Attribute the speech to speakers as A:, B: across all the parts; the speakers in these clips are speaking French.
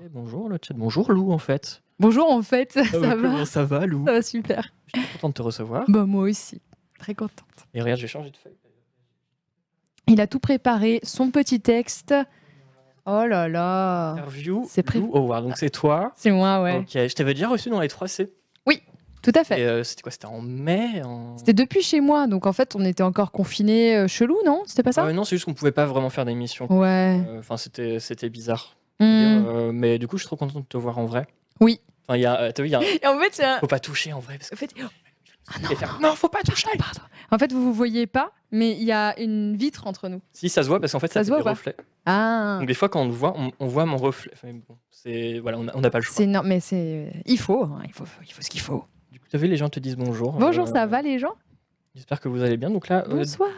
A: Eh, bonjour le chat. Bonjour Lou en fait.
B: Bonjour en fait, ça
A: Ah ouais,
B: va
A: comment ça va Lou
B: Ça va super.
A: Je suis content de te recevoir.
B: Bah moi aussi, très contente.
A: Et regarde, j'ai changé de feuille.
B: Il a tout préparé, son petit texte. Oh là là
A: Interview
B: C'est pré-
A: Lou Howard. Donc c'est toi.
B: C'est moi, ouais.
A: Ok, je t'avais déjà reçu dans les 3C.
B: Tout à fait.
A: Oh. Et, euh, c'était quoi C'était en mai en...
B: C'était depuis chez moi, donc en fait on était encore confinés euh, chelou, non C'était pas ça
A: Ah Ouais, Non, c'est juste qu'on pouvait pas vraiment faire d'émission.
B: Ouais.
A: Euh, Enfin, c'était, c'était bizarre.
B: Hmm.
A: Euh, mais du coup, je suis trop content de te voir en vrai.
B: Oui. Ah.
A: Enfin, il y a, euh, t'as vu, il y a un-
B: Et en fait, c'est un-
A: faut pas toucher en vrai. Parce que...
B: en fait- oh Ah
A: il va faire, non, faut pas toucher.
B: Pardon. En fait, vous vous voyez pas, mais il y a une vitre entre nous.
A: Si, ça se voit parce qu'en fait, ça,
B: Ça se
A: fait
B: voit
A: des
B: ou pas
A: reflets.
B: Ah
A: Donc des fois, quand on le voit, on, on voit mon reflet. Enfin, bon, c'est voilà, on a- on n'a pas le choix.
B: C'est énorme, mais c'est. Il faut, hein, il faut, il faut ce qu'il faut.
A: Du coup, t'as vu, les gens te disent bonjour.
B: Bonjour,
A: Euh,
B: ça va les gens
A: J'espère que vous allez bien. Donc là, euh,
B: Bonsoir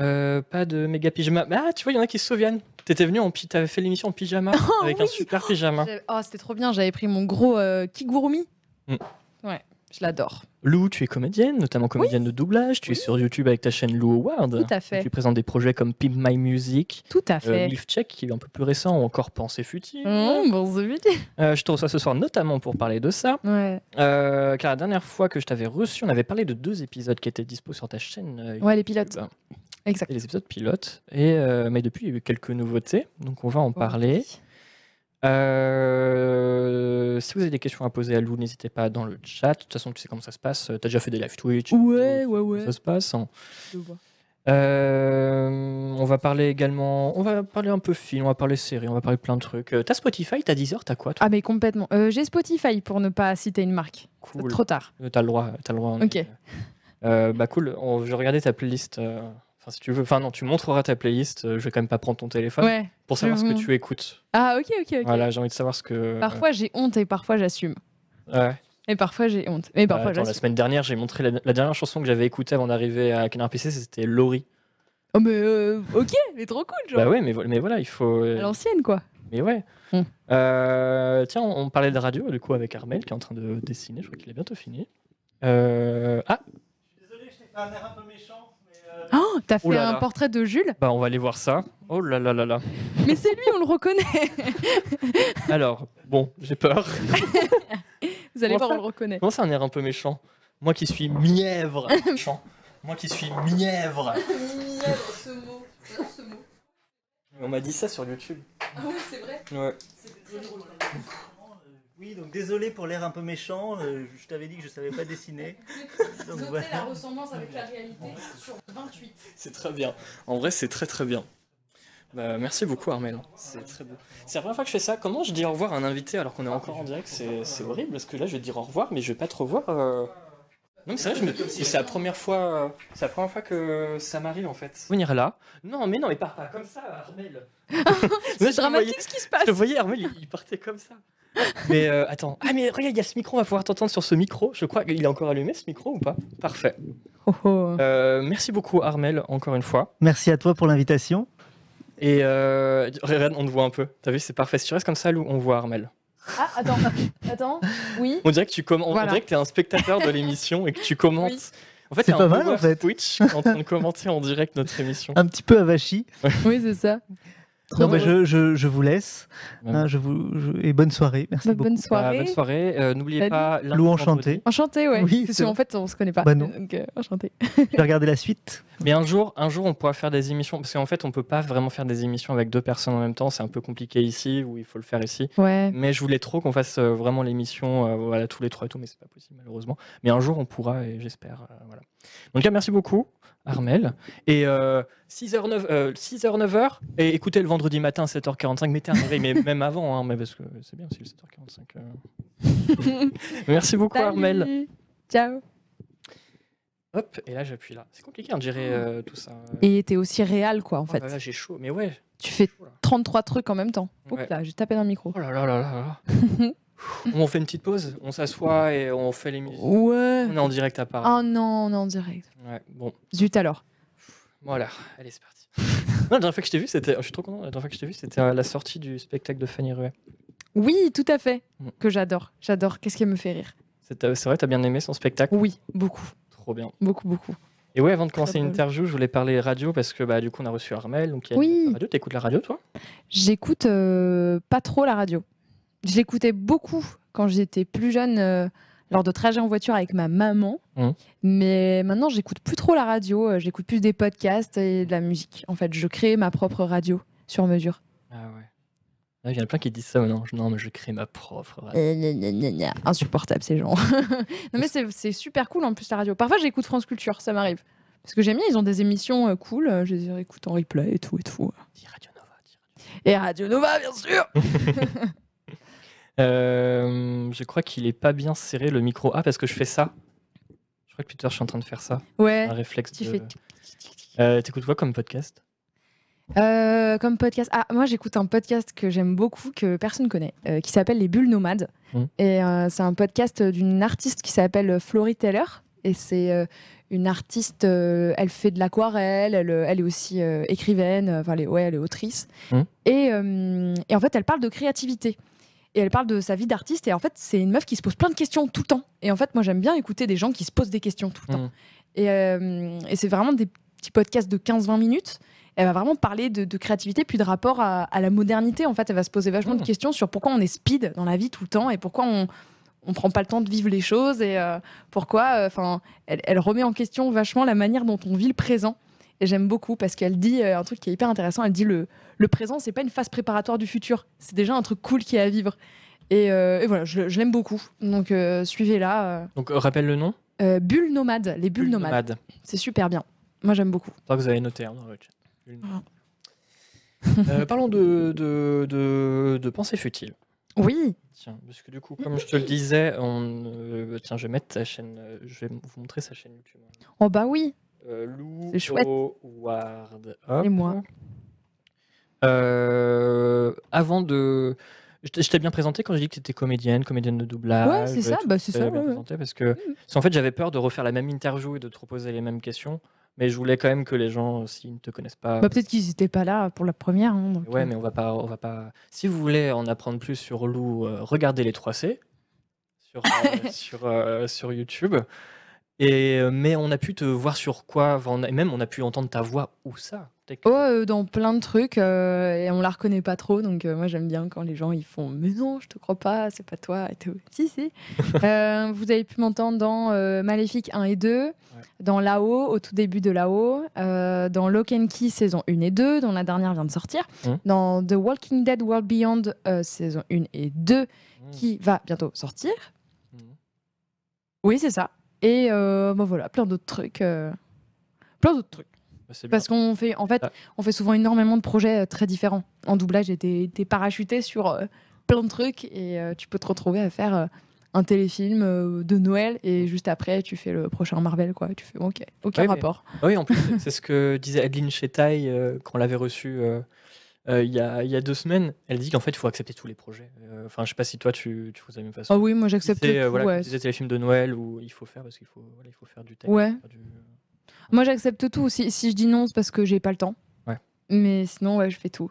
A: euh, pas de méga pyjama. Mais, Ah, tu vois, il y en a qui se souviennent. T'étais venu en pyjama, t'avais fait l'émission en pyjama avec un
B: Oh oui.
A: super pyjama.
B: J'avais- Oh, c'était trop bien, j'avais pris mon gros euh, Kigurumi.
A: Mm.
B: Ouais, je l'adore.
A: Lou, tu es comédienne, notamment comédienne de doublage. Tu es sur YouTube avec ta chaîne Lou Howard.
B: Tout à fait.
A: Tu présentes des projets comme Pimp My Music,
B: Tout à
A: euh,
B: fait.
A: Milf Check, qui est un peu plus récent, ou encore Pensée Futile.
B: Mmh, bon, c'est bien.
A: Euh, je te reçois ce soir notamment pour parler de ça.
B: Ouais.
A: Euh, car la dernière fois que je t'avais reçu, on avait parlé de deux épisodes qui étaient dispo sur ta chaîne. euh,
B: ouais, les pilotes.
A: YouTube,
B: Exact.
A: et les épisodes pilotes. Et, euh, mais depuis, il y a eu quelques nouveautés, donc on va
B: Oh.
A: en parler. Euh, si vous avez des questions à poser à Lou, n'hésitez pas dans le chat. De toute façon, tu sais comment ça se passe. Euh, T'as déjà fait des live Twitch tu
B: Ouais,
A: sais
B: ouais,
A: comment
B: ouais.
A: Ça se passe.
B: Je vois.
A: Euh, on va parler également. On va parler un peu film, on va parler série, on va parler plein de trucs. Euh, T'as Spotify, t'as Deezer, t'as quoi toi
B: Ah, mais complètement. Euh, J'ai Spotify pour ne pas citer une marque. C'est
A: Cool.
B: Trop tard.
A: Euh, T'as le droit. T'as le droit. on
B: Ok.
A: est- Euh, bah cool. On- je regardais ta playlist. euh, Enfin, si tu veux. Enfin, non, tu montreras ta playlist. euh, Je vais quand même pas prendre ton téléphone
B: Ouais.
A: pour savoir
B: je
A: ce que
B: vous-
A: tu écoutes.
B: Ah, ok, ok, ok.
A: Voilà, j'ai envie de savoir ce que.
B: Parfois j'ai honte et parfois j'assume.
A: Ouais.
B: Et parfois j'ai honte. Et
A: Bah,
B: parfois
A: attends, la
B: j'assume.
A: semaine dernière, j'ai montré la, la dernière chanson que j'avais écoutée avant d'arriver à Canard PC, c'était Laurie.
B: Oh, mais euh, ok, mais trop cool, genre.
A: Bah ouais, mais, vo- mais voilà, il faut. euh,
B: À l'ancienne, quoi.
A: Mais ouais.
B: Hmm.
A: Euh, tiens, on, on parlait de radio du coup avec Armel qui est en train de dessiner. Je crois qu'il a bientôt fini. Euh, ah,
C: Désolé, je t'ai fait un air un peu méchant, mais euh,
B: Oh, t'as fait
A: Ouh là
B: un
A: là.
B: portrait de Jules
A: bah on va aller voir ça. Oh là là là là.
B: Mais c'est lui, on le reconnaît.
A: Alors, bon, j'ai peur.
B: Vous allez
A: On
B: voir,
A: fait-
B: on le reconnaît.
A: Comment c'est un air un peu méchant Moi qui suis mièvre. méchant. Moi qui suis mièvre.
B: ce mot. ce mot.
A: On m'a dit ça sur YouTube.
B: Ah c'est vrai.
A: Ouais.
B: hein.
C: oui, donc désolé pour l'air un peu méchant. euh, je t'avais dit que je savais pas dessiner. Donc voilà.
B: ressemblance
C: avec la
B: réalité sur 28.
A: C'est très bien. En vrai, c'est très très bien. Bah, merci beaucoup, Armel. C'est très beau. C'est la première fois que je fais ça. Comment je dis au revoir à un invité alors qu'on est encore en direct C'est c'est horrible parce que là, je vais dire au revoir, mais je vais pas te revoir. euh. Non, mais c'est vrai, je me... mais c'est la première fois, euh, c'est la première fois que ça m'arrive en fait. Venir là Non, mais non, mais pars pas comme ça, Armel.
B: C'est dramatique ce qui se passe.
A: Je le voyais, Armel, il- il partait comme ça. Mais euh, attends. Ah, mais regarde, il y a ce micro, on va pouvoir t'entendre sur ce micro. Je crois qu'il est encore allumé ce micro ou pas Parfait.
B: Oh, oh.
A: Euh, merci beaucoup, Armel, encore une fois.
C: Merci à toi pour l'invitation.
A: Et euh, Reren, on te voit un peu. T'as vu, c'est parfait. Si tu restes comme ça, Lou, on voit Armel.
B: Ah, attends, attends. Oui.
A: On dirait que tu commentes.
B: Voilà.
A: On dirait que t'es un spectateur de l'émission et que tu commentes.
B: Oui.
A: En fait,
C: C'est
A: t'es
C: pas
A: un
C: mal,
A: viewer
C: en fait.
A: Twitch en train de commenter en direct notre émission.
C: Un petit peu avachi.
B: Oui, c'est ça.
C: Bon, bah,
A: drôle.
C: je, je- je vous laisse.
A: Ouais.
C: hein, je vous, je- et bonne soirée. Merci
B: Bah,
C: beaucoup.
B: bonne
A: Bah,
B: soirée.
A: bonne soirée. Euh, N'oubliez
B: Salut.
A: pas. lundi,
C: Lou
A: vendredi.
C: enchanté.
B: Enchantée, ouais.
C: Oui,
B: Parce
C: c'est
B: qu'en fait, on se connaît pas.
C: Bah non.
B: Donc, euh, enchantée.
C: Je vais regarder la suite.
A: Mais un jour, un jour, on pourra faire des émissions parce qu'en fait, on peut pas vraiment faire des émissions avec deux personnes en même temps. C'est un peu compliqué ici où il faut le faire ici.
B: Ouais.
A: Mais je voulais trop qu'on fasse euh, vraiment l'émission euh, voilà, tous les trois et tout, mais c'est pas possible malheureusement. Mais un jour on pourra et j'espère. euh, voilà. Donc là, merci beaucoup, Armel. Et euh, 6h, 9, h 9 h et écoutez le vendredi matin à 7h45, mettez un réveil, mais même avant, hein, mais parce que c'est bien aussi le 7h45. euh. merci beaucoup, Armel.
B: Salut. Ciao.
A: Hop, et là j'appuie là. C'est compliqué hein, de gérer euh, tout ça.
B: Et t'es aussi réel, quoi, en
A: Oh
B: fait.
A: là là, j'ai chaud, mais ouais.
B: Tu fais
A: chaud, là.
B: 33 trucs en même temps. Oups,
A: Ouais.
B: là, j'ai tapé dans le micro.
A: Oh là là là là là. on fait une petite pause, on s'assoit et on fait l'émission.
B: Ouais.
A: On est en direct à Paris.
B: Oh non, on est en direct.
A: Ouais, bon.
B: Zut alors.
A: Voilà, allez, c'est parti. Non, la dernière fois que je t'ai vu, c'était. Je suis trop content. La dernière fois que je t'ai vu, c'était à la sortie du spectacle de Fanny Ruet.
B: Oui, tout à fait.
A: Mm.
B: Que j'adore. J'adore. Qu'est-ce qui me fait rire
A: C'est euh, c'est vrai, t'as bien aimé son spectacle
B: Oui, beaucoup.
A: Trop bien.
B: Beaucoup, beaucoup.
A: Et ouais, avant de commencer
B: Très drôle.
A: l'interview, je voulais parler radio parce que bah, du coup, on a reçu Armel. Donc, il y a
B: Oui.
A: une radio. T'écoutes la radio, toi
B: J'écoute euh, pas trop la radio. J'écoutais beaucoup quand j'étais plus jeune euh, lors de trajets en voiture avec ma maman.
A: Mhm.
B: Mais maintenant, j'écoute plus trop la radio. euh, J'écoute plus des podcasts et de la musique. En fait, je crée ma propre radio sur mesure.
A: Ah ouais. Ah, Il y en a plein qui disent ça maintenant. Je- Non, mais je crée ma propre radio.
B: Euh, gna, gna, gna, gna. Insupportable ces gens. non mais c'est c'est super cool en plus la radio. Parfois j'écoute France Culture, ça m'arrive. Parce que j'aime bien, ils ont des émissions euh, cool, euh, je les écoute en replay et tout et tout.
A: Dis Radio Nova, dis Radio
B: Et Radio Nova bien sûr
A: Nova. Euh, je crois qu'il est pas bien serré le micro. Ah, parce que je fais ça. Je crois que Peter, je suis en train de faire ça.
B: Ouais,
A: Un réflexe.
B: tu
A: de-
B: fais...
A: Euh, T'écoutes quoi comme podcast
B: Euh, comme podcast. Ah, moi j'écoute un podcast que j'aime beaucoup, que personne connaît, euh, qui s'appelle Les Bulles Nomades.
A: Mhm.
B: Et euh, c'est un podcast d'une artiste qui s'appelle euh, Florie Taylor. Et c'est euh, une artiste, euh, elle fait de l'aquarelle, elle, euh, elle est aussi euh, écrivaine, euh, enfin elle est, ouais, elle est autrice.
A: Mhm.
B: Et, euh, et en fait, elle parle de créativité. Et elle parle de sa vie d'artiste. Et en fait, c'est une meuf qui se pose plein de questions tout le temps. Et en fait, moi j'aime bien écouter des gens qui se posent des questions tout le temps.
A: Mhm.
B: Et, euh, et c'est vraiment des petits podcasts de 15-20 minutes elle va vraiment parler de, de créativité puis de rapport à, à la modernité. En fait, elle va se poser vachement
A: Mmh.
B: de questions sur pourquoi on est speed dans la vie tout le temps et pourquoi on on prend pas le temps de vivre les choses et euh, pourquoi. Enfin, elle, elle remet en question vachement la manière dont on vit le présent. Et j'aime beaucoup parce qu'elle dit euh, un truc qui est hyper intéressant. Elle dit le le présent, c'est pas une phase préparatoire du futur. C'est déjà un truc cool qui est à vivre. Et, euh, et voilà, je, je l'aime beaucoup. Donc euh, suivez-la. euh.
A: Donc, euh, rappelle le nom
B: Euh, Bulle nomade, les bulles nomades. C'est super bien. Moi, j'aime beaucoup.
A: Je crois que vous avez noté hein, dans le chat. Bulle nomade.
B: Ah.
A: Euh, parlons de, de, de, de pensée futile.
B: Oui.
A: Tiens, parce que du coup, comme je te le disais, on, euh, tiens, je vais mettre ta chaîne, euh, je vais vous montrer sa chaîne YouTube.
B: Oh bah oui.
A: Euh, Lou
B: C'est chouette.
A: Howard. Hop.
B: Et moi.
A: Euh, avant de. Je t'ai- je t'ai bien présenté quand j'ai dit que tu étais comédienne, comédienne de
B: Ouais,
A: doublage.
B: c'est ça,
A: tu
B: bah c'est
A: t'es
B: ça.
A: bien
B: ouais, Mm. ouais.
A: présenté parce que, parce qu'en fait, j'avais peur de refaire la même interview et de te reposer les mêmes questions, mais je voulais quand même que les gens, euh, s'ils ne te connaissent pas,
B: Bah, peut-être qu'ils n'étaient pas là pour la première. hein, donc,
A: Ouais,
B: euh,
A: mais on va pas, on va pas. Si vous voulez en apprendre plus sur Lou, euh, regardez les 3 C sur euh, sur, euh, sur YouTube. Et euh, mais on a pu te voir sur quoi, enfin, on a- même on a pu entendre ta voix ou ça. Peut-être que-
B: oh, euh, dans plein de trucs euh, et on la reconnaît pas trop. Donc euh, moi j'aime bien quand les gens ils font mais non je te crois pas c'est pas toi et tout. Si si. Euh, vous avez pu m'entendre dans euh, Maléfique 1 et 2, dans Là-haut au tout début de Là-haut, euh, dans Lock and Key saison 1 et 2 dont la dernière vient de sortir,
A: Mhm.
B: dans The Walking Dead World Beyond euh, saison 1 et 2
A: Mmh,
B: qui va bientôt sortir.
A: mmh.
B: Oui c'est ça. Et euh, bon, voilà plein d'autres trucs. euh, plein d'autres trucs.
A: Bah, c'est bien.
B: Parce qu'on fait, en fait,
A: Ah.
B: on fait souvent énormément de projets euh, très différents. En doublage, t'es t'es parachuté sur euh, plein de trucs et euh, tu peux te retrouver à faire euh, un téléfilm euh, de Noël et juste après, tu fais le prochain Marvel, quoi. Tu fais, ok, aucun
A: Ouais, mais-
B: rapport.
A: Ah oui, en plus, c'est- c'est ce que disait Adeline Chetaille euh, quand on l'avait reçue euh, euh, il y, a, il y a deux semaines. Elle dit qu'en fait, il faut accepter tous les projets. Euh, Enfin, je sais pas si toi, tu, tu fais de la même façon.
B: Ah oui, moi
A: Si
B: j'accepte.
A: c'est, euh,
B: tout,
A: voilà,
B: ouais.
A: comme tu disais, téléfilm de Noël où il faut faire parce qu'il faut, voilà, il faut faire du texte.
B: Ouais.
A: faire du-
B: Moi j'accepte tout. Si, si je dis non, c'est parce que j'ai pas le temps.
A: Ouais.
B: Mais sinon, ouais, je fais tout.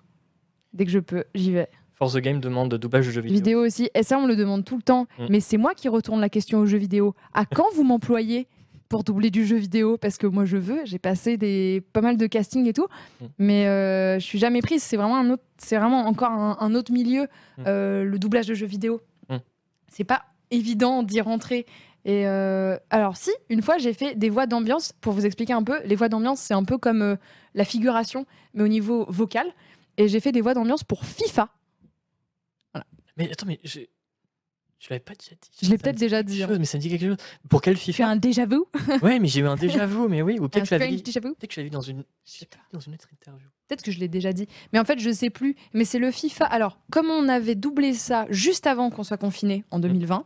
B: Dès que je peux, j'y vais.
A: Force the Game demande doublage de jeux vidéo.
B: vidéo aussi. Et ça, on me le demande tout le temps.
A: Mm.
B: Mais c'est moi qui retourne la question aux jeux vidéo. À quand vous m'employez pour doubler du jeu vidéo Parce que moi, je veux. J'ai passé des pas mal de castings et tout,
A: Mm.
B: mais euh, je suis jamais prise. C'est vraiment un autre. C'est vraiment encore un, un autre milieu,
A: Mm.
B: euh, le doublage de jeux vidéo.
A: Mm.
B: C'est pas évident d'y rentrer. Et euh, alors si, une fois j'ai fait des voix d'ambiance, pour vous expliquer un peu, les voix d'ambiance c'est un peu comme euh, la figuration, mais au niveau vocal, et j'ai fait des voix d'ambiance pour FIFA,
A: Mais attends, mais j'ai- je l'avais pas déjà dit.
B: je l'ai
A: Ça me
B: peut-être
A: dit
B: déjà
A: quelque
B: dit, hein.
A: chose, mais ça me dit quelque chose. Pour quel
B: Je fais
A: FIFA
B: un déjà vu.
A: Ouais, mais j'ai eu un déjà vu, mais oui. Ou peut-être
B: Un
A: que je l'avais
B: strange
A: dit.
B: déjà vu.
A: Peut-être que je l'avais dit dans une. peut-être dans une autre interview.
B: Peut-être que je l'ai déjà dit. Mais en fait, je sais plus. Mais c'est le FIFA. Alors, comme on avait doublé ça juste avant qu'on soit confiné
A: Mm.
B: en 2020,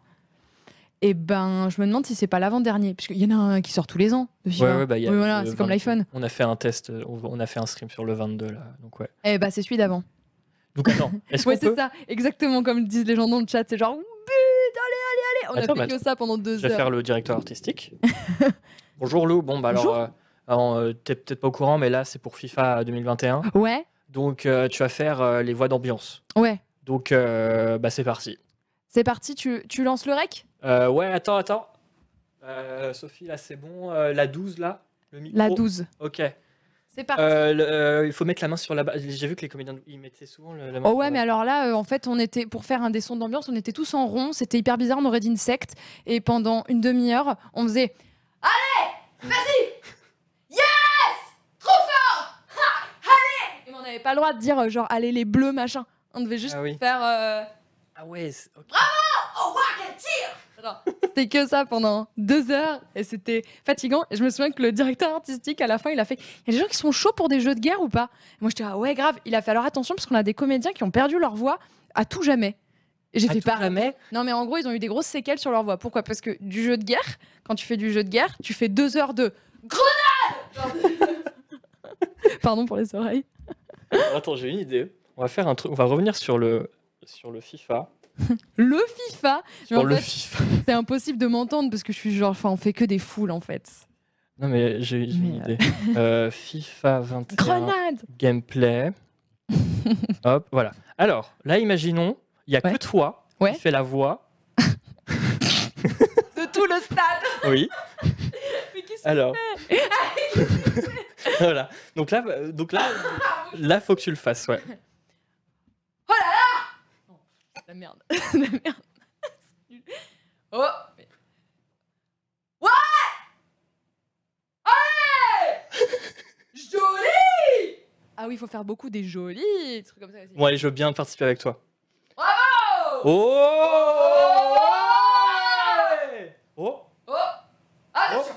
B: et ben, je me demande si c'est pas l'avant-dernier. Parce qu'il y en a un qui sort tous les ans. de FIFA.
A: bah, il y a
B: Oui, voilà,
A: le
B: c'est comme
A: 22.
B: l'iPhone.
A: On a fait un test, euh, on on a fait un stream sur le 22 là, donc ouais.
B: Eh ben, c'est celui d'avant.
A: Donc attends, est-ce
B: Ouais,
A: qu'on peut
B: c'est ça. Exactement comme disent les gens dans le chat. C'est genre, but, allez, allez, allez. On
A: Attends,
B: a fait
A: bah,
B: que ça pendant deux
A: Je vais
B: heures.
A: faire le directeur artistique. Bonjour Lou. Bon bah alors,
B: Bonjour.
A: euh, alors, euh, t'es peut-être pas au courant, mais là c'est pour FIFA 2021,
B: Ouais,
A: donc euh, tu vas faire euh, les voix d'ambiance.
B: ouais.
A: Donc euh, bah c'est parti.
B: C'est parti. Tu, tu lances le rec
A: Euh, ouais, attends, attends. Euh, Sophie, là, c'est bon. Euh, la 12, là Le micro
B: La 12.
A: Ok.
B: C'est parti.
A: Euh, le- euh, il faut mettre la main sur la barre. J'ai vu que les comédiens, ils mettaient souvent le- la main.
B: Oh
A: sur
B: ouais,
A: la
B: mais alors là, euh, en fait, on était pour faire un dessin d'ambiance, on était tous en rond, c'était hyper bizarre, on aurait dit une secte, et pendant une demi-heure, on faisait Allez, vas-y, yes, trop fort, Ah, allez, mais on n'avait pas le droit de dire euh, genre allez les bleus machin, on devait juste
A: Ah oui.
B: faire. euh,
A: Ah ouais, c'est- ok.
B: genre, C'était que ça pendant deux heures et c'était fatigant. Et je me souviens que le directeur artistique, à la fin, il a fait Il y a des gens qui sont chauds pour des jeux de guerre ou pas Et Moi, j'étais Ah ouais, grave. Il a fait alors attention parce qu'on a des comédiens qui ont perdu leur voix à tout jamais. Et j'ai
A: À
B: fait
A: Ah, tout
B: pareil.
A: jamais.
B: Non, mais en gros, ils ont eu des grosses séquelles sur leur voix. Pourquoi Parce que du jeu de guerre, quand tu fais du jeu de guerre, tu fais deux heures de grenade Pardon pour les oreilles.
A: Alors, Attends, j'ai une idée. On va faire un truc. On va revenir sur le sur le FIFA.
B: Le FIFA, Mais en
A: Sur le
B: fait-
A: FIFA.
B: c'est impossible de m'entendre parce que je suis genre, enfin, on fait que des foules en fait.
A: Non mais j'ai j'ai une
B: Mais,
A: idée. Euh, FIFA 21.
B: Grenade
A: Gameplay. Hop, voilà. Alors là, imaginons, il y a
B: Ouais.
A: que toi
B: Ouais.
A: qui fais la voix.
B: De tout le stade
A: Oui.
B: Mais qu'est-ce que-
A: Alors. voilà. Donc là, euh, donc là, là, faut que tu le fasses, ouais.
B: La merde. La merde. C'est nul. Oh mais- Ouais Allez Joli Ah oui, il faut faire beaucoup des jolis des trucs comme ça aussi.
A: Bon, allez, je veux bien participer avec toi.
B: Bravo
A: Oh Oh
B: Oh Attention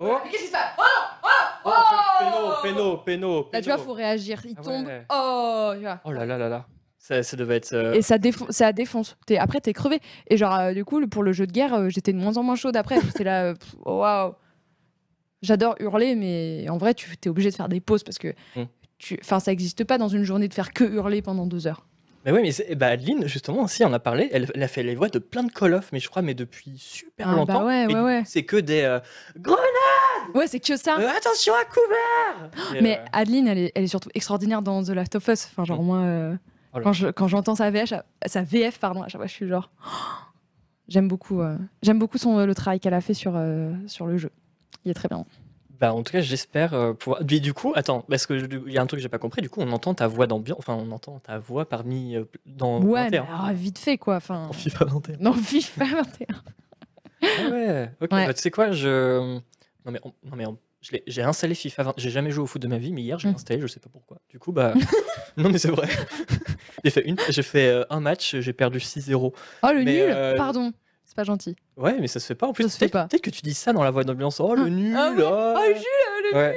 A: Oh
B: Mais qu'est-ce qui se passe Oh
A: Oh Péno, péno, péno,
B: Là, tu vois, faut réagir. Il
A: Ah ouais.
B: tombe. Oh, tu vois.
A: Oh là là là là. Ça, ça devait être. euh,
B: Et ça, défon- ça défonce. T'es- après, t'es crevé. Et genre, euh, du coup, le- pour le jeu de guerre, euh, j'étais de moins en moins chaude après. J'étais là, euh, pff, oh, waouh. J'adore hurler, mais en vrai, tu t'es obligé de faire des pauses parce que
A: Mm.
B: tu, enfin, ça n'existe pas dans une journée de faire que hurler pendant deux heures.
A: Mais oui, mais c'est- eh ben, Adeline, justement, aussi, on a parlé, elle, elle a fait les voix de plein de Call of, mais je crois, mais depuis super
B: Ah, bah
A: longtemps.
B: ouais,
A: Et
B: ouais, ouais.
A: C'est que des. euh, Grenade,
B: Ouais, c'est que ça.
A: euh, attention à couvert Et,
B: mais
A: euh,
B: Adeline, elle est, elle est surtout extraordinaire dans The Last of Us. Enfin, genre, moi, euh,
A: Oh là.
B: quand, je- quand j'entends sa VH, à- sa VF, pardon, à chaque fois, je suis genre. oh, J'aime beaucoup, euh, j'aime beaucoup son, le travail qu'elle a fait sur, euh, sur le jeu. Il est très bien.
A: Bah, en tout cas, j'espère euh, pouvoir. Mais du coup, attends, parce que je- il y a un truc que j'ai pas compris. Du coup, on entend ta voix d'ambiance. Enfin, on entend ta voix parmi euh, dans
B: Ouais,
A: 21.
B: mais oh, alors, vite fait quoi. Enfin,
A: Dans FIFA 21.
B: non, FIFA 21.
A: Ah ouais. Ok.
B: Ouais.
A: Bah, tu sais quoi, je. Non mais on- non mais on- je l'ai- j'ai installé FIFA 20. J'ai jamais joué au foot de ma vie, mais hier j'ai
B: Mm.
A: installé. Je sais pas pourquoi. Du coup, bah. non mais c'est vrai. j'ai fait une. J'ai fait euh, un match. J'ai perdu 6-0.
B: Oh le
A: Mais,
B: nul,
A: euh,
B: pardon, c'est pas gentil.
A: Ouais, mais ça se fait pas. En plus,
B: se fait
A: peut-être
B: pas.
A: peut-être que tu dis ça dans la voix d'ambiance. Oh le
B: Ah,
A: nul.
B: ah ouais.
A: oh.
B: Oh Jules, le
A: Ouais.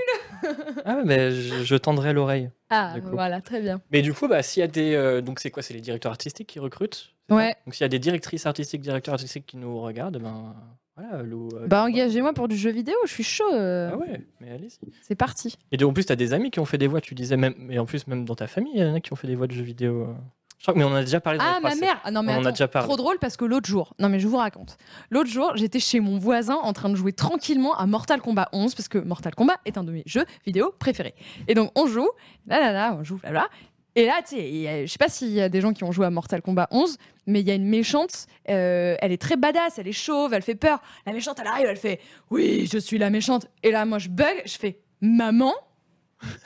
A: ah ouais, mais je, je tendrai l'oreille.
B: Ah
A: D'accord.
B: voilà, très bien.
A: Mais du coup, bah, s'il y a des. euh, donc, c'est quoi C'est les directeurs artistiques qui recrutent c'est ça
B: Ouais.
A: Donc, s'il y a des directrices artistiques, directeurs artistiques qui nous regardent, ben. euh, Voilà, Lou. euh,
B: Bah engagez-moi pour du jeu vidéo, je suis chaud. euh,
A: Ah ouais, mais allez-y.
B: C'est parti.
A: Et donc, en plus, t'as des amis qui ont fait des voix, tu disais, même. Et en plus, même dans ta famille, il y en a qui ont fait des voix de jeux vidéo. euh. Je crois que, mais on en a déjà parlé dans
B: Ah
A: les
B: ma
A: trois,
B: mère. Ah non mais
A: On en a
B: attends,
A: déjà parlé.
B: Trop drôle parce que l'autre jour, non mais je vous raconte. L'autre jour, j'étais chez mon voisin en train de jouer tranquillement à Mortal Kombat 11 parce que Mortal Kombat est un de mes jeux vidéo préférés. Et donc on joue, là là là, on joue là là. Et là, tu sais, il y a- je sais pas s'il y a des gens qui ont joué à Mortal Kombat 11, mais il y a une méchante, euh, elle est très badass, elle est chauve, elle fait peur. La méchante, elle arrive, elle fait Oui, je suis la méchante. Et là, moi, je bug, je fais Maman.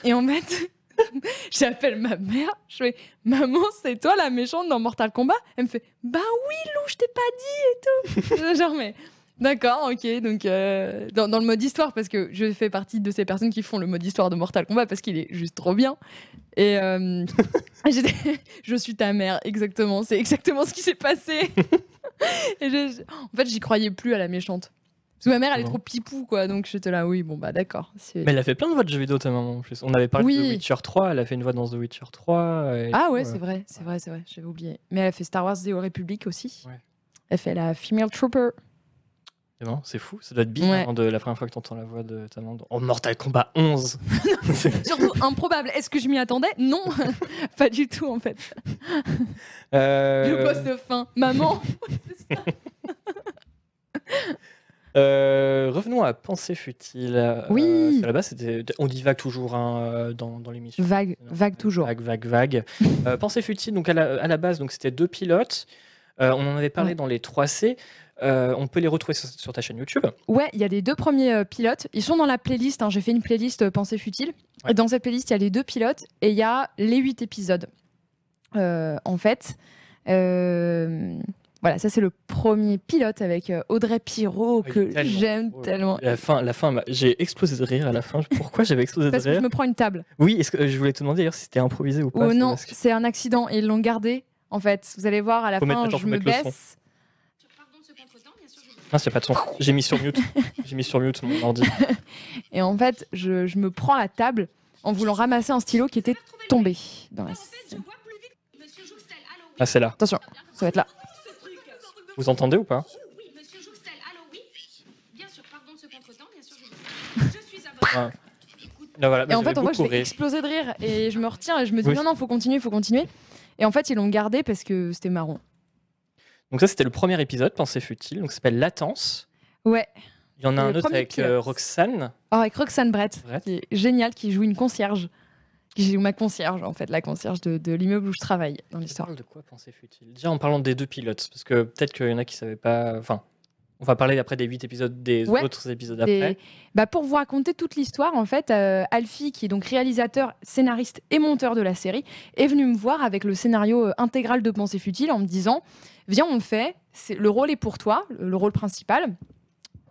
B: Et en fait, j'appelle ma mère, je fais Maman, c'est toi la méchante dans Mortal Kombat Elle me fait Bah oui, Lou, je t'ai pas dit et tout. Genre, mais d'accord, ok. Donc, euh, dans, dans le mode histoire, parce que je fais partie de ces personnes qui font le mode histoire de Mortal Kombat parce qu'il est juste trop bien. Et euh, j'étais- je suis ta mère, exactement. C'est exactement ce qui s'est passé. et je- en fait, j'y croyais plus à la méchante. Parce que ma mère, elle est
A: Non.
B: trop pipou, quoi. Donc, j'étais là, oui, bon, bah d'accord. c'est-
A: Mais elle a fait plein de voix de jeux vidéo, ta maman. En plus. On avait parlé de
B: Oui.
A: The Witcher 3, elle a fait une voix dans The Witcher 3. et
B: Ah
A: tout,
B: ouais,
A: euh.
B: c'est vrai, c'est vrai, c'est vrai, j'avais oublié. Mais elle a fait Star Wars The Old Republic aussi.
A: Ouais.
B: Elle fait la Female Trooper.
A: Et non, C'est fou, ça doit être bien
B: Ouais.
A: hein, de la première fois que t'entends la voix de ta maman. dans- Oh, Mortal Kombat 11 C'est-
B: Surtout improbable. Est-ce que je m'y attendais Non, pas du tout en fait.
A: Euh,
B: Le poste de fin, maman.
A: Euh, revenons à Pensée futile.
B: Oui.
A: Euh, parce qu'à la base, c'était- on divague toujours hein, euh, dans, dans l'émission.
B: Vague, vague toujours.
A: Vague, vague, vague.
B: Mm.
A: Euh, Pensée futile, donc à la, à la base, donc c'était deux pilotes. Euh, on en avait parlé
B: Ouais.
A: dans les 3C. Euh, on peut les retrouver sur, sur ta chaîne YouTube.
B: Ouais, il y a les deux premiers euh, pilotes. Ils sont dans la playlist. hein. J'ai fait une playlist euh, Pensée futile.
A: Ouais.
B: Et dans cette playlist, il y a les deux pilotes et il y a les huit épisodes. Euh, en fait, euh, voilà, ça c'est le premier pilote avec euh, Audrey Pirot
A: Ah Oui,
B: que
A: tellement Oh
B: j'aime
A: drôle.
B: tellement.
A: La fin, la fin m'a- j'ai explosé de rire à la fin. Pourquoi j'avais explosé de
B: Parce que je
A: rire
B: me prends une table.
A: Oui, est-ce que, euh, je voulais te demander d'ailleurs si c'était improvisé ou pas.
B: oh
A: c'est
B: non,
A: parce que-
B: c'est un accident et ils l'ont gardé. En fait, vous allez voir à la
A: Faut
B: fin,
A: mettre- attends,
B: je
A: faut
B: me
A: mettre le son.
B: baisse.
A: Mince, y a pas de son. J'ai mis sur mute. J'ai mis sur mute mon ordi.
B: Et en fait, je, je me prends la table en voulant ramasser un stylo qui était tombé dans la scène.
A: Ah, c'est là.
B: Attention, ça va être là.
A: Ah, Vous entendez ou pas
D: Oui, monsieur Jouxtel, allô, oui Bien sûr, pardon de ce contretemps, bien sûr, je vous- Je suis à votre...
A: Ouais. Là, voilà,
B: Et
A: bah,
B: en fait,
A: j'avais
B: on voit que je
A: beaucoup
B: vais
A: ri.
B: exploser de rire. Et je me retiens et je me dis
A: Oui.
B: non, non, faut continuer, faut continuer. Et en fait, ils l'ont gardé parce que c'était marrant.
A: Donc ça, c'était le premier épisode, Pensée futile, donc ça s'appelle Latence.
B: Ouais.
A: Il y en a
B: Le
A: un autre
B: premier
A: avec
B: pilote.
A: euh, Roxane.
B: Or, avec Roxane Brett,
A: Brett.
B: qui est géniale, qui joue une concierge. Qui joue ma concierge, en fait, la concierge de, de l'immeuble où je travaille dans
A: On
B: l'histoire.
A: parle de quoi Pensée futile Déjà, en parlant des deux pilotes, parce que peut-être qu'il y en a qui savaient pas... Enfin, on va parler après des huit épisodes, des
B: Ouais.
A: autres épisodes
B: Et-
A: après.
B: bah, pour vous raconter toute l'histoire, en fait, euh, Alfie, qui est donc réalisateur, scénariste et monteur de la série, est venu me voir avec le scénario euh, intégral de Pensée futile en me disant Viens, on le fait, c'est- le rôle est pour toi, le le rôle principal,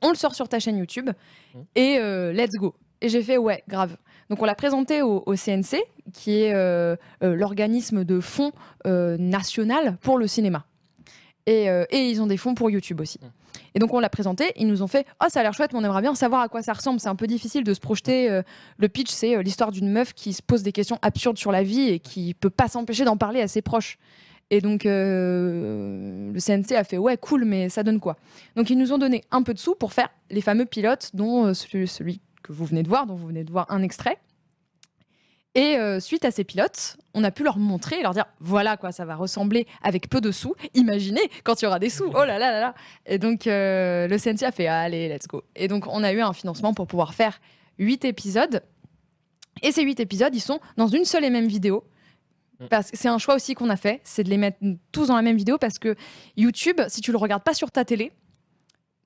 B: on le sort sur ta chaîne YouTube
A: Mhm.
B: et euh, let's go. Et j'ai fait Ouais, grave. Donc on l'a présenté au, au CNC, qui est euh, euh, l'organisme de fonds euh, national pour le cinéma. Et, euh, et ils ont des fonds pour YouTube aussi. Et donc on l'a présenté, ils nous ont fait "Oh, ça a l'air chouette, mais on aimerait bien savoir à quoi ça ressemble, c'est un peu difficile de se projeter euh, le pitch c'est euh, l'histoire d'une meuf qui se pose des questions absurdes sur la vie et qui peut pas s'empêcher d'en parler à ses proches." Et donc euh, le CNC a fait "Ouais, cool, mais ça donne quoi Donc ils nous ont donné un peu de sous pour faire les fameux pilotes dont euh, celui, celui que vous venez de voir, dont vous venez de voir un extrait. Et euh, suite à ces pilotes, on a pu leur montrer et leur dire voilà quoi, ça va ressembler avec peu de sous. Imaginez quand il y aura des sous. Oh là là là là. Et donc, euh, le CNC a fait allez, let's go. Et donc, on a eu un financement pour pouvoir faire 8 épisodes. Et ces 8 épisodes, ils sont dans une seule et même vidéo.
A: Mm.
B: Parce que c'est un choix aussi qu'on a fait, c'est de les mettre tous dans la même vidéo parce que YouTube, si tu le regardes pas sur ta télé,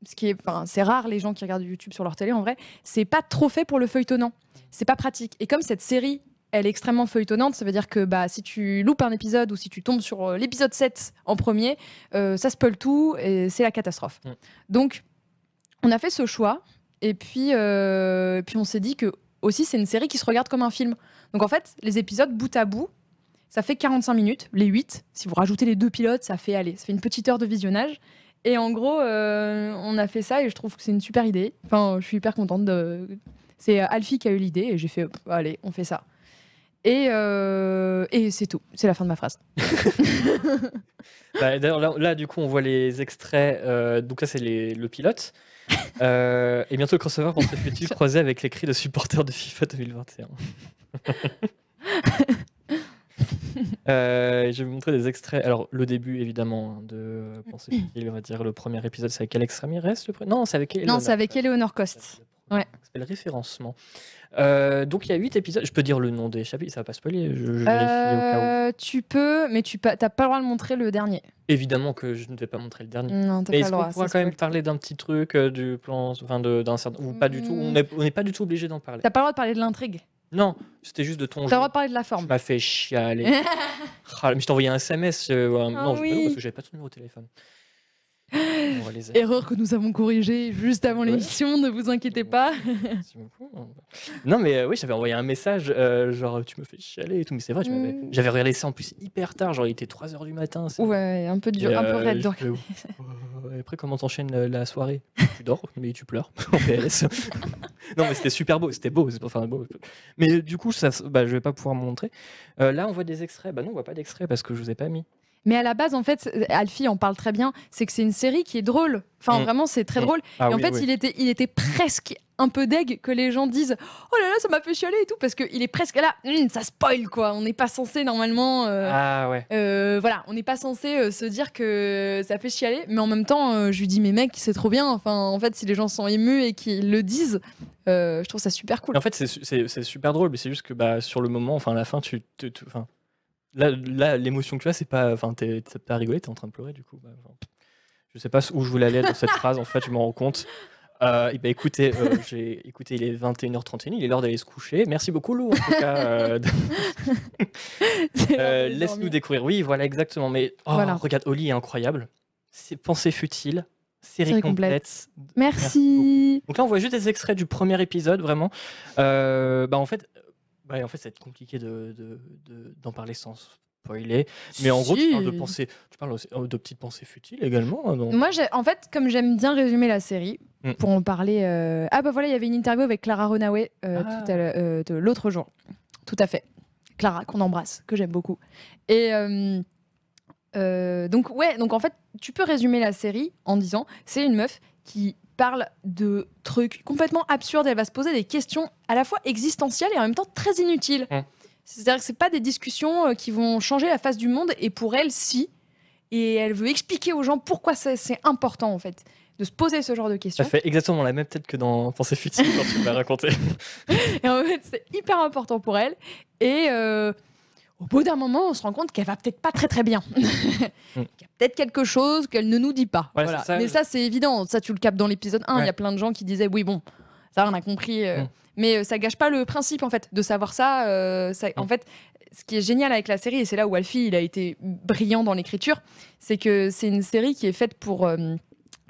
B: ce qui est, enfin, c'est rare les gens qui regardent YouTube sur leur télé en vrai, c'est pas trop fait pour le feuilletonnant. C'est pas pratique. Et comme cette série, elle est extrêmement feuilletonnante, ça veut dire que bah, si tu loupes un épisode ou si tu tombes sur euh, l'épisode 7 en premier, euh, ça spoil tout et c'est la catastrophe.
A: Mm.
B: Donc, on a fait ce choix et puis, euh, puis on s'est dit que aussi c'est une série qui se regarde comme un film. Donc en fait, les épisodes bout à bout, ça fait 45 minutes, les 8. Si vous rajoutez les deux pilotes, ça fait aller, ça fait une petite heure de visionnage. Et en gros, euh, on a fait ça et je trouve que c'est une super idée. Enfin, je suis hyper contente. De... C'est euh, Alfie qui a eu l'idée et j'ai fait, Pff, allez, on fait ça. Et, euh, et c'est tout, c'est la fin de ma phrase.
A: Bah, D'ailleurs, là, là, du coup, on voit les extraits. euh, donc là, c'est les- le pilote. Euh, et bientôt le crossover Pensée futile croisé avec les cris de supporters de FIFA 2021. Euh, je vais vous montrer des extraits. Alors, le début, évidemment, hein, de euh, Pensée futile, on va dire le premier épisode, c'est avec Alex Ramirez. Le pre- Non, c'est avec
B: non, c'est avec
A: Eleonore
B: Eleanor
A: Coste.
B: Coste. Ouais.
A: Ça s'appelle référencement. Euh, donc, il y a 8 épisodes. Je peux dire le nom des chapitres, ça va pas spoiler. Je, je vérifie au cas où.
B: Euh, tu peux, mais tu n'as pas le droit de montrer le dernier.
A: Évidemment que je ne vais pas montrer le dernier.
B: Non, t'as
A: Mais est-ce
B: pas le
A: qu'on pourra
B: droit. ça,
A: quand
B: c'est
A: même
B: vrai.
A: parler d'un petit truc euh, du plan, enfin de- d'un certain, ou pas du tout, on
B: Mm.
A: n'est on n'est pas du tout obligé d'en parler.
B: T'as pas le droit de parler de l'intrigue.
A: Non, c'était juste de ton
B: T'as
A: jeu.
B: le droit de parler de la
A: Tu
B: forme.
A: m'as fait chialer. Ah, mais je t'ai envoyé un SMS. euh, ouais, non, je sais pas,
B: Ah oui.
A: parce que j'avais pas ton numéro de téléphone. On va les a-
B: Erreur que nous avons corrigée juste avant
A: Ouais.
B: l'émission, ne vous inquiétez pas.
A: Merci beaucoup. hein. Non, mais euh, oui, j'avais envoyé un message, euh, genre tu me fais chialer et tout, mais c'est vrai, tu m'avais-
B: Mm.
A: j'avais regardé ça en plus hyper tard, genre il était 3h du matin. c'est-
B: Ouais, un peu dur,
A: Et,
B: un peu
A: euh,
B: raide de
A: je
B: regarder.
A: Euh, Et après, comment t'enchaînes euh, la soirée Tu dors, mais tu pleures en PLS. non, mais c'était super beau, c'était beau, c'est- enfin beau. Mais euh, du coup, ça, bah, je vais pas pouvoir montrer. Euh, là, on voit des extraits. Bah non, on voit pas d'extraits parce que je vous ai pas mis.
B: Mais à la base, en fait, Alfie en parle très bien, c'est que c'est une série qui est drôle. Enfin,
A: Mm.
B: vraiment, c'est très
A: Mm.
B: drôle.
A: Ah
B: et en
A: oui,
B: fait,
A: oui.
B: il, était, il était presque un peu deg que les gens disent Oh là là, ça m'a fait chialer et tout, parce qu'il est presque là, Hum, ça spoil quoi, on n'est pas censé normalement. euh,
A: Ah ouais.
B: Euh, voilà, on n'est pas censé euh, se dire que ça fait chialer, mais en même temps, euh, je lui dis, mais mec, c'est trop bien. Enfin, en fait, si les gens sont émus et qu'ils le disent, euh, je trouve ça super cool.
A: Et En fait, c'est su- c'est c'est super drôle, mais c'est juste que bah, sur le moment, enfin, à la fin, tu. te- te- enfin, là, là, l'émotion que tu as, c'est pas. Enfin, t'es- t'as pas rigolé, t'es en train de pleurer, du coup. bah, enfin, Je sais pas où je voulais aller dans cette phrase, en fait, je m'en rends compte. Euh, eh ben, écoutez, euh, j'ai, écoutez, il est 21h31, il est l'heure d'aller se coucher. Merci beaucoup, Lou, en tout cas. euh, de-
B: C'est
A: euh,
B: l'heure de
A: laisse-nous
B: dormir.
A: découvrir. Oui, voilà, exactement. Mais oh,
B: Voilà.
A: regarde, Oli est incroyable. C'est pensée futile, série,
B: Série
A: complète.
B: Merci.
A: Donc là, on voit juste des extraits du premier épisode, vraiment. Euh, bah, en fait, ouais, en fait, c'est compliqué de, de- de- d'en parler sans spoiler. Mais en gros, tu parles de
B: Si.
A: pensée, tu parles aussi- euh, de petites pensées futiles également. hein, donc-
B: Moi, j'ai- en fait, comme j'aime bien résumer la série,
A: Mm.
B: pour en parler. euh, Ah, bah voilà, il y avait une interview avec Clara Runaway euh,
A: Ah.
B: tout à l'heure- euh, de l'autre jour. Tout à fait. Clara, qu'on embrasse, que j'aime beaucoup. Et euh, euh, donc, ouais, donc en fait, tu peux résumer la série en disant c'est une meuf qui parle de trucs complètement absurdes. Elle va se poser des questions à la fois existentielles et en même temps très inutiles.
A: Mm.
B: C'est-à-dire que c'est pas des discussions euh, qui vont changer la face du monde et pour elle, si. Et elle veut expliquer aux gens pourquoi c'est c'est important en fait de se poser ce genre de questions.
A: Ça fait exactement la même tête que dans Pensée futile quand tu m'as raconté.
B: Et en fait, c'est hyper important pour elle. Et euh, au bout d'un moment, on se rend compte qu'elle va peut-être pas très très bien.
A: Mm.
B: Qu'il y a peut-être quelque chose qu'elle ne nous dit pas.
A: Ouais,
B: Voilà.
A: c'est ça,
B: Mais
A: je-
B: ça, c'est évident. Ça, tu le capes dans l'épisode 1. Il y
A: Ouais.
B: a plein de gens qui disaient oui, bon, ça, on a compris. euh,
A: Mm.
B: Mais euh, ça gâche pas le principe en fait de savoir ça. euh, ça- En
A: Mm.
B: fait, ce qui est génial avec la série, et c'est là où Alfie il a été brillant dans l'écriture, c'est que c'est une série qui est faite pour euh,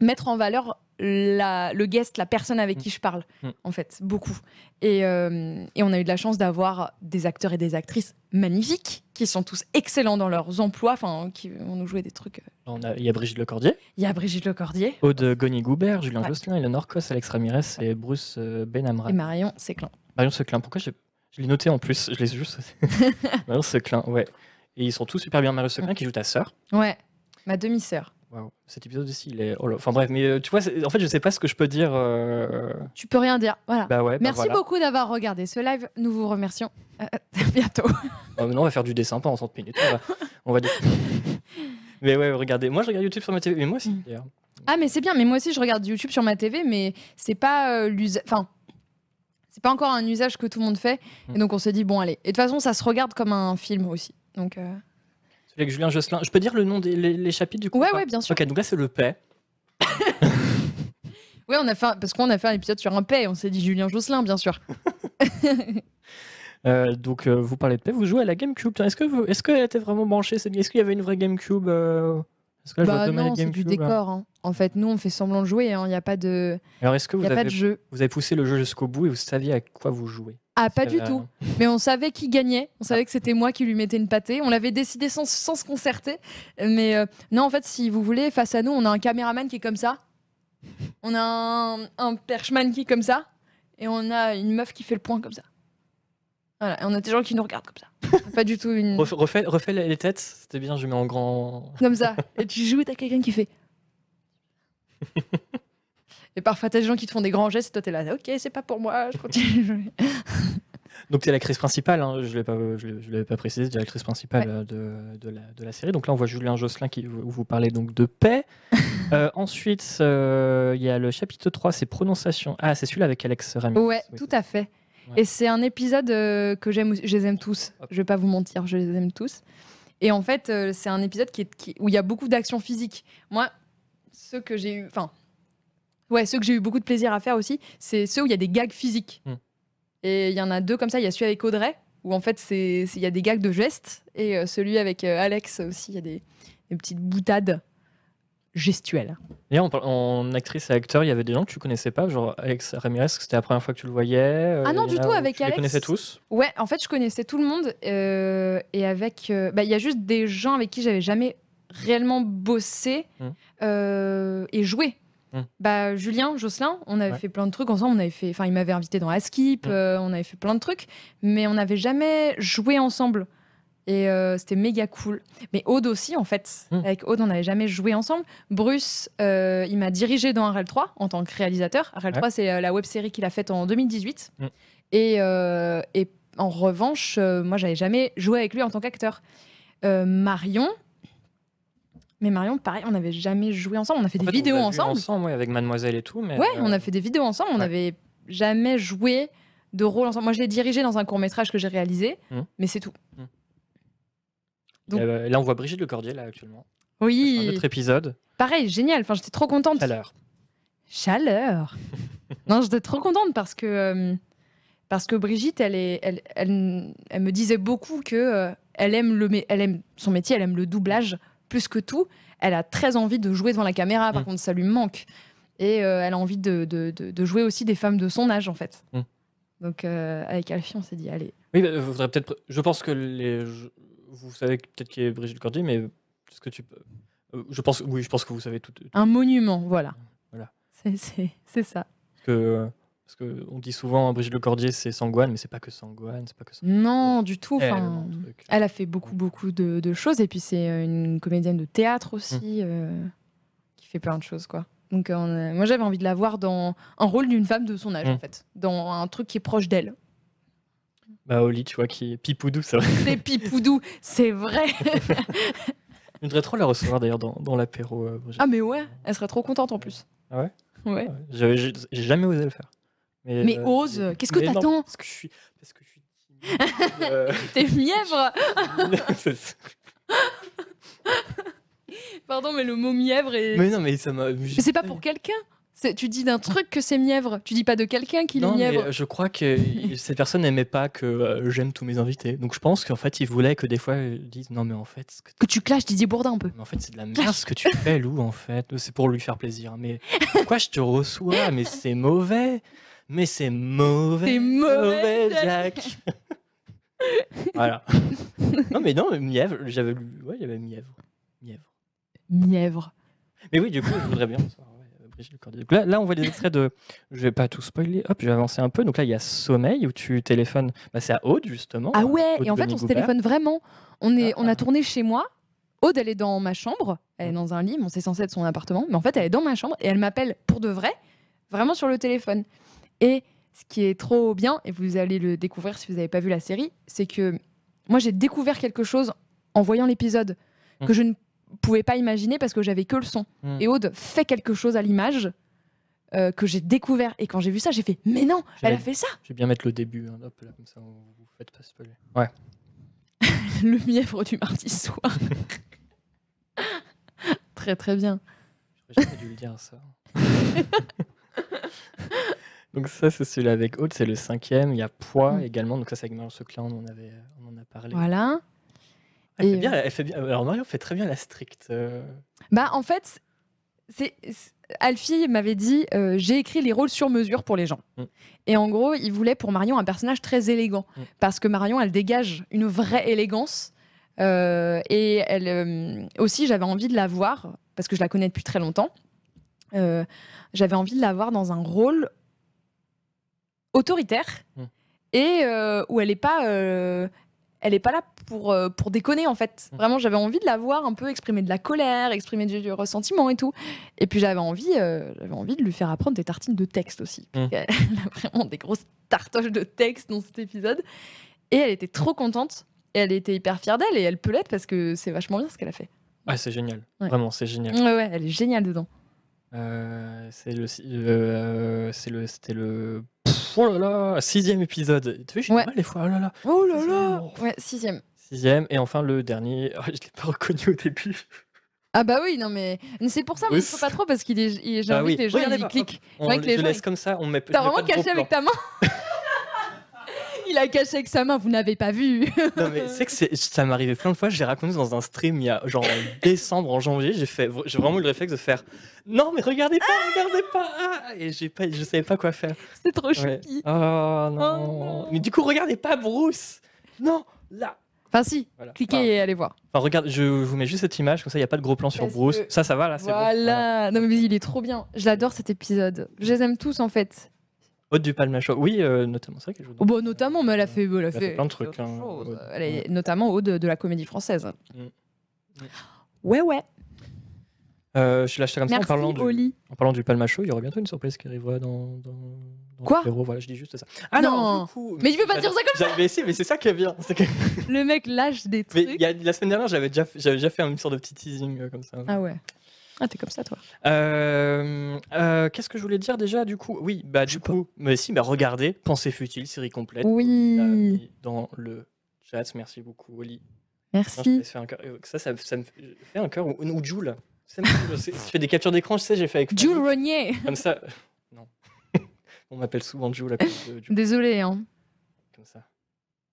B: mettre en valeur la- le guest, la personne avec
A: Mm.
B: qui je parle,
A: Mm.
B: en fait, beaucoup. Et, euh, et on a eu de la chance d'avoir des acteurs et des actrices magnifiques, qui sont tous excellents dans leurs emplois, enfin, qui vont nous jouer des trucs.
A: On a- Il y a Brigitte Lecordier,
B: Il y a Brigitte Lecordier
A: Aude Goni-Goubert, Julien
B: Ouais.
A: Josselin, Eleanor Cos, Alex Ramirez et Bruce euh, Benamra.
B: et Marion Séclin.
A: Marion Seclin, pourquoi j'ai- je l'ai noté en plus Je l'ai juste. Marion Seclin, ouais. Et ils sont tous super bien. Marion Seclin qui joue ta sœur.
B: Ouais, ma demi-sœur.
A: Waouh, Cet épisode aussi, il est. oh là- Enfin bref, mais euh, tu vois, c'est- en fait, je sais pas ce que je peux dire. euh,
B: Tu peux rien dire, voilà.
A: Bah ouais. bah
B: Merci
A: voilà.
B: beaucoup d'avoir regardé ce live. Nous vous remercions. Euh, à bientôt.
A: Oh, maintenant, on va faire du dessin pendant 30 minutes. On va, on va dire- mais ouais, regardez. Moi, je regarde YouTube sur ma TV. Mais moi aussi,
B: Mm.
A: d'ailleurs.
B: Ah mais c'est bien, mais moi aussi je regarde YouTube sur ma TV, mais c'est pas l'usage... Enfin, c'est pas encore un usage que tout le monde fait, et
A: Mm.
B: donc on se dit, bon allez, et de toute façon ça se regarde comme un film aussi. Donc, euh,
A: Celui avec Julien Josselin. Je peux dire le nom des les, les chapitres du coup
B: Ouais,
A: ou pas
B: ouais, bien sûr.
A: Ok, donc là, c'est le paix.
B: Ouais, on a fait, un- parce qu'on a fait un épisode sur un paix, on s'est dit Julien Josselin, bien sûr.
A: Euh, donc, euh, vous parlez de paix, vous jouez à la GameCube. Tiens, Est-ce que vous- est-ce qu'elle était vraiment branchée cette- Est-ce qu'il y avait une vraie GameCube euh, Est-ce que là, je vois
B: bah
A: deux manettes
B: non, c'est du
A: GameCube, là.
B: décor. hein. En fait, nous on fait semblant de jouer, hein. il n'y a pas de,
A: Alors, est-ce que vous
B: y a pas de
A: avez,
B: jeu.
A: vous avez poussé le jeu jusqu'au bout et vous saviez à quoi vous jouez
B: Ah, pas
A: Parce
B: du
A: que,
B: tout.
A: euh,
B: Mais on savait qui gagnait. On savait que c'était moi qui lui mettais une pâtée. On l'avait décidé sans, sans se concerter. Mais euh, non, en fait, si vous voulez, face à nous, on a un caméraman qui est comme ça. On a un, un perchman qui est comme ça. Et on a une meuf qui fait le point comme ça. Voilà. Et on a des gens qui nous regardent comme ça. pas du tout une.
A: Refais, refais- refais les les têtes, c'était bien, je mets en grand.
B: comme ça. Et tu joues, t'as quelqu'un qui fait. Et parfois, t'as des gens qui te font des grands gestes. Et toi, t'es là. Ok, c'est pas pour moi. Je continue. de jouer.
A: Donc, tu es l'actrice principale, hein, je ne l'ai pas, je l'ai- je l'avais pas précisé, tu es l'actrice principale euh, de, de la, de la série. Donc là, on voit Julien Josselin qui où vous parlez donc de paix. Euh, ensuite, euh, il y a le chapitre 3, c'est prononciation. Ah, c'est celui-là avec Alex Ramirez.
B: Ouais,
A: Oui,
B: tout à fait.
A: Ouais.
B: Et c'est un épisode euh, que j'aime, je les aime tous.
A: Hop.
B: Je vais pas vous mentir, je les aime tous. Et en fait, euh, c'est un épisode qui est- qui- où il y a beaucoup d'action physique. Moi, ceux que j'ai eu, enfin, ouais, ceux que j'ai eu beaucoup de plaisir à faire aussi, c'est ceux où il y a des gags physiques.
A: Hmm.
B: Et il y en a deux comme ça. Il y a celui avec Audrey où en fait c'est c'est- il y a des gags de gestes et euh, celui avec euh, Alex aussi. Il y a des, des petites boutades gestuelles.
A: D'ailleurs, en, par- en actrice et acteur, il y avait des gens que tu connaissais pas, genre Alex Ramirez, que c'était la première fois que tu le voyais. euh,
B: Ah non,
A: il y
B: du
A: en a
B: tout,
A: où
B: avec
A: tu
B: Alex,
A: les connaissais tous.
B: Ouais, en fait, je connaissais tout le monde. euh, et avec. euh, bah, Il y a juste des gens avec qui j'avais jamais réellement bossé
A: Mm.
B: euh, et joué.
A: Mm.
B: Bah, Julien, Jocelyn, on avait
A: Ouais.
B: fait plein de trucs ensemble. On avait fait, enfin, il m'avait invité dans Askip,
A: Mm.
B: euh, on avait fait plein de trucs, mais on n'avait jamais joué ensemble. Et euh, c'était méga cool. Mais Aude aussi, en fait.
A: Mm.
B: Avec Aude, on n'avait jamais joué ensemble. Bruce, euh, il m'a dirigé dans RL3 en tant que réalisateur. RL3, c'est euh, la web série qu'il a faite en 2018.
A: Mm.
B: Et, euh, et en revanche, euh, moi, j'avais jamais joué avec lui en tant qu'acteur. Euh, Marion. Mais Marion, pareil, on n'avait jamais joué ensemble. On a fait
A: En
B: des
A: fait, on
B: vidéos
A: les a vus
B: ensemble.
A: ensemble, ouais, avec Mademoiselle et tout. Mais
B: Ouais,
A: euh,
B: on a fait des vidéos ensemble. On
A: ouais.
B: n'avait jamais joué de rôle ensemble. Moi, je l'ai dirigé dans un court métrage que j'ai réalisé,
A: Mhm.
B: mais c'est tout.
A: et, euh, là, on voit Brigitte Lecordier, là, actuellement. un
B: Oui.
A: autre épisode
B: Pareil, génial. Enfin, j'étais trop contente.
A: à l'heure.
B: Chaleur. non, j'étais trop contente parce que euh, parce que Brigitte, elle est, elle, elle, elle me disait beaucoup que euh, elle aime le, mé- elle aime son métier, elle aime le doublage plus que tout. Elle a très envie de jouer devant la caméra. Par
A: Mm.
B: contre, ça lui manque. Et euh, elle a envie de, de, de- de jouer aussi des femmes de son âge, en fait.
A: Mm.
B: Donc, euh, avec Alfie, on s'est dit, allez.
A: Oui, bah, faudrait peut-être. pr- Je pense que les. je- Vous savez que- peut-être qui est Brigitte Cordier, mais est-ce que tu. peux- euh, Je pense. Oui, je pense que vous savez tout.
B: Un monument, voilà.
A: Voilà.
B: C'est- C'est c'est ça.
A: Que, parce que on dit souvent Brigitte Lecordier, c'est Sangouane, mais c'est pas que Sangouane, c'est pas que Sangouane.
B: Non, du tout.
A: Elle,
B: enfin,
A: non, truc.
B: Elle a fait beaucoup, beaucoup de, de choses. Et puis, c'est euh, une comédienne de théâtre aussi
A: Hum.
B: euh, qui fait plein de choses, quoi. Donc, euh, on a- moi, j'avais envie de la voir dans un rôle d'une femme de son âge,
A: Mm.
B: en fait. Dans un truc qui est proche d'elle.
A: Bah, Oli, tu vois, qui est pipoudou, ça.
B: C'est Pipoudou, c'est vrai.
A: Je voudrais trop la recevoir d'ailleurs dans, dans l'apéro. euh, Brigitte.
B: Ah, mais ouais, elle serait trop contente en plus.
A: Ah ouais
B: Ouais.
A: Ouais, j'avais- J'ai j'ai jamais osé le faire.
B: Mais
A: euh,
B: ose,
A: j'ai-
B: qu'est-ce que
A: Mais non,
B: t'attends
A: Parce que je suis. Parce que je suis timide, euh,
B: T'es mièvre
A: c'est ça.
B: Pardon, mais le mot mièvre est.
A: mais non, mais ça m'a.
B: Mais c'est pas pour quelqu'un. C'est- Tu dis d'un truc que c'est mièvre. Tu dis pas de quelqu'un qu'il est
A: Non, mais,
B: mièvre.
A: euh, je crois que cette personne n'aimait pas que euh, j'aime tous mes invités. Donc je pense qu'en fait, il voulait que des fois, ils disent Non, mais en fait, ce que
B: Que tu clashes Didier Bourdin un peu.
A: Mais en fait, c'est de la merde ce que tu fais, Lou, en fait. Euh, C'est pour lui faire plaisir. Mais pourquoi je te reçois Mais c'est mauvais. Mais c'est mauvais.
B: C'est mauvais,
A: Jack. voilà. Non, mais non, mais Mièvre, j'avais lu. Ouais, il y avait Mièvre. Mièvre.
B: Mièvre.
A: Mais oui, du coup, je voudrais bien recevoir, ouais, euh, Brigitte Lecordier. Donc là, là, on voit des extraits de. Je vais pas tout spoiler. Hop, je vais avancer un peu. Donc là, il y a Sommeil où tu téléphones. Bah, c'est à Aude, justement.
B: Ah ouais,
A: Aude
B: et en fait,
A: Denis
B: on se
A: Goubert.
B: téléphone vraiment. On, est,
A: Ah,
B: on
A: ah.
B: a tourné chez moi. Aude, elle est dans ma chambre. Elle est
A: Mm.
B: dans un lit, mais on s'est censé être son appartement. Mais en fait, elle est dans ma chambre et elle m'appelle pour de vrai, vraiment sur le téléphone. Et ce qui est trop bien, et vous allez le découvrir si vous n'avez pas vu la série, c'est que moi, j'ai découvert quelque chose en voyant l'épisode
A: Mm.
B: que je ne pouvais pas imaginer parce que j'avais que le son.
A: Mm.
B: Et Aude fait quelque chose à l'image euh, que j'ai découvert. Et quand j'ai vu ça, j'ai fait Mais non, elle a
A: J'avais-
B: fait ça
A: Je vais bien mettre le début. hein. Hop, là, comme ça, on- vous faites pas spoiler. Ouais.
B: le mièvre du mardi soir. très très bien.
A: J'aurais jamais dû le dire, ça. donc ça, c'est celui-là avec Haute, c'est le cinquième. Il y a Poids
B: Mm.
A: également. Donc ça, c'est avec Marion Seclin, on en, avait, on en a parlé.
B: Voilà.
A: Elle, fait
B: Et, euh,
A: bien, elle fait bien- Alors Marion fait très bien la stricte. euh,
B: Bah en fait, c'est c'est- Alfie m'avait dit euh, j'ai écrit les rôles sur mesure pour les gens.
A: Mm.
B: Et en gros, il voulait pour Marion un personnage très élégant
A: Mm.
B: parce que Marion, elle dégage une vraie élégance. Euh, et elle euh, aussi, j'avais envie de la voir parce que je la connais depuis très longtemps. Euh, j'avais envie de la voir dans un rôle autoritaire
A: Mm.
B: et euh, où elle n'est pas, euh, elle est pas là pour, euh, pour déconner en fait.
A: Mm.
B: Vraiment, j'avais envie de la voir un peu exprimer de la colère, exprimer du, du ressentiment et tout. Et puis j'avais envie, euh, j'avais envie de lui faire apprendre des tartines de texte aussi.
A: Mm.
B: Elle a vraiment des grosses tartoches de texte dans cet épisode. Et elle était trop contente. Et elle était hyper fière d'elle et elle peut l'être parce que c'est vachement bien ce qu'elle a fait.
A: Ah, c'est génial.
B: Ouais.
A: Vraiment, c'est génial.
B: Ouais, ouais, elle est géniale dedans.
A: Euh, c'est le, si- euh, c'est le, c'était le. Pff, Oh là là, sixième épisode. Tu vois, j'ai
B: Ouais.
A: du mal des fois. Oh là là.
B: Oh
A: là là
B: Ouais, sixième.
A: Sixième et enfin le dernier. Oh, je l'ai pas reconnu au début.
B: Ah bah oui, non mais mais c'est pour ça, mais
A: Oui.
B: faut pas trop parce qu'il est, il est j'ai
A: Ah
B: envie
A: oui,
B: que les gens
A: regardez
B: ils
A: pas,
B: cliquent.
A: On
B: vrai que les
A: je
B: gens,
A: laisse
B: ils-
A: comme ça. On met. je
B: T'as
A: mets
B: vraiment
A: pas de gros
B: caché avec
A: plan.
B: ta main. il a caché avec sa main, vous n'avez pas vu.
A: Non mais c'est que c'est- ça m'arrivait plein de fois. J'ai raconté dans un stream il y a genre en décembre, en janvier, j'ai fait, j'ai vraiment eu le réflexe de faire. Non mais regardez pas, regardez pas. ah Et j'ai pas, je savais pas quoi faire.
B: c'est trop
A: Ouais.
B: choupi.
A: Oh non.
B: non.
A: Mais du coup regardez pas Bruce. Non là.
B: Enfin si,
A: Voilà.
B: cliquez
A: Ah.
B: et allez voir.
A: Enfin, regarde, je vous mets juste cette image comme ça, il y a pas de gros plan sur
B: Parce
A: Bruce.
B: que-
A: Ça, ça va là. Ah, c'est bon. Voilà.
B: Voilà. Non mais il est trop bien. Je l'adore cet épisode. Je les aime tous en fait.
A: Haute du Palmachot. Oui, euh, notamment c'est vrai qu'elle joue. dans-
B: Oh, bah, notamment, mais elle a fait, elle a
A: fait
B: fait,
A: plein de trucs,
B: d'autres
A: hein,
B: choses.
A: Aude.
B: Elle est notamment Aude de la comédie française.
A: Mm.
B: Ouais ouais.
A: Euh, je lâche ça comme
B: Merci
A: ça en parlant du,
B: Oli.
A: en parlant du Palmachot. Il y aura bientôt une surprise qui arrivera dans. dans, dans
B: Quoi
A: l'apéro. Voilà, je dis juste ça. Ah non. Ah,
B: Non.
A: du coup,
B: Mais tu peux pas dire ça
A: j'avais- j'avais- Mais si, mais c'est ça qui est bien. C'est que-
B: Le mec lâche des
A: Mais
B: trucs.
A: il y a- la semaine dernière, j'avais déjà, fait- j'avais déjà fait une sorte de petit teasing euh, comme ça.
B: Ah ouais. Ah t'es comme ça toi.
A: Euh, euh, Qu'est-ce que je voulais dire déjà du coup Oui, bah du coup, mais si, bah regardez, pensée futile, série complète.
B: Oui.
A: on l'a mis Dans le chat, merci beaucoup Oli. Non, je te
B: Merci.
A: laisse faire un cœur. Euh, Ça, ça, ça me fait un cœur. Ou, ou Joule. Ça me fait- c'est- Je fais des captures d'écran, je sais, j'ai fait avec.
B: Jules Rognier.
A: Comme ça. Non. On m'appelle souvent Joule à cause de Joule.
B: Désolé, hein.
A: Comme ça.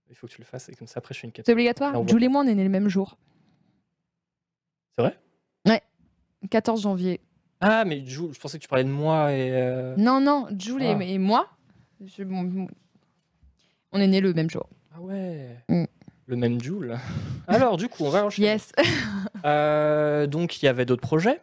A: Il faut que tu le fasses et comme ça, après, je fais une capture.
B: c'est obligatoire.
A: Au revoir.
B: Jules et moi, on est nés le même jour.
A: C'est vrai
B: Ouais. 14 janvier.
A: Ah, mais Joule, je pensais que tu parlais de moi et. euh,
B: Non, non, Jules et-
A: Ah.
B: et, moi, je- mon- on est nés le même jour.
A: Ah ouais.
B: Mm.
A: Le même Joule. Alors, du coup, on va enchaîner.
B: Yes.
A: Euh, donc il y avait d'autres projets.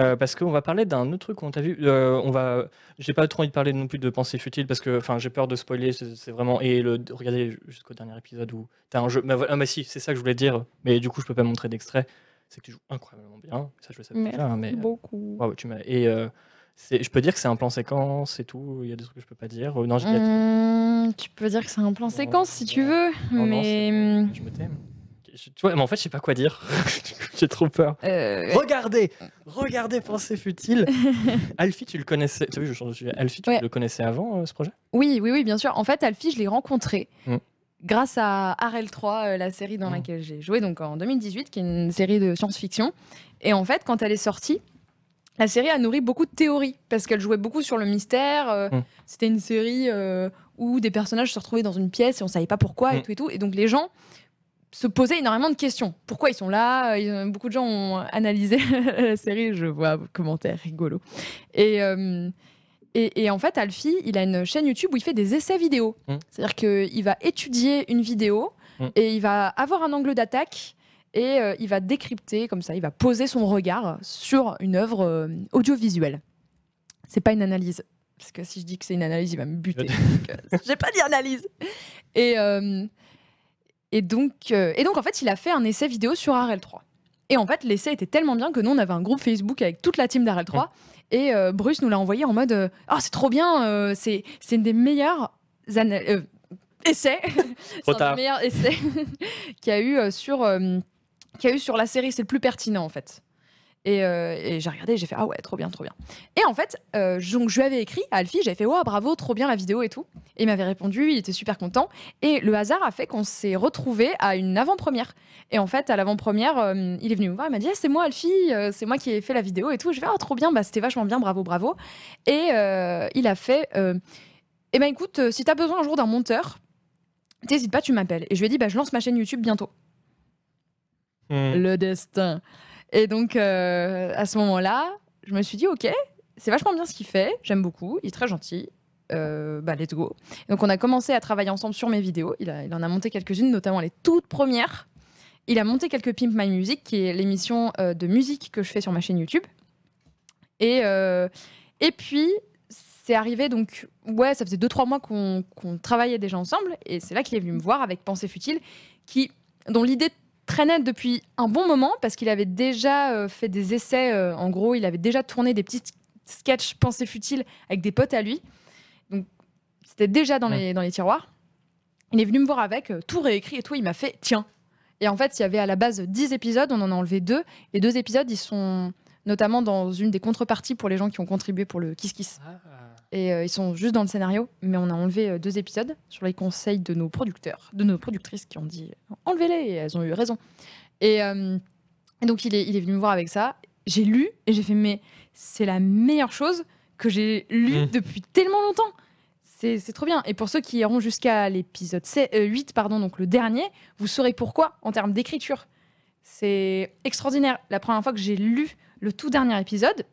A: Euh, parce qu'on va parler d'un autre truc qu'on t'a vu. Euh, on va, j'ai pas trop envie de parler non plus de pensée futile parce que, enfin, j'ai peur de spoiler. C'est c'est vraiment et le regardez jusqu'au dernier épisode où t'as un jeu. Mais voilà, ah, mais si, c'est ça que je voulais dire. Mais du coup, je peux pas montrer d'extrait. C'est que tu joues incroyablement bien. Ça, je le savais déjà. hein, Mais
B: Beaucoup.
A: Bravo, tu m'as. Et euh, c'est- je peux dire que c'est un plan séquence et tout. Il y a des trucs que je peux pas dire. Euh, non, je dis à tout-
B: Hum, tu peux dire que c'est un plan
A: Non,
B: séquence si tu
A: non.
B: veux,
A: Non, non,
B: mais
A: c'est-
B: hum,
A: je me t'aime. Je- Tu vois, mais en fait, je sais pas quoi dire. j'ai trop peur.
B: euh,
A: Regardez, regardez, pensée futile. Alfie, tu le connaissais. Tu vois, je change de sujet. Alfie, tu
B: Ouais.
A: le connaissais avant euh, ce projet
B: oui, oui, oui, bien sûr. En fait, Alfie, je l'ai rencontré
A: Mm.
B: grâce à RL3, euh, la série dans
A: Mm.
B: laquelle j'ai joué, donc en 2018, qui est une série de science-fiction. Et en fait, quand elle est sortie, la série a nourri beaucoup de théories parce qu'elle jouait beaucoup sur le mystère. euh,
A: Mm.
B: C'était une série euh, où des personnages se retrouvaient dans une pièce et on savait pas pourquoi
A: Mm.
B: et tout et tout. Et donc les gens se posaient énormément de questions. Pourquoi ils sont là Ils ont- Beaucoup de gens ont analysé la série. Je vois vos commentaires rigolos. Et, euh, et, et en fait, Alfie, il a une chaîne YouTube où il fait des essais vidéo.
A: Mm.
B: C'est-à-dire qu'il va étudier une vidéo
A: Mm.
B: et il va avoir un angle d'attaque et euh, il va décrypter comme ça, il va poser son regard sur une œuvre euh, audiovisuelle. C'est pas une analyse. Parce que si je dis que c'est une analyse, il va me buter. Donc, euh, J'ai pas dit analyse. Et, euh, et, donc, euh, et donc, en fait, il a fait un essai vidéo sur RL3. Et en fait, l'essai était tellement bien que nous, on avait un groupe Facebook avec toute la team d'RL3. Et euh, Bruce nous l'a envoyé en mode euh, Ah, c'est trop bien, euh, c'est c'est une des meilleures ana- euh, essais. c'est
A: Trop
B: un
A: tard.
B: des meilleurs essais qu'il y a eu euh, sur, euh, qu'il y a eu sur la série. C'est le plus pertinent, en fait. Et, euh, et j'ai regardé, j'ai fait Ah ouais, trop bien, trop bien. Et en fait, euh, donc, je lui avais écrit à Alfie, j'avais fait Ouais, bravo, trop bien la vidéo et tout. Et il m'avait répondu, il était super content. Et le hasard a fait qu'on s'est retrouvés à une avant-première. Et en fait, à l'avant-première, euh, il est venu me voir, il m'a dit Ah, C'est moi, Alfie, euh, c'est moi qui ai fait la vidéo et tout. Je vais Ah, trop bien, bah, c'était vachement bien, bravo, bravo. Et euh, il a fait euh, Eh ben écoute, euh, si t'as besoin un jour d'un monteur, t'hésites pas, tu m'appelles. Et je lui ai dit bah, Je lance ma chaîne YouTube bientôt.
A: Hmm. Mm.
B: Le destin. Et donc, euh, à ce moment-là, je me suis dit Ok, c'est vachement bien ce qu'il fait, j'aime beaucoup, il est très gentil. Euh, bah, let's go. Et donc on a commencé à travailler ensemble sur mes vidéos. Il, a- il en a monté quelques-unes, notamment les toutes premières. Il a monté quelques Pimp My Music, qui est l'émission euh, de musique que je fais sur ma chaîne YouTube. Et, euh, et puis, c'est arrivé, donc, ouais, ça faisait 2-3 mois qu'on qu'on travaillait déjà ensemble. Et c'est là qu'il est venu me voir avec Pensée Futile, qui, dont l'idée traînait depuis un bon moment, parce qu'il avait déjà euh, fait des essais, euh, en gros, il avait déjà tourné des petits sketchs Pensée Futile avec des potes à lui. Donc, c'était déjà dans,
A: Ouais.
B: les, dans les tiroirs. Il est venu me voir avec, euh, tout réécrit et tout, il m'a fait, tiens. Et en fait, il y avait à la base 10 épisodes, on en a enlevé deux. Les deux épisodes, ils sont notamment dans une des contreparties pour les gens qui ont contribué pour le Kiss Kiss.
A: Ah.
B: Et euh, ils sont juste dans le scénario, mais on a enlevé euh, deux épisodes sur les conseils de nos producteurs, de nos productrices qui ont dit euh, enlevez-les, et elles ont eu raison. Et euh, et donc il est, il est venu me voir avec ça. J'ai lu et j'ai fait mais c'est la meilleure chose que j'ai lue
A: Mm.
B: depuis tellement longtemps. C'est c'est trop bien. Et pour ceux qui iront jusqu'à l'épisode se- euh, 8, pardon, donc le dernier, vous saurez pourquoi en termes d'écriture. C'est extraordinaire. La première fois que j'ai lu le tout dernier épisode,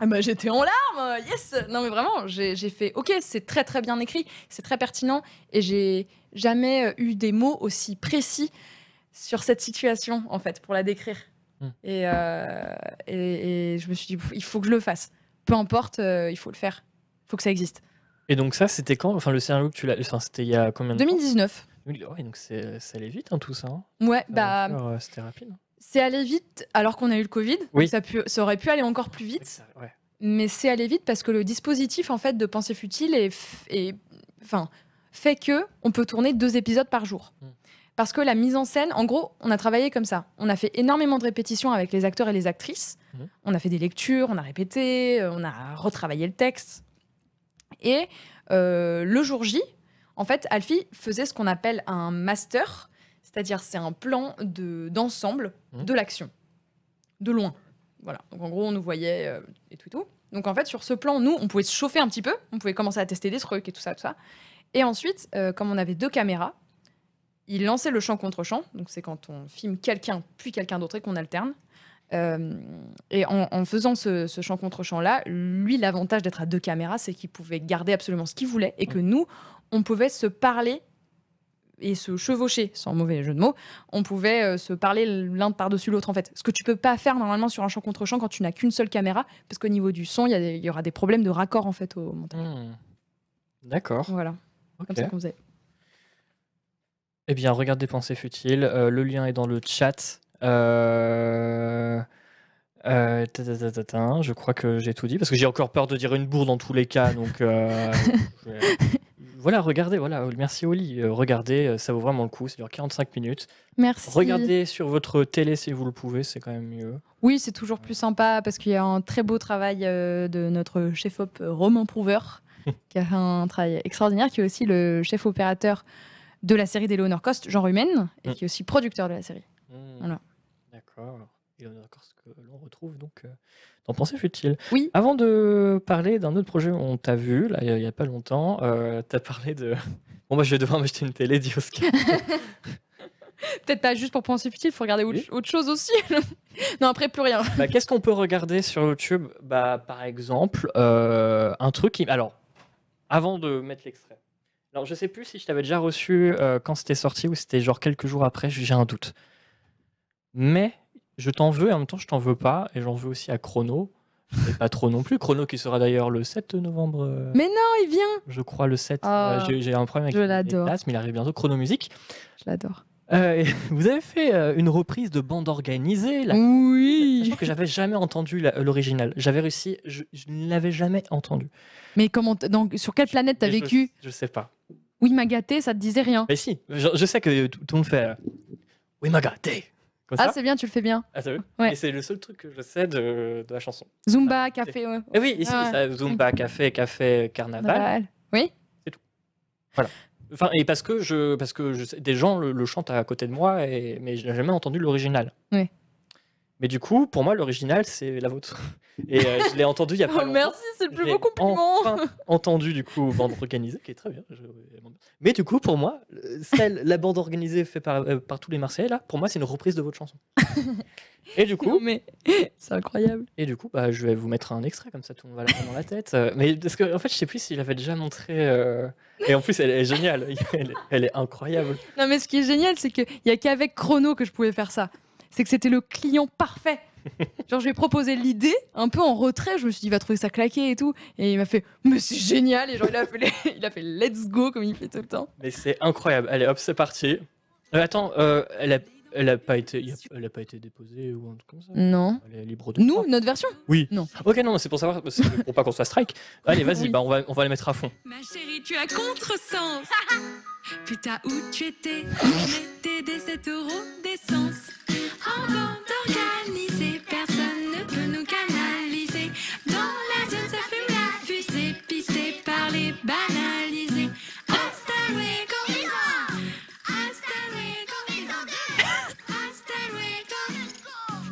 B: ah bah, j'étais en larmes. Yes. Non mais vraiment, j'ai j'ai fait OK, c'est très très bien écrit, c'est très pertinent et j'ai jamais euh, eu des mots aussi précis sur cette situation en fait pour la décrire.
A: Mm.
B: Et, euh, et, et je me suis dit Pff, il faut que je le fasse. Peu importe, euh, il faut le faire. Il faut que ça existe.
A: Et donc ça, c'était quand Enfin, le scénario que tu l'as. Enfin, c'était il y a combien de
B: 2019.
A: temps Ouais, donc c'est- ça allait vite, hein, tout ça. hein.
B: Ouais,
A: Ça
B: bah
A: va faire, euh, c'était rapide. hein.
B: c'est allé vite alors qu'on a eu le Covid.
A: Oui.
B: Ça, pu- ça aurait pu aller encore plus vite,
A: Ouais.
B: mais c'est allé vite parce que le dispositif en fait de pensée futile est, f- est- enfin, fait que on peut tourner deux épisodes par jour.
A: Mm.
B: Parce que la mise en scène, en gros, on a travaillé comme ça. On a fait énormément de répétitions avec les acteurs et les actrices.
A: Mhm.
B: On a fait des lectures, on a répété, euh, on a retravaillé le texte. Et euh, le jour J, en fait, Alfie faisait ce qu'on appelle un master, C'est-à-dire, c'est un plan de- d'ensemble de,
A: Mhm.
B: l'action, de loin. Voilà. Donc, en gros, on nous voyait euh, et tout et tout. Donc, en fait, sur ce plan, nous, on pouvait se chauffer un petit peu. On pouvait commencer à tester des trucs et tout ça, tout ça. Et ensuite, euh, comme on avait deux caméras, il lançait le champ contre champ. Donc, c'est quand on filme quelqu'un puis quelqu'un d'autre et qu'on alterne. Euh, et en, en faisant ce, ce champ contre champ là, lui, l'avantage d'être à deux caméras, c'est qu'il pouvait garder absolument ce qu'il voulait et que nous, on pouvait se parler et se chevaucher, sans mauvais jeu de mots, on pouvait euh, se parler l'un par-dessus l'autre en fait. Ce que tu peux pas faire normalement sur un champ contre champ quand tu n'as qu'une seule caméra, parce qu'au niveau du son, il y, a des- il y aura des problèmes de raccord en fait au montage.
A: Hmm. D'accord.
B: Voilà,
A: Mm. ok.
B: comme ça qu'on faisait.
A: Eh bien, regardez Pensée Futile. euh, le lien est dans le chat. Euh, euh, ta, ta, ta, ta, ta, je crois que j'ai tout dit parce que j'ai encore peur de dire une bourre dans tous les cas. Donc euh, je vais- voilà, regardez. Voilà, merci Oli. euh, regardez, euh, ça vaut vraiment le coup. Ça dure 45 minutes.
B: Merci.
A: Regardez sur votre télé si vous le pouvez, c'est quand même mieux.
B: Oui, c'est toujours plus sympa parce qu'il y a un très beau travail euh, de notre chef-op euh, Romain Prouveur, qui a fait un travail extraordinaire, qui est aussi le chef opérateur de la série d'Eleanor Cost, genre humaine, et
A: Mm.
B: qui est aussi producteur de la série. Voilà.
A: Hmm. D'accord. Et on est d'accord ce que l'on retrouve donc euh, dans Pensée Futile.
B: Oui.
A: Avant de parler d'un autre projet, on t'a vu, là, il n'y a pas longtemps, euh, t'as parlé de. Bon, moi, je vais devoir m'acheter une télé, dit Oscar.
B: Peut-être pas juste pour penser futile, il faut regarder autre,
A: Oui.
B: autre chose aussi. non, après, plus rien.
A: Bah, Qu'est-ce qu'on peut regarder sur YouTube bah, Par exemple, euh, un truc qui. Alors, avant de mettre l'extrait. Alors, je sais plus si je t'avais déjà reçu euh, quand c'était sorti ou c'était genre quelques jours après, j'ai un doute. Mais je t'en veux et en même temps, je t'en veux pas. Et j'en veux aussi à Chrono. Et pas trop non plus. Chrono qui sera d'ailleurs le 7 novembre. euh,
B: Mais non, il vient
A: Je crois le 7.
B: Ah,
A: euh, j'ai- J'ai un problème avec
B: je
A: les
B: l'adore.
A: dates, mais il arrive bientôt. Chrono Musique.
B: Je l'adore.
A: Euh, et vous avez fait euh, une reprise de bande organisée, la
B: Oui
A: Sachant que j'avais jamais entendu la- euh, l'original. J'avais réussi, je, je ne l'avais jamais entendu.
B: Mais comment t- donc, sur quelle planète t'as
A: Et je-
B: vécu
A: je, sais pas.
B: Oui, m'a gâté, ça te disait rien.
A: Mais si, je, je sais que tout tout le monde fait. euh, Oui, ma gâté Comme
B: Ah,
A: ça.
B: c'est bien, tu le fais bien.
A: Ah, t'as vu
B: Ouais.
A: Et c'est le seul truc que je sais de, de la chanson.
B: Zumba,
A: Ah,
B: café, ouais.
A: Et oui, ici,
B: Ah
A: ça, Zumba, café, café, carnaval.
B: Naval.
A: Enfin, et parce que, je, parce que je sais- des gens le, le chantent à côté de moi, et, mais je n'ai jamais entendu l'original.
B: Ouais.
A: Mais du coup, pour moi, l'original, c'est la vôtre. Et euh, je l'ai entendu il y a pas
B: Oh,
A: longtemps.
B: merci, c'est le plus
A: J'ai
B: beau compliment
A: enfin entendu du coup bande organisée qui est très bien. je- Mais du coup pour moi, euh, celle, la bande organisée faite par, euh, par tous les Marseillais là, pour moi c'est une reprise de votre chanson. Et du
B: Non,
A: coup,
B: mais c'est incroyable.
A: et du coup, bah, je vais vous mettre un extrait comme ça, tout le monde va l'avoir dans la tête. Euh, Mais parce que en fait, je sais plus s'il avait déjà montré. euh, Et en plus, elle est géniale, elle, est- elle est incroyable.
B: Non, mais ce qui est génial, c'est qu'il n'y a qu'avec Chrono que je pouvais faire ça. C'est que c'était le client parfait. Genre, je lui ai proposé l'idée, un peu en retrait. Je me suis dit, il va trouver ça claqué et tout. Et il m'a fait, mais c'est génial. Et genre, il a fait, les- il a fait let's go, comme il fait tout le temps.
A: Mais c'est incroyable. Allez, hop, c'est parti. Euh, attends, euh, elle a, elle a pas été, il y a- elle a pas été déposée ou un truc comme ça.
B: Non.
A: Elle est libre de.
B: Nous, notre version
A: Oui.
B: Non.
A: Ok, non, mais c'est pour savoir, c'est pour pas qu'on soit strike. Allez, vas-y,
B: Oui.
A: bah, on va, on va les mettre à fond.
E: Ma chérie, tu as contresens. Putain, où tu étais J'étais des 7 euros d'essence. En bande organisée, personne ne peut nous canaliser. Dans la zone, ça fume la fusée, pisté par les banalisés. Hasta luego. Hasta luego. Hasta luego.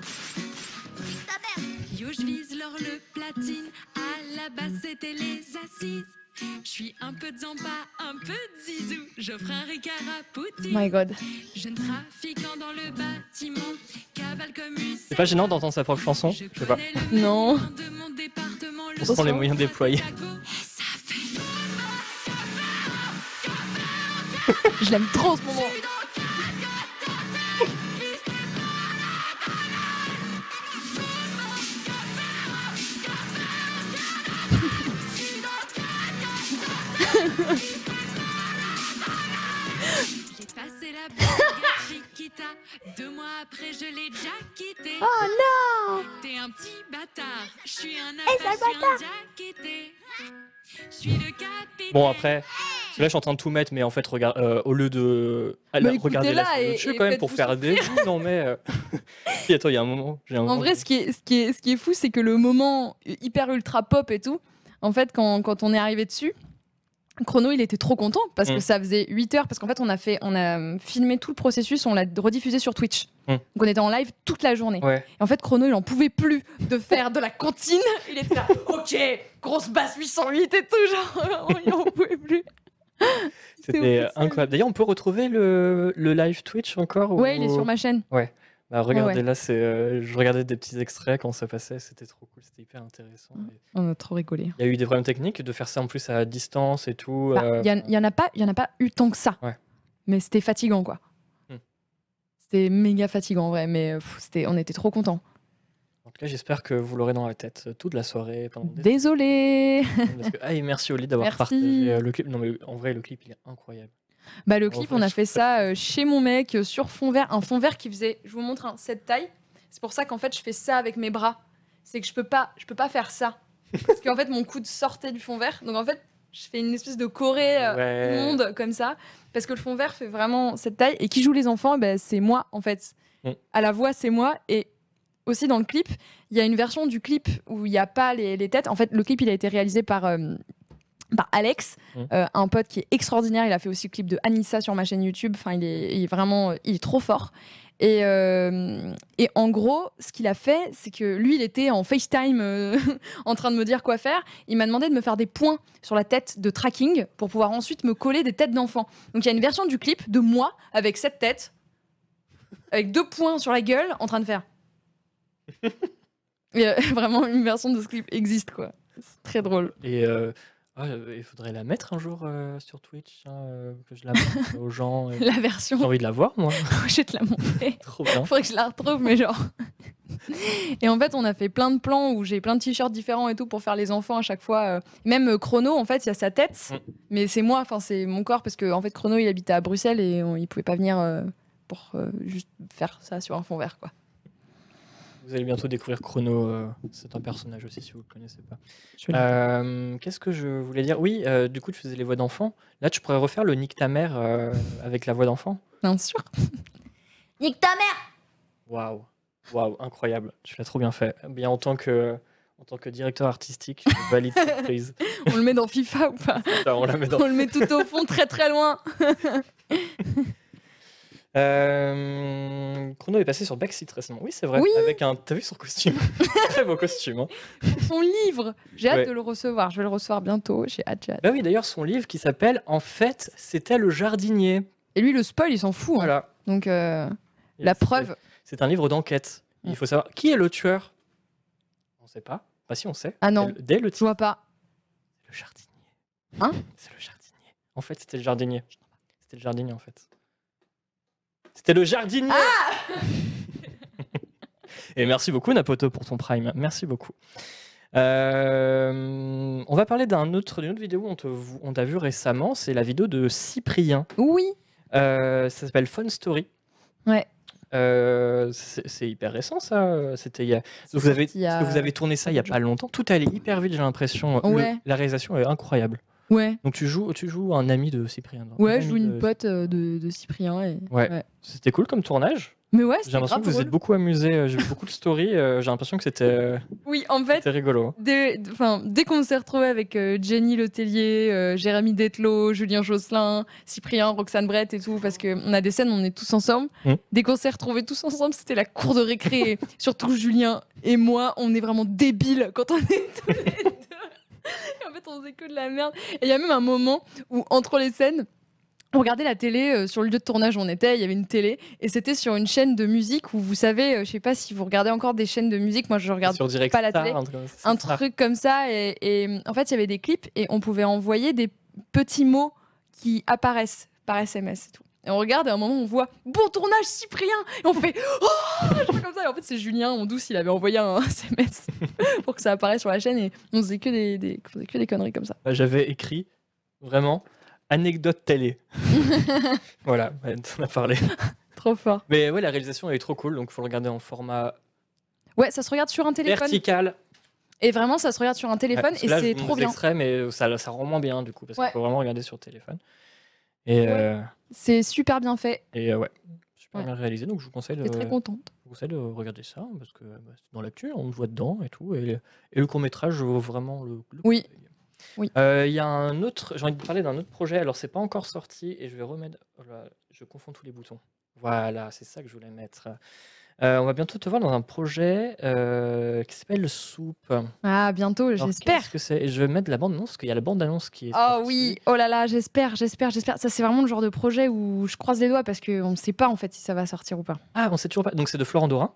E: Yo, je vise l'or, le platine. À la base, c'était les assises. Je suis un peu de zamba, un peu de zizou. J'offre un ricard à Poutine.
B: My god.
E: Jeune trafiquant dans le bâtiment, cavale comme une.
A: C'est pas gênant d'entendre sa propre chanson Je sais pas.
E: connais le
B: Non.
E: maniement de mon département, le
A: On sent les moyens déployés.
E: Et ça fait
B: Je l'aime trop en ce moment.
E: J'ai passé la blague Chiquita. Deux mois après, je l'ai déjà quitté.
B: Oh non Eh,
E: T'es un petit bâtard. Je suis un apache, un jackité. Je suis le capitaine.
A: Bon, après, parce que là, je suis en train de tout mettre, mais en fait, regarde, euh, au lieu de.
B: Bah,
A: regardez
B: écoutez-la
A: la sur
B: et-
A: YouTube,
B: et
A: quand même pour
B: faites-vous
A: faire des. Non, mais. euh, si, attends, il y a un moment. j'ai un
B: En
A: moment-
B: vrai, ce qui est, ce qui est, ce qui est fou, c'est que le moment hyper ultra pop et tout, en fait, quand, quand on est arrivé dessus, Chrono, il était trop content parce que
A: Mm.
B: ça faisait 8 heures. Parce qu'en fait, on a, fait, on a euh, filmé tout le processus, on l'a rediffusé sur Twitch.
A: Mm.
B: Donc, on était en live toute la journée.
A: Ouais.
B: Et en fait, Chrono, il en pouvait plus de faire de la cantine. Il était là, ok, grosse basse 808 et tout, genre, il en pouvait plus.
A: C'était
B: ouf, ça.
A: incroyable. D'ailleurs, on peut retrouver le, le live Twitch encore
B: Ouais,
A: ou-
B: il est sur ma chaîne.
A: Bah, regardez, là, c'est, euh, je regardais des petits extraits quand ça passait. C'était trop cool. C'était hyper intéressant. Et
B: On a trop rigolé.
A: Il y a eu des problèmes techniques de faire ça en plus à distance et tout.
B: Bah,
A: euh,
B: Il n'y en, a pas- il y en a pas eu tant que ça.
A: Ouais.
B: Mais c'était fatigant, quoi.
A: Hmm.
B: C'était méga fatigant, en vrai. Mais euh, pff, c'était, on était trop contents.
A: Donc là, j'espère que vous l'aurez dans la tête euh, toute la soirée. Pendant des
B: Désolé.
A: semaines, parce que- Ah, et merci Oli d'avoir
B: Merci.
A: partagé euh, le clip. Non, mais en vrai, le clip, il est incroyable.
B: Bah, le
A: En
B: clip,
A: vrai,
B: on a
A: je-
B: fait ça euh, chez mon mec, euh, sur fond vert. Un fond vert qui faisait, je vous montre, hein, cette taille. C'est pour ça qu'en fait, je fais ça avec mes bras. C'est que je peux pas, je peux pas faire ça. Parce qu'en fait, mon coude sortait du fond vert. Donc en fait, je fais une espèce de corée euh,
A: Ouais.
B: monde comme ça. Parce que le fond vert fait vraiment cette taille. Et qui joue les enfants, ben, c'est moi, en fait.
A: Mm.
B: À la voix, c'est moi. Et aussi dans le clip, il y a une version du clip où il n'y a pas les, les têtes. En fait, le clip, il a été réalisé par, euh, par Alex,
A: Mm.
B: euh, un pote qui est extraordinaire. Il a fait aussi le clip de Anissa sur ma chaîne YouTube. Enfin, il est, il est vraiment il est trop fort. Et, euh, et en gros, ce qu'il a fait, c'est que lui, il était en FaceTime euh, en train de me dire quoi faire. Il m'a demandé de me faire des points sur la tête de tracking pour pouvoir ensuite me coller des têtes d'enfants. Donc il y a une version du clip de moi avec cette tête, avec deux points sur la gueule, en train de faire. Et, euh, vraiment, une version de ce clip existe, quoi. C'est très drôle.
A: Et euh, ah, euh, il faudrait la mettre un jour euh, sur Twitch, hein, euh, que je la montre aux gens. et-
B: La
A: J'ai
B: version,
A: envie de la voir, moi.
B: je vais te la montrer.
A: Trop bien.
B: Faudrait que je la retrouve, mais genre. Et en fait, on a fait plein de plans où j'ai plein de t-shirts différents et tout pour faire les enfants à chaque fois. euh. Même euh, Chrono, en fait, il y a sa tête,
A: Mm.
B: mais c'est moi, enfin, c'est mon corps, parce que en fait, Chrono, il habitait à Bruxelles et on- il pouvait pas venir euh, pour euh, juste faire ça sur un fond vert, quoi.
A: Vous allez bientôt découvrir Chrono. euh, c'est un personnage aussi, si vous le connaissez pas.
B: Je vais
A: Euh, Qu'est-ce que je voulais dire Oui, euh, du coup, tu faisais les voix d'enfant. Là, tu pourrais refaire le Nick ta mère euh, avec la voix d'enfant.
B: Bien sûr.
F: Nique ta mère
A: Waouh, waouh, incroyable. Tu l'as trop bien fait. Eh Bien en tant que en tant que directeur artistique, je valide cette prise.
B: On le met dans FIFA ou pas
A: Putain, on la met dans.
B: On le met tout au fond, très très loin.
A: Euh, Chrono est passé sur Backseat récemment. Oui, c'est vrai.
B: Oui.
A: Avec un, t'as vu son costume Très beau costume. hein.
B: Son livre, j'ai hâte
A: Ouais.
B: de le recevoir. Je vais le recevoir bientôt. J'ai hâte, j'ai hâte.
A: Bah oui, d'ailleurs, son livre qui s'appelle En fait, c'était le jardinier.
B: Et lui, le spoil, il s'en fout. hein.
A: Voilà.
B: Donc euh,
A: Et
B: la
A: c'est-
B: preuve.
A: C'est un livre d'enquête. Il faut savoir qui est le tueur. On ne sait pas. Bah si, on sait.
B: Ah non.
A: Dès le- Dès le
B: Je vois pas.
A: Le jardinier.
B: Hein
A: C'est le jardinier. En fait, c'était le jardinier. C'était le jardinier, en fait. C'était le jardinier Et merci beaucoup, Napoto, pour ton prime. Merci beaucoup. Euh, on va parler d'un autre, d'une autre vidéo où on te- on t'a vu récemment. C'est la vidéo de Cyprien.
B: Oui.
A: Euh, ça s'appelle Fun Story.
B: Ouais.
A: Euh, c'est c'est hyper récent ça. C'était il y a- Vous avez,
B: sorti il y a-
A: parce que vous avez tourné ça il y a pas longtemps. Tout allait hyper vite, j'ai l'impression. Le-
B: Ouais.
A: la réalisation est incroyable.
B: Ouais.
A: Donc tu joues, tu joues un ami de Cyprien. non
B: Ouais,
A: Un
B: je
A: ami
B: joue une
A: de-
B: pote euh, de, de Cyprien. et-
A: Ouais. C'était cool comme tournage.
B: Mais ouais,
A: J'ai
B: c'était
A: l'impression
B: grave
A: que vous
B: drôle.
A: êtes beaucoup amusés. J'ai vu beaucoup de stories. euh, J'ai l'impression que c'était
B: Oui, en fait,
A: c'était rigolo. hein.
B: dès, enfin, dès qu'on s'est retrouvés avec euh, Jenny Letellier, euh, Jérémy Detlo, Julien Josselin, Cyprien, Roxane Brett et tout, parce qu'on a des scènes, on est tous ensemble.
A: Mm.
B: Dès qu'on s'est retrouvés tous ensemble, c'était la cour de récré. Et Surtout Julien et moi, on est vraiment débiles quand on est tous les deux. Et en fait, on faisait que de la merde. Et il y a même un moment où, entre les scènes, on regardait la télé euh, sur le lieu de tournage où on était, il y avait une télé, et c'était sur une chaîne de musique où vous savez, euh, je sais pas si vous regardez encore des chaînes de musique, moi je regarde
A: Sur direct
B: pas la
A: Star,
B: télé.
A: un truc comme ça, c'est
B: un
A: Star.
B: truc comme ça, et, et, hum, en fait il y avait des clips et on pouvait envoyer des petits mots qui apparaissent par SMS et tout. Et on regarde et à un moment on voit bon tournage Cyprien et on fait oh Je fais comme ça et en fait c'est Julien en douce il avait envoyé un SMS pour que ça apparaisse sur la chaîne et on faisait que des, des- on faisait que des conneries comme ça.
A: Bah, J'avais écrit vraiment anecdote télé. voilà, ouais, on a parlé.
B: Trop fort.
A: Mais ouais, la réalisation elle est trop cool. Donc faut le regarder en format
B: Ouais ça se regarde sur un téléphone.
A: vertical.
B: Et vraiment, ça se regarde sur un téléphone
A: Ouais, parce que
B: et
A: là,
B: c'est
A: je vous montre
B: trop
A: des
B: bien.
A: extraits, mais euh, ça, ça rend moins bien du coup parce
B: Ouais.
A: qu'il faut vraiment regarder sur téléphone. Et,
B: Ouais.
A: euh,
B: C'est super bien fait.
A: et euh, ouais, super
B: Ouais.
A: bien réalisé. Donc je vous conseille de,
B: J'étais très contente.
A: je vous conseille de regarder ça parce que bah, c'est dans l'actu, on le voit dedans et tout. Et, et le court métrage vaut vraiment le. le coup
B: Oui.
A: d'œil.
B: Oui.
A: Euh, Il y a un autre, j'ai envie de parler d'un autre projet. Alors, c'est pas encore sorti et je vais remettre. oh là, je confonds tous les boutons. Voilà, c'est ça que je voulais mettre. Euh, on va bientôt te voir dans un projet euh, qui s'appelle Soupe.
B: Ah, bientôt,
A: Alors,
B: j'espère.
A: qu'est-ce que c'est Et Je vais mettre la bande annonce parce qu'il y a la bande annonce qui est.
B: Oh
A: sortie.
B: oui, oh là là, j'espère, j'espère, j'espère. Ça, c'est vraiment le genre de projet où je croise les doigts parce qu'on ne sait pas en fait si ça va sortir ou pas.
A: Ah, on sait toujours pas. Donc, c'est de Florent Dorin.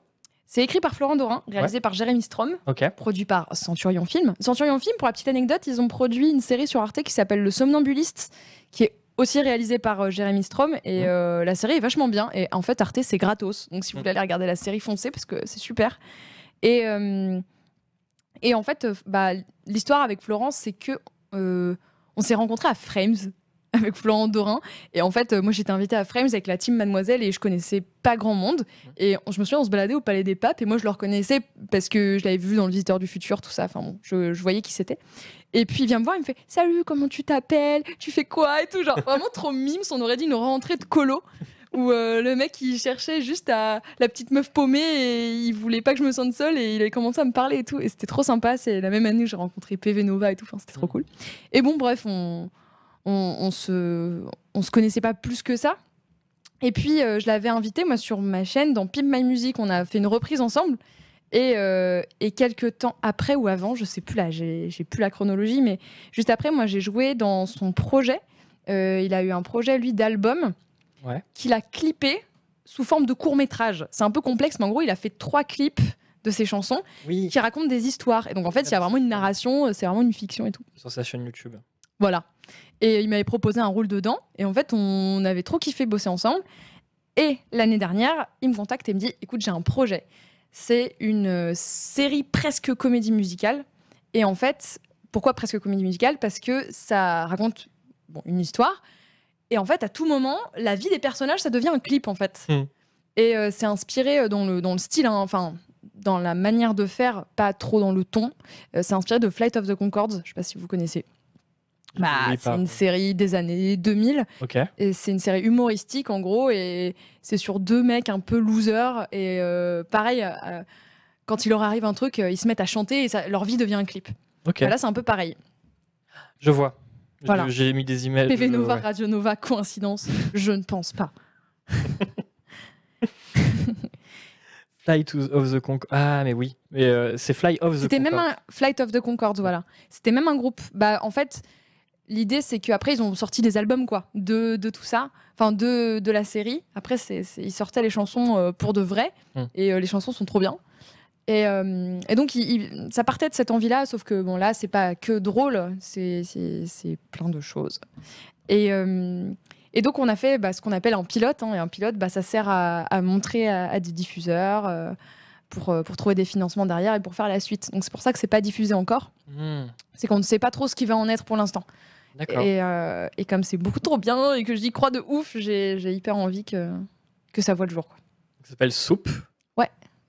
B: C'est écrit par Florent Dorin, réalisé par Jérémy Strom,
A: Ok.
B: produit par Centurion Film. Centurion Film, pour la petite anecdote, ils ont produit une série sur Arte qui s'appelle Le Somnambuliste, qui est aussi réalisée par euh, Jérémy Strom. Et
A: Mhm.
B: euh, la série est vachement bien. Et en fait, Arte, c'est gratos. Donc si vous
A: Mhm.
B: voulez aller regarder la série, foncez parce que c'est super. Et, euh, et en fait, euh, bah, l'histoire avec Florence, c'est que euh, on s'est rencontrés à Frames avec Florent Dorin. Et en fait, euh, moi, j'étais invitée à Frames avec la team Mademoiselle et je connaissais pas grand monde. Et on- je me souviens, on se baladait au Palais des Papes et moi, je le reconnaissais parce que je l'avais vu dans Le Visiteur du Futur, tout ça. Enfin bon, je, je voyais qui c'était. Et puis, il vient me voir, il me fait Salut, comment tu t'appelles Tu fais quoi Et tout. Genre, vraiment trop mimes. On aurait dit une rentrée de colo où euh, le mec, il cherchait juste à la petite meuf paumée et il voulait pas que je me sente seule et il avait commencé à me parler et tout. Et c'était trop sympa. C'est la même année que j'ai rencontré PV Nova et tout. Enfin, c'était trop
A: Mhm.
B: cool. Et bon, bref, on on, on se, on se connaissait pas plus que ça. Et puis, euh, je l'avais invité, moi, sur ma chaîne, dans Pimp My Music. On a fait une reprise ensemble. Et, euh, et quelques temps après ou avant, je sais plus là, j'ai j'ai plus la chronologie, mais juste après, moi, j'ai joué dans son projet. Euh, il a eu un projet, lui, d'album
A: Ouais.
B: qu'il a clippé sous forme de court-métrage. C'est un peu complexe, mais en gros, il a fait trois clips de ses chansons
A: Oui.
B: qui racontent des histoires. Et donc, en fait, il y a vraiment une narration, c'est vraiment une fiction et tout.
A: Sur sa chaîne YouTube.
B: Voilà. Et il m'avait proposé un rôle dedans. Et en fait, on avait trop kiffé bosser ensemble. Et l'année dernière, il me contacte et me dit Écoute, j'ai un projet. C'est une euh, série presque comédie musicale. Et en fait, pourquoi presque comédie musicale Parce que ça raconte bon, une histoire. Et en fait, à tout moment, la vie des personnages, ça devient un clip, en fait.
A: Mm.
B: Et euh, c'est inspiré euh, dans le, dans le style, hein, enfin, dans la manière de faire, pas trop dans le ton. Euh, c'est inspiré de Flight of the Concorde. Je sais pas si vous connaissez.
A: Je
B: Bah,
A: l'oublie
B: c'est
A: pas.
B: une série des années 2000
A: Ok.
B: et c'est une série humoristique en gros et c'est sur deux mecs un peu losers et euh, pareil euh, quand il leur arrive un truc euh, ils se mettent à chanter et ça- leur vie devient un clip.
A: Ok.
B: Bah Là c'est un peu pareil.
A: Je vois. Je-
B: Voilà.
A: J'ai mis des images.
B: PV
A: je-
B: Nova,
A: ouais.
B: Radio Nova, coïncidence, je ne pense pas.
A: Fly to the- of the Concorde. Ah, mais oui. Mais euh, c'est Fly of the
B: C'était même
A: Concorde.
B: un Flight of the Concorde, voilà. C'était même un groupe. Bah, en fait, l'idée, c'est qu'après, ils ont sorti des albums, quoi, de, de tout ça, enfin, de, de la série. Après, c'est c'est- ils sortaient les chansons euh, pour de vrai,
A: Mm.
B: et euh, les chansons sont trop bien. Et, euh, et donc, il- il- ça partait de cette envie-là, sauf que, bon, là, c'est pas que drôle, c'est c'est- c'est plein de choses. Et. euh, et donc, on a fait bah, ce qu'on appelle un pilote. hein. et un pilote, bah, ça sert à, à montrer à, à des diffuseurs, euh, pour, euh, pour trouver des financements derrière et pour faire la suite. Donc c'est pour ça que c'est pas diffusé encore.
A: Hmm,
B: C'est qu'on ne sait pas trop ce qui va en être pour l'instant.
A: D'accord.
B: Et, euh, et comme c'est beaucoup trop bien et que j'y crois de ouf, j'ai j'ai hyper envie que, que ça voit le jour. quoi.
A: Ça s'appelle Soupe.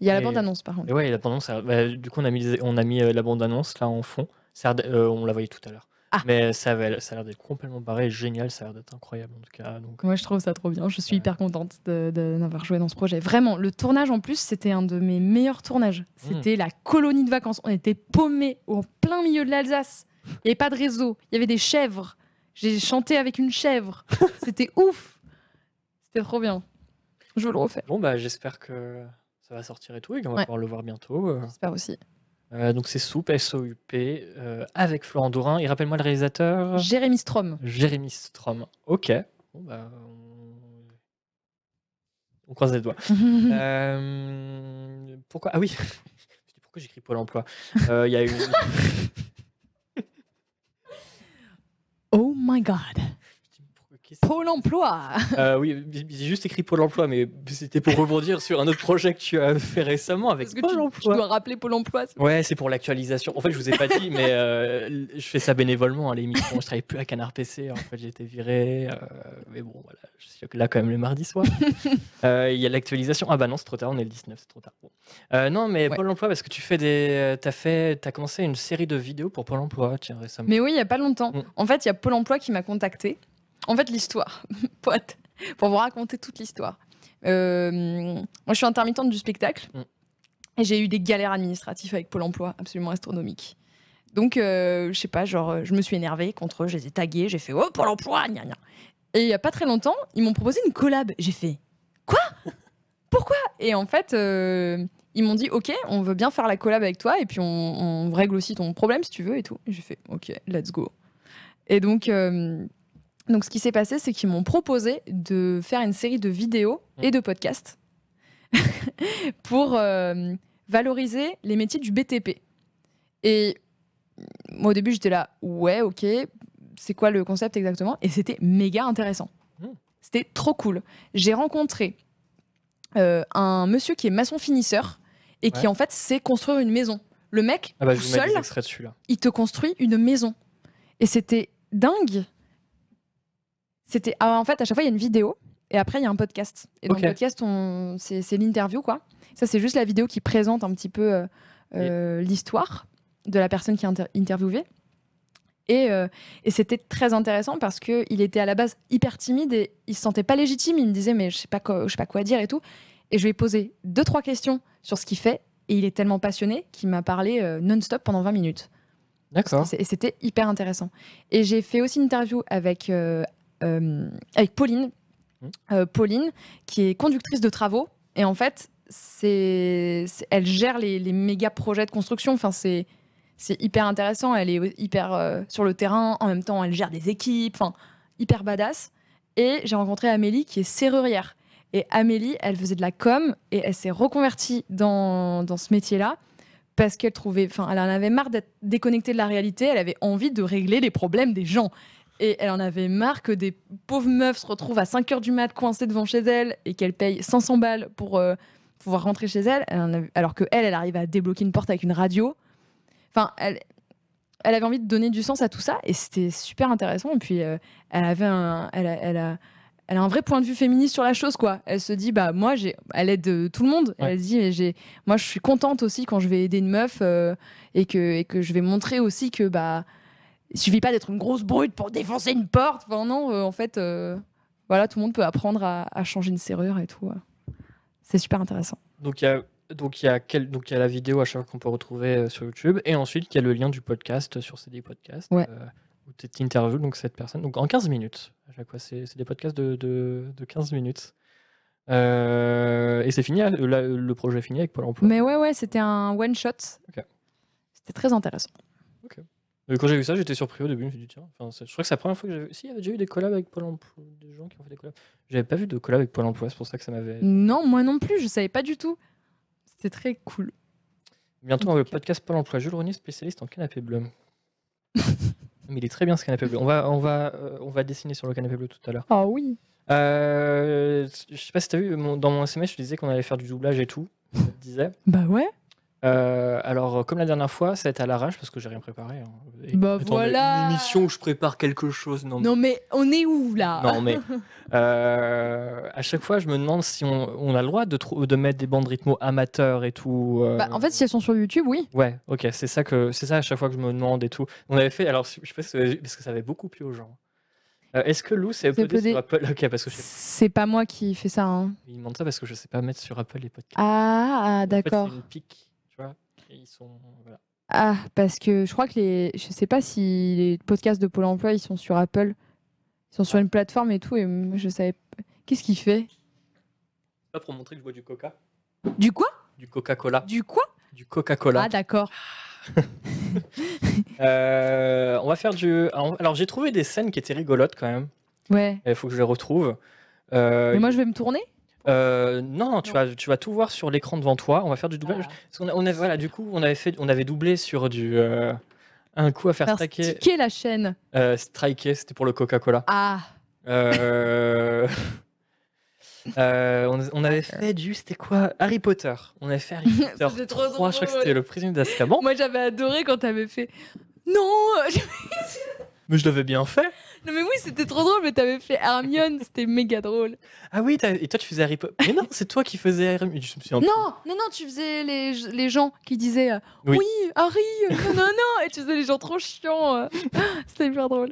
B: Il y a la
A: Et-
B: bande-annonce par contre.
A: Et ouais, la bande-annonce, elle- bah, du coup, on a mis, les- on a mis euh, la bande-annonce là en fond. Ça a l'air d'être- euh, on la voyait tout à l'heure.
B: Ah.
A: Mais ça, avait- ça a l'air d'être complètement barré, génial, ça a l'air d'être incroyable en tout cas. Donc,
B: Moi je trouve ça trop bien. Je suis
A: Ouais.
B: hyper contente de- de- d'avoir joué dans ce projet. Vraiment, le tournage en plus, c'était un de mes meilleurs tournages.
A: Hmm.
B: C'était la colonie de vacances. On était paumés en plein milieu de l'Alsace. Il n'y avait pas de réseau. Il y avait des chèvres. J'ai chanté avec une chèvre. C'était ouf. C'était trop bien. Je veux le refaire.
A: bon, bah, j'espère que ça va sortir et tout et qu'on va
B: Ouais.
A: pouvoir le voir bientôt. euh.
B: J'espère aussi.
A: Euh, donc, c'est Soupe, S-O-U-P, euh, avec Florent Dorin. Et rappelle-moi le réalisateur
B: Jérémy Strom.
A: Jérémy Strom. Ok. Bon, bah, on... on croise les doigts. Euh, pourquoi Ah oui Je dis Pourquoi j'écris Pôle emploi Euh, Il y a eu.
B: oh my god.
A: Pourquoi- qu'est-ce-
B: Pôle emploi.
A: Euh, oui, j'ai j'ai juste écrit Pôle emploi, mais c'était pour rebondir sur un autre projet que tu as fait récemment avec
B: Parce que
A: Pôle
B: tu, tu
A: emploi.
B: dois rappeler Pôle emploi. c'est-
A: Ouais, c'est pour l'actualisation. En fait, je vous ai pas dit, mais euh, l- je fais ça bénévolement à l'émission. Je travaille plus à Canard PC. En fait, j'ai été viré. euh, mais bon, voilà, je suis là quand même le mardi soir. Euh, Il y a l'actualisation. Ah bah non, c'est trop tard. On est le 19, c'est trop tard. Bon. Euh, non, mais
B: Ouais.
A: Pôle Emploi, parce que tu fais des, euh, t'as fait, t'as commencé une série de vidéos pour Pôle Emploi. Tiens, récemment.
B: Mais oui, il n'y a pas longtemps.
A: Mm.
B: En fait, il y a Pôle emploi qui m'a contacté. En fait, l'histoire, pote, pour vous raconter toute l'histoire. Euh, moi, je suis intermittente du spectacle
A: Mm.
B: et j'ai eu des galères administratives avec Pôle emploi absolument astronomiques. Donc, euh, je sais pas, genre, euh, je me suis énervée contre eux, je les ai tagués, j'ai fait Oh, pour l'emploi, gna gna. Et il y a pas très longtemps, ils m'ont proposé une collab. J'ai fait Quoi Pourquoi Et en fait, euh, ils m'ont dit Ok, on veut bien faire la collab avec toi, et puis on, on règle aussi ton problème si tu veux, et tout. Et J'ai fait Ok, let's go. Et donc, euh, donc ce qui s'est passé, c'est qu'ils m'ont proposé de faire une série de vidéos et de podcasts pour euh, valoriser les métiers du BTP. Et moi, au début, j'étais là, ouais, ok, c'est quoi le concept exactement Et c'était méga intéressant.
A: Mmh.
B: C'était trop cool. J'ai rencontré euh, un monsieur qui est maçon finisseur et qui,
A: Ouais.
B: en fait, sait construire une maison. Le mec,
A: Ah bah,
B: tout
A: je vous mets
B: seul,
A: des extraits de celui-là.
B: il te construit une maison. Et c'était dingue. C'était ah, en fait à chaque fois il y a une vidéo et après il y a un podcast. Et dans
A: Ok.
B: le podcast on c'est c'est l'interview quoi. Ça c'est juste la vidéo qui présente un petit peu euh, euh, l'histoire de la personne qui est inter- interviewée. Et, euh, et c'était très intéressant parce que il était à la base hyper timide et il se sentait pas légitime. Il me disait mais je sais pas quoi, je sais pas quoi dire et tout. Et je lui ai posé deux trois questions sur ce qu'il fait et il est tellement passionné qu'il m'a parlé euh, non-stop pendant 20 minutes.
A: D'accord.
B: C'est- Et c'était hyper intéressant. Et j'ai fait aussi une interview avec, euh, euh, avec Pauline.
A: Hmm.
B: Euh, Pauline, qui est conductrice de travaux. Et en fait, c'est, c'est- elle gère les, les méga projets de construction. Enfin, c'est, c'est hyper intéressant. Elle est hyper euh, sur le terrain. En même temps, elle gère des équipes. Enfin, hyper badass. Et j'ai rencontré Amélie, qui est serrurière. Et Amélie, elle faisait de la com et elle s'est reconvertie dans, dans ce métier-là parce qu'elle trouvait, enfin, elle en avait marre d'être déconnectée de la réalité. Elle avait envie de régler les problèmes des gens. Et elle en avait marre que des pauvres meufs se retrouvent à 5 heures du mat coincées devant chez elle et qu'elles payent 500 balles pour euh, pouvoir rentrer chez elle, Elle en avait- alors que elle, elle arrive à débloquer une porte avec une radio. Enfin, elle, elle avait envie de donner du sens à tout ça et c'était super intéressant. Et puis, euh, elle avait un, elle a, elle a- elle a un vrai point de vue féministe sur la chose, quoi. Elle se dit, bah moi, j'ai, elle aide euh, tout le monde.
A: Ouais.
B: Elle se dit, mais j'ai, moi, je suis contente aussi quand je vais aider une meuf euh, et que et que je vais montrer aussi que bah il suffit pas d'être une grosse brute pour défoncer une porte. Enfin, non, euh, en fait, euh, voilà, tout le monde peut apprendre à, à changer une serrure et tout. ouais. C'est super intéressant.
A: Donc il y a donc il y a quel- donc il y a la vidéo à chaque fois qu'on peut retrouver euh, sur YouTube et ensuite il y a le lien du podcast euh, sur CD Podcast
B: Ouais.
A: euh, où tu interviews donc cette personne donc en 15 minutes à chaque fois c'est c'est des podcasts de, de, de 15 minutes. Euh, et c'est fini, là, là, le projet est fini avec Pôle emploi.
B: Mais ouais, ouais, c'était un one shot.
A: Ok.
B: C'était très intéressant.
A: Euh, Quand j'ai vu ça, j'étais surpris au début. Je me suis dit, tiens, enfin, c'est- je crois que c'est la première fois que j'ai vu. Si, il y avait déjà eu des collabs avec Pôle emploi, des gens qui ont fait des collabs. J'avais pas vu de collab avec Pôle emploi, c'est pour ça que ça m'avait.
B: Non, moi non plus, je savais pas du tout. C'était très cool.
A: Bientôt on le podcast Pôle emploi, Jules Renier, spécialiste en canapé bleu. Mais il est très bien ce canapé bleu. On va, on va, euh, on va dessiner sur le canapé bleu tout à l'heure.
B: Ah oui.
A: Euh, je sais pas si t'as vu, mon- dans mon SMS, je te disais qu'on allait faire du doublage et tout. Je te disais.
B: Bah ouais.
A: Euh, alors, comme la dernière fois, ça a été à l'arrache parce que j'ai rien préparé. hein. Et-
B: Bah
A: mais
B: voilà.
A: Une émission où je prépare quelque chose. Non, mais-
B: Non mais on est où là
A: non, mais euh, à chaque fois, je me demande si on, on a le droit de, trou- de mettre des bandes rythmo amateurs et tout. euh,
B: Bah, en fait, si elles sont sur YouTube, oui.
A: Ouais, ok, c'est ça que c'est ça à chaque fois que je me demande et tout. On avait fait, alors je sais pas si vous avez vu, parce que ça avait beaucoup plu aux gens. Euh, Est-ce que Lou c'est
B: C'est
A: uploadé
B: uploadé.
A: sur Apple Ok, parce que je sais,
B: C'est pas moi qui fais ça. hein.
A: il demande ça parce que je sais pas mettre sur Apple les podcasts.
B: Ah, ah,
A: En fait,
B: d'accord.
A: c'est une pique, tu vois. et ils sont voilà.
B: Ah, parce que je crois que les. Je sais pas si les podcasts de Pôle emploi, ils sont sur Apple. Ils sont sur une plateforme et tout, et moi, je savais. p- Qu'est-ce qu'il fait
A: Pas pour montrer que je bois du Coca,
B: Du quoi
A: du Coca-Cola,
B: Du quoi
A: du Coca-Cola.
B: Ah, d'accord.
A: Euh, on va faire du. Alors j'ai trouvé des scènes qui étaient rigolotes quand même.
B: Ouais.
A: Il faut que je les retrouve. Euh,
B: Mais moi, je vais me tourner.
A: Euh, non, tu, Vas, tu vas tout voir sur l'écran devant toi. On va faire du doublage. Parce qu'on a- on a- voilà, du coup, on avait, fait, on avait doublé sur du. euh, un coup à faire
B: Faire
A: stacker-
B: sticker la chaîne.
A: euh, striker, c'était pour le Coca-Cola.
B: Ah,
A: Euh, euh, on, on avait fait du. C'était quoi Harry Potter. On avait fait Harry Potter.
B: C'était trop
A: 3, je crois que
B: drôle.
A: c'était le prisonnier d'Azkaban.
B: moi, j'avais adoré quand t'avais fait. Non
A: Mais je l'avais bien fait.
B: Non, mais oui, c'était trop drôle, mais t'avais fait Hermione, c'était méga drôle.
A: Ah oui, t'as- et toi, tu faisais Harry Potter. Mais non, c'est toi qui faisais Harry Je me suis un peu-
B: Non, non, non, tu faisais les, les gens qui disaient euh,
A: Oui.
B: oui. Harry, euh, non, non, non, et tu faisais les gens trop chiants. euh. C'était hyper drôle.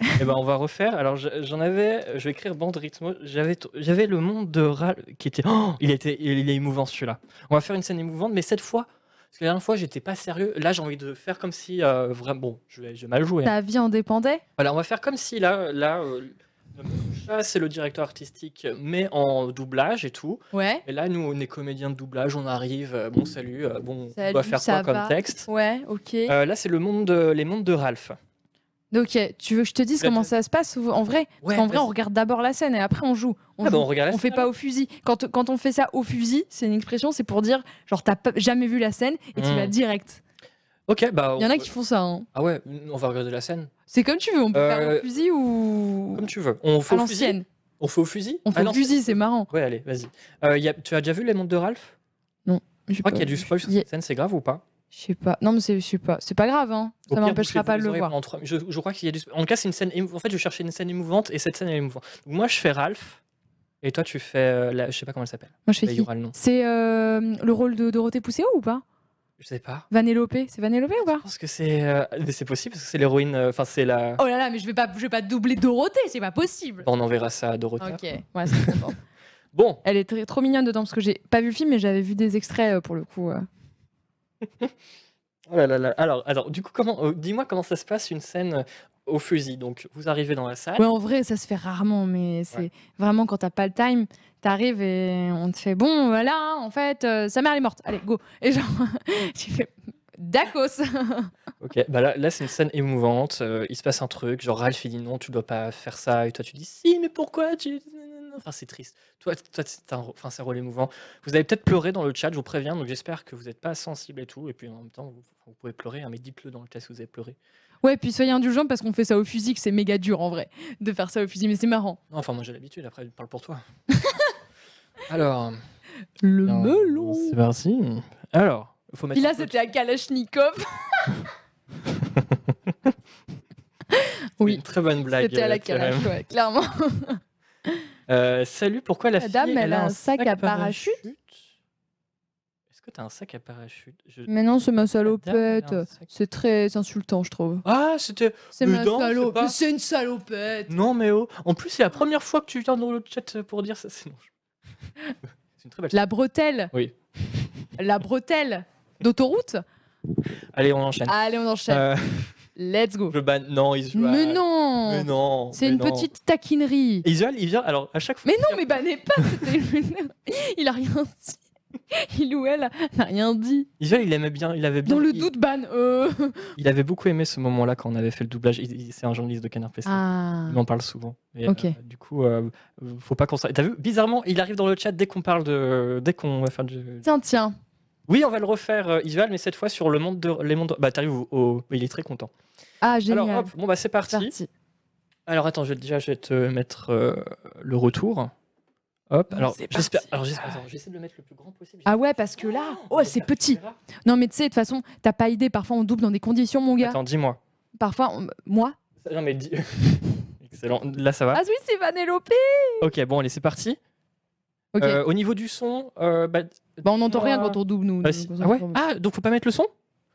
A: Eh ben, on va refaire. Alors, je- j'en avais. Je vais écrire bande rythmo. J'avais, t- j'avais le monde de Ral qui était. Oh, il était, il est émouvant celui-là. On va faire une scène émouvante, mais cette fois, Parce que la dernière fois, j'étais pas sérieux. Là, j'ai envie de faire comme si. euh, vraiment, bon, je vais, je vais mal jouer. hein.
B: Ta vie en dépendait
A: Voilà, on va faire comme si là, là euh, ça, c'est le directeur artistique, mais en doublage et tout.
B: Ouais.
A: Et là, nous, on est comédiens de doublage, on arrive, euh, bon, salut, euh, bon, on doit
B: Salut,
A: faire
B: ça
A: quoi comme
B: va
A: texte
B: Ouais, ok.
A: Euh, Là, c'est le monde de- les mondes de Ralph.
B: Ok, euh, tu veux que je te dise
A: Mais
B: comment
A: attends.
B: ça se passe ou- en vrai
A: bah, Ouais,
B: Parce qu'en vrai,
A: vas-y.
B: on regarde d'abord la scène et après on joue. On,
A: Ah, bah,
B: joue.
A: on regarde la
B: On fait
A: scène,
B: pas au fusil. Quand, quand on fait ça au fusil, c'est une expression, c'est pour dire genre t'as pas- jamais vu la scène et tu
A: Hmm.
B: vas direct.
A: Ok, bah.
B: Il y en a
A: on-
B: qui font ça. hein.
A: Ah ouais, on va regarder la scène.
B: C'est comme tu veux, on peut faire
A: Euh,
B: au fusil ou
A: Comme tu veux. On fait
B: à
A: au fusil.
B: l'ancienne.
A: On fait au fusil
B: On fait
A: Ah,
B: au
A: non,
B: fusil, c'est marrant.
A: Ouais, allez, vas-y. Euh, y a- Tu as déjà vu les mondes de Ralph
B: Je sais
A: Je crois
B: pas.
A: qu'il y a du spoil sur
B: Y a-
A: cette scène, c'est grave ou pas
B: Je sais pas. Non mais c'est je sais pas. C'est pas grave hein.
A: Au
B: Ça
A: pire,
B: m'empêchera
A: bouchez-vous
B: pas de
A: les
B: le
A: oreilles
B: voir.
A: pendant trois- Je, je crois qu'il y a du spoil. En tout cas, c'est une scène. émou- En fait, je cherchais une scène émouvante et cette scène est émouvante. Donc, moi, je fais Ralph et toi, tu fais. euh, la... Je sais pas comment elle s'appelle.
B: Moi je fais
A: Là, Bah, Il y
B: qui
A: aura le nom.
B: C'est euh, le rôle de Dorothée Pousseau ou pas
A: Je sais pas.
B: Vanellope, c'est Vanellope ou pas
A: Je pense que c'est. euh, mais c'est possible parce que c'est l'héroïne. euh, Enfin, c'est la.
B: Oh là là, mais je vais pas je vais pas doubler Dorothée, c'est pas possible.
A: Bon, on enverra ça à Dorothée.
B: Oh. Ok, ouais, c'est content.
A: Bon,
B: Elle est très- trop mignonne dedans parce que j'ai pas vu le film mais j'avais vu des extraits euh, pour le coup. euh.
A: Oh là là là. Alors, alors, du coup, comment, euh, dis-moi comment ça se passe une scène euh, au fusil. Donc, vous arrivez dans la salle.
B: Ouais, en vrai, ça se fait rarement, mais c'est
A: Ouais.
B: vraiment quand t'as pas le time, t'arrives et on te fait bon, voilà, en fait, euh, sa mère elle est morte, allez, go. Et genre, tu fais Dacos.
A: Ok. Bah là, là, c'est une scène émouvante. euh, il se passe un truc. Genre, Ralph il dit non, tu dois pas faire ça. Et toi, tu dis si, mais pourquoi tu... Enfin, c'est triste. Toi, toi, c'est un, enfin, c'est un rôle émouvant. Vous avez peut-être pleuré dans le chat. Je vous préviens. Donc, j'espère que vous n'êtes pas sensible et tout. Et puis, en même temps, vous, vous pouvez pleurer. hein, mais dites-le dans le chat si vous avez pleuré.
B: Ouais, puis soyez indulgents parce qu'on fait ça au fusil, que c'est méga dur en vrai de faire ça au fusil, mais c'est marrant.
A: Non, enfin, moi, j'ai l'habitude. Après, parle pour toi. Alors.
B: Le
A: alors,
B: melon.
A: C'est parti. Alors, faut mettre.
B: Puis là,
A: un peu de-
B: c'était à Kalachnikov.
A: Une
B: oui,
A: très bonne blague.
B: c'était à la
A: euh, Clem.
B: Kalach, ouais, clairement.
A: Euh, salut, pourquoi la
B: La dame,
A: fille,
B: elle a un sac à parachute
A: Est-ce que t'as un sac à parachute Je-
B: Mais non, c'est ma euh,
A: salopette.
B: salopette. C'est très insultant, je trouve.
A: Ah, c'était.
B: C'est
A: Mais
B: ma
A: non, c'est
B: salope.
A: pas-
B: C'est une salopette.
A: Non, mais oh En plus, c'est la première fois que tu viens dans le chat pour dire ça. C'est non, je- C'est une très belle
B: La bretelle.
A: Oui.
B: La bretelle d'autoroute.
A: Allez, on enchaîne.
B: Allez, on enchaîne.
A: Euh,
B: Let's go.
A: le ban. Non, Isual.
B: Mais non.
A: Mais non
B: C'est
A: mais
B: une
A: non.
B: petite taquinerie.
A: Isual, il vient. Alors, à chaque fois.
B: Mais non, mais bannez pas. c'était une- Il a rien dit. Il ou elle n'a rien dit.
A: Isual, il aimait bien. Il avait bien.
B: Dans le
A: il-
B: doute, ban. Euh.
A: Il, avait beaucoup aimé ce moment-là quand on avait fait le doublage. Il- il- C'est un journaliste de Canard PC.
B: Ah.
A: Il en parle souvent. Et,
B: Ok.
A: euh, du coup, euh, faut pas qu'on s'arrête. T'as vu Bizarrement, il arrive dans le chat dès qu'on parle de. Dès qu'on va faire du.
B: Tiens, tiens.
A: Oui, on va le refaire, euh, Isval, mais cette fois sur le monde de. Les mondes de- Bah, t'arrives au, au- Il est très content.
B: Ah, génial.
A: Alors, hop, bon, bah, c'est
B: C'est
A: parti.
B: parti.
A: Alors, attends, je vais, déjà, je vais te mettre euh, le retour. Hop,
B: Bon,
A: alors,
B: c'est
A: j'espère.
B: parti.
A: Alors, j'espère. attends, j'essaie de le mettre le plus grand possible.
B: Ah ouais, parce que là, oh, c'est petit. Non, mais tu sais, de toute façon, t'as pas idée. Parfois, on double dans des conditions, mon gars.
A: Attends, dis-moi.
B: Parfois, on- moi.
A: Ça- Non, mais dis. Excellent. Là, ça va.
B: Ah oui, c'est Vanellope.
A: Ok, bon, allez, c'est parti.
B: Ok.
A: Euh, au niveau du son, euh, bah,
B: Bah, on n'entend
A: moi-
B: rien quand on double, nous.
A: bah,
B: nous,
A: si-
B: quand on
A: Ah ouais
B: fait comme ça.
A: Ah, donc faut pas mettre le son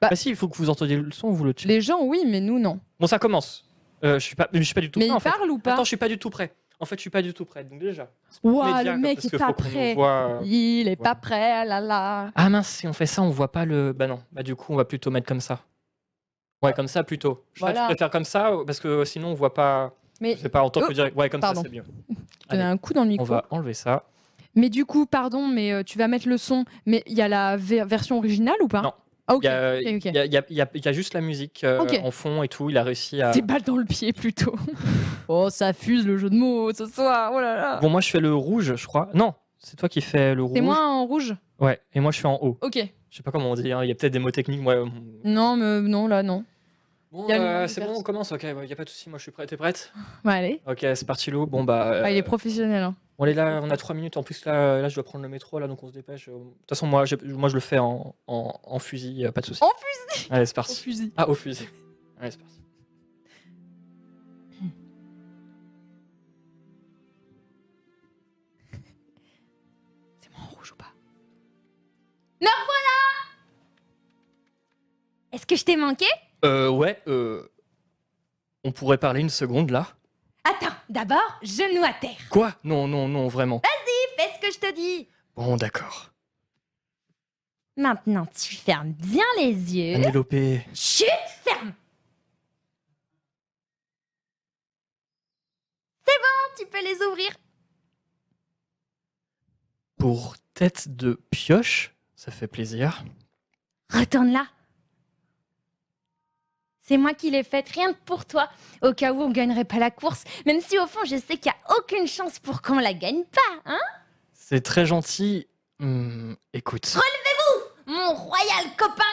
B: Bah-
A: Bah, si, il faut que vous entendiez le son, vous le checkez.
B: Les gens, oui, mais nous, non.
A: Bon, ça commence. Euh, je suis pas, je suis pas du tout
B: mais
A: prêt, en
B: ils
A: fait.
B: parlent ou pas
A: Attends, je suis pas du tout prêt. En fait, je suis pas du tout prêt. Donc déjà.
B: Ouah,
A: Média,
B: le
A: quoi,
B: mec,
A: parce
B: il
A: que
B: est
A: faut
B: pas
A: qu'on nous
B: prêt.
A: voie, euh.
B: Il
A: Voilà.
B: est pas prêt, ah là là.
A: Ah mince, si on fait ça, on voit pas le. Bah non. Bah du coup, on va plutôt mettre comme ça. Ouais, comme ça plutôt. Je
B: Voilà.
A: préfère faire comme ça euh, parce que euh, sinon on voit pas.
B: Mais
A: Je sais pas en tant
B: Oh,
A: que direct. Ouais, comme
B: pardon.
A: ça c'est mieux.
B: je te donne
A: allez,
B: un coup dans le
A: On
B: micro.
A: va enlever ça.
B: Mais du coup, pardon, mais euh, tu vas mettre le son. Mais il y a la ve- version originale ou pas
A: Non.
B: Ah, ok.
A: Il y a- euh,
B: ok, ok.
A: il y a- il y a- il y a- il y a juste la musique euh,
B: Ok.
A: en fond et tout. Il a réussi à.
B: Des balles dans le pied plutôt. oh, ça fuse le jeu de mots ce soir. Oh là là.
A: Bon, moi je fais le rouge, je crois. Non, c'est toi qui fais le rouge.
B: C'est moi en rouge
A: Ouais. Et moi je suis en haut.
B: Ok.
A: Je sais pas comment on dit. hein, Il y a peut-être des mots techniques. Moi. euh,
B: Non, mais non, là, non.
A: Bon,
B: Il y a le
A: euh,
B: monde
A: c'est
B: ouvert.
A: bon, on commence. Ok, il y a pas de souci. Moi, je suis prêt. T'es prête
B: Bah, allez.
A: Ok, c'est parti, Lou. Bon, bah, euh,
B: Ah, il est professionnel. hein.
A: on est là, on a trois minutes. En plus, là, là, je dois prendre le métro, là, donc on se dépêche. Euh, De toute façon, moi, j'ai- moi, je le fais en, en, en fusil, euh, pas de souci.
B: En
A: fusil Allez, c'est
B: Au
A: parti.
B: fusil.
A: Ah, au fusil. Allez, c'est parti.
B: C'est moi en rouge ou pas
F: Est-ce que je t'ai manqué
A: Euh, ouais, euh. On pourrait parler une seconde, là
F: Attends, d'abord, genou à terre.
A: Quoi
B: Eh
A: Non, non, non, vraiment.
F: Fais ce que je te dis.
A: Bon, d'accord.
F: Maintenant, tu fermes bien les
B: Eh
F: yeux.
A: Pénélopé.
F: Chut, ferme. C'est bon, tu peux les ouvrir.
A: Pour tête de pioche, ça fait plaisir.
F: Retourne là. C'est moi qui l'ai faite, rien que pour toi. Au cas où on gagnerait pas la course, même si au fond je sais qu'il n'y a aucune chance pour qu'on la gagne pas, hein
A: C'est très gentil. Hum, écoute.
F: Mon royal copain,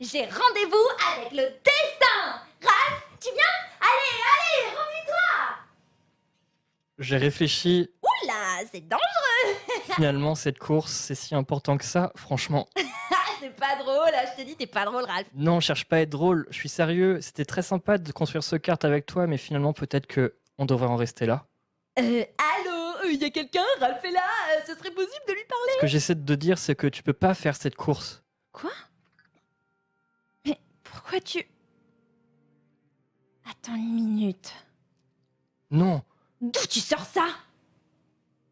F: j'ai rendez-vous avec le destin. Raph, tu viens Allez, allez,
A: J'ai réfléchi,
F: là, c'est dangereux,
A: finalement, cette course, c'est si important que ça, franchement.
F: c'est pas drôle. hein, Je te dis, t'es pas drôle, Raph.
A: Non, je cherche pas à être drôle, je suis sérieux. C'était très sympa de construire ce kart avec toi, mais finalement, peut-être que on devrait en rester là.
F: Euh, allô, il y a quelqu'un Raph est là. euh, ce serait possible de lui parler
A: Ce que j'essaie de te dire, c'est que tu peux pas faire cette course.
F: Pourquoi tu Attends une minute.
A: Non.
F: D'où tu sors ça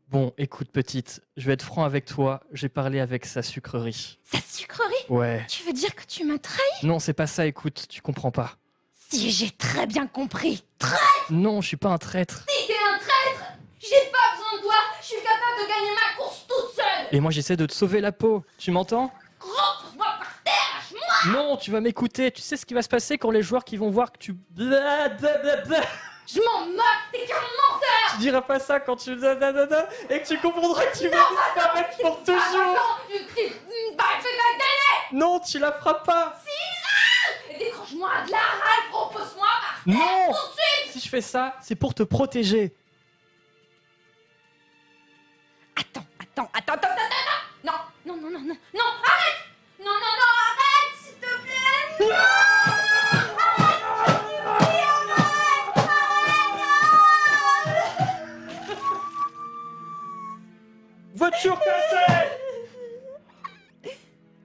A: Bon, écoute, petite, je vais être franc avec toi, j'ai parlé avec sa sucrerie.
F: Sa sucrerie
A: Ouais.
F: Tu veux dire que tu m'as trahi
A: Non, c'est pas ça, écoute, tu comprends pas.
F: Si, j'ai très bien compris.
A: Non, je suis pas un traître.
F: T'es un traître J'ai pas besoin de toi Je suis capable de gagner ma course toute seule
A: Et moi, j'essaie de te sauver la peau, tu m'entends
F: Repre-moi par terre
A: Non, tu vas m'écouter, tu sais ce qui va se passer quand les joueurs qui vont voir que tu. Bla, bla, bla, bla.
F: Je m'en moque T'es qu'un
A: Tu diras pas ça quand tu. da, da, da, da, Et que tu comprendras que tu vas disparaître pour toujours
F: Tu cries une balle de
A: Non, tu la feras pas
F: la Décroche-moi de là, Ralph Repose-moi
A: Non Si je fais ça, c'est pour te protéger.
F: Attends, attends, attends, attends, attends, attends Non, non, non, non, non, non, arrête Non, non, non, arrête, s'il te plaît
A: Voiture cassée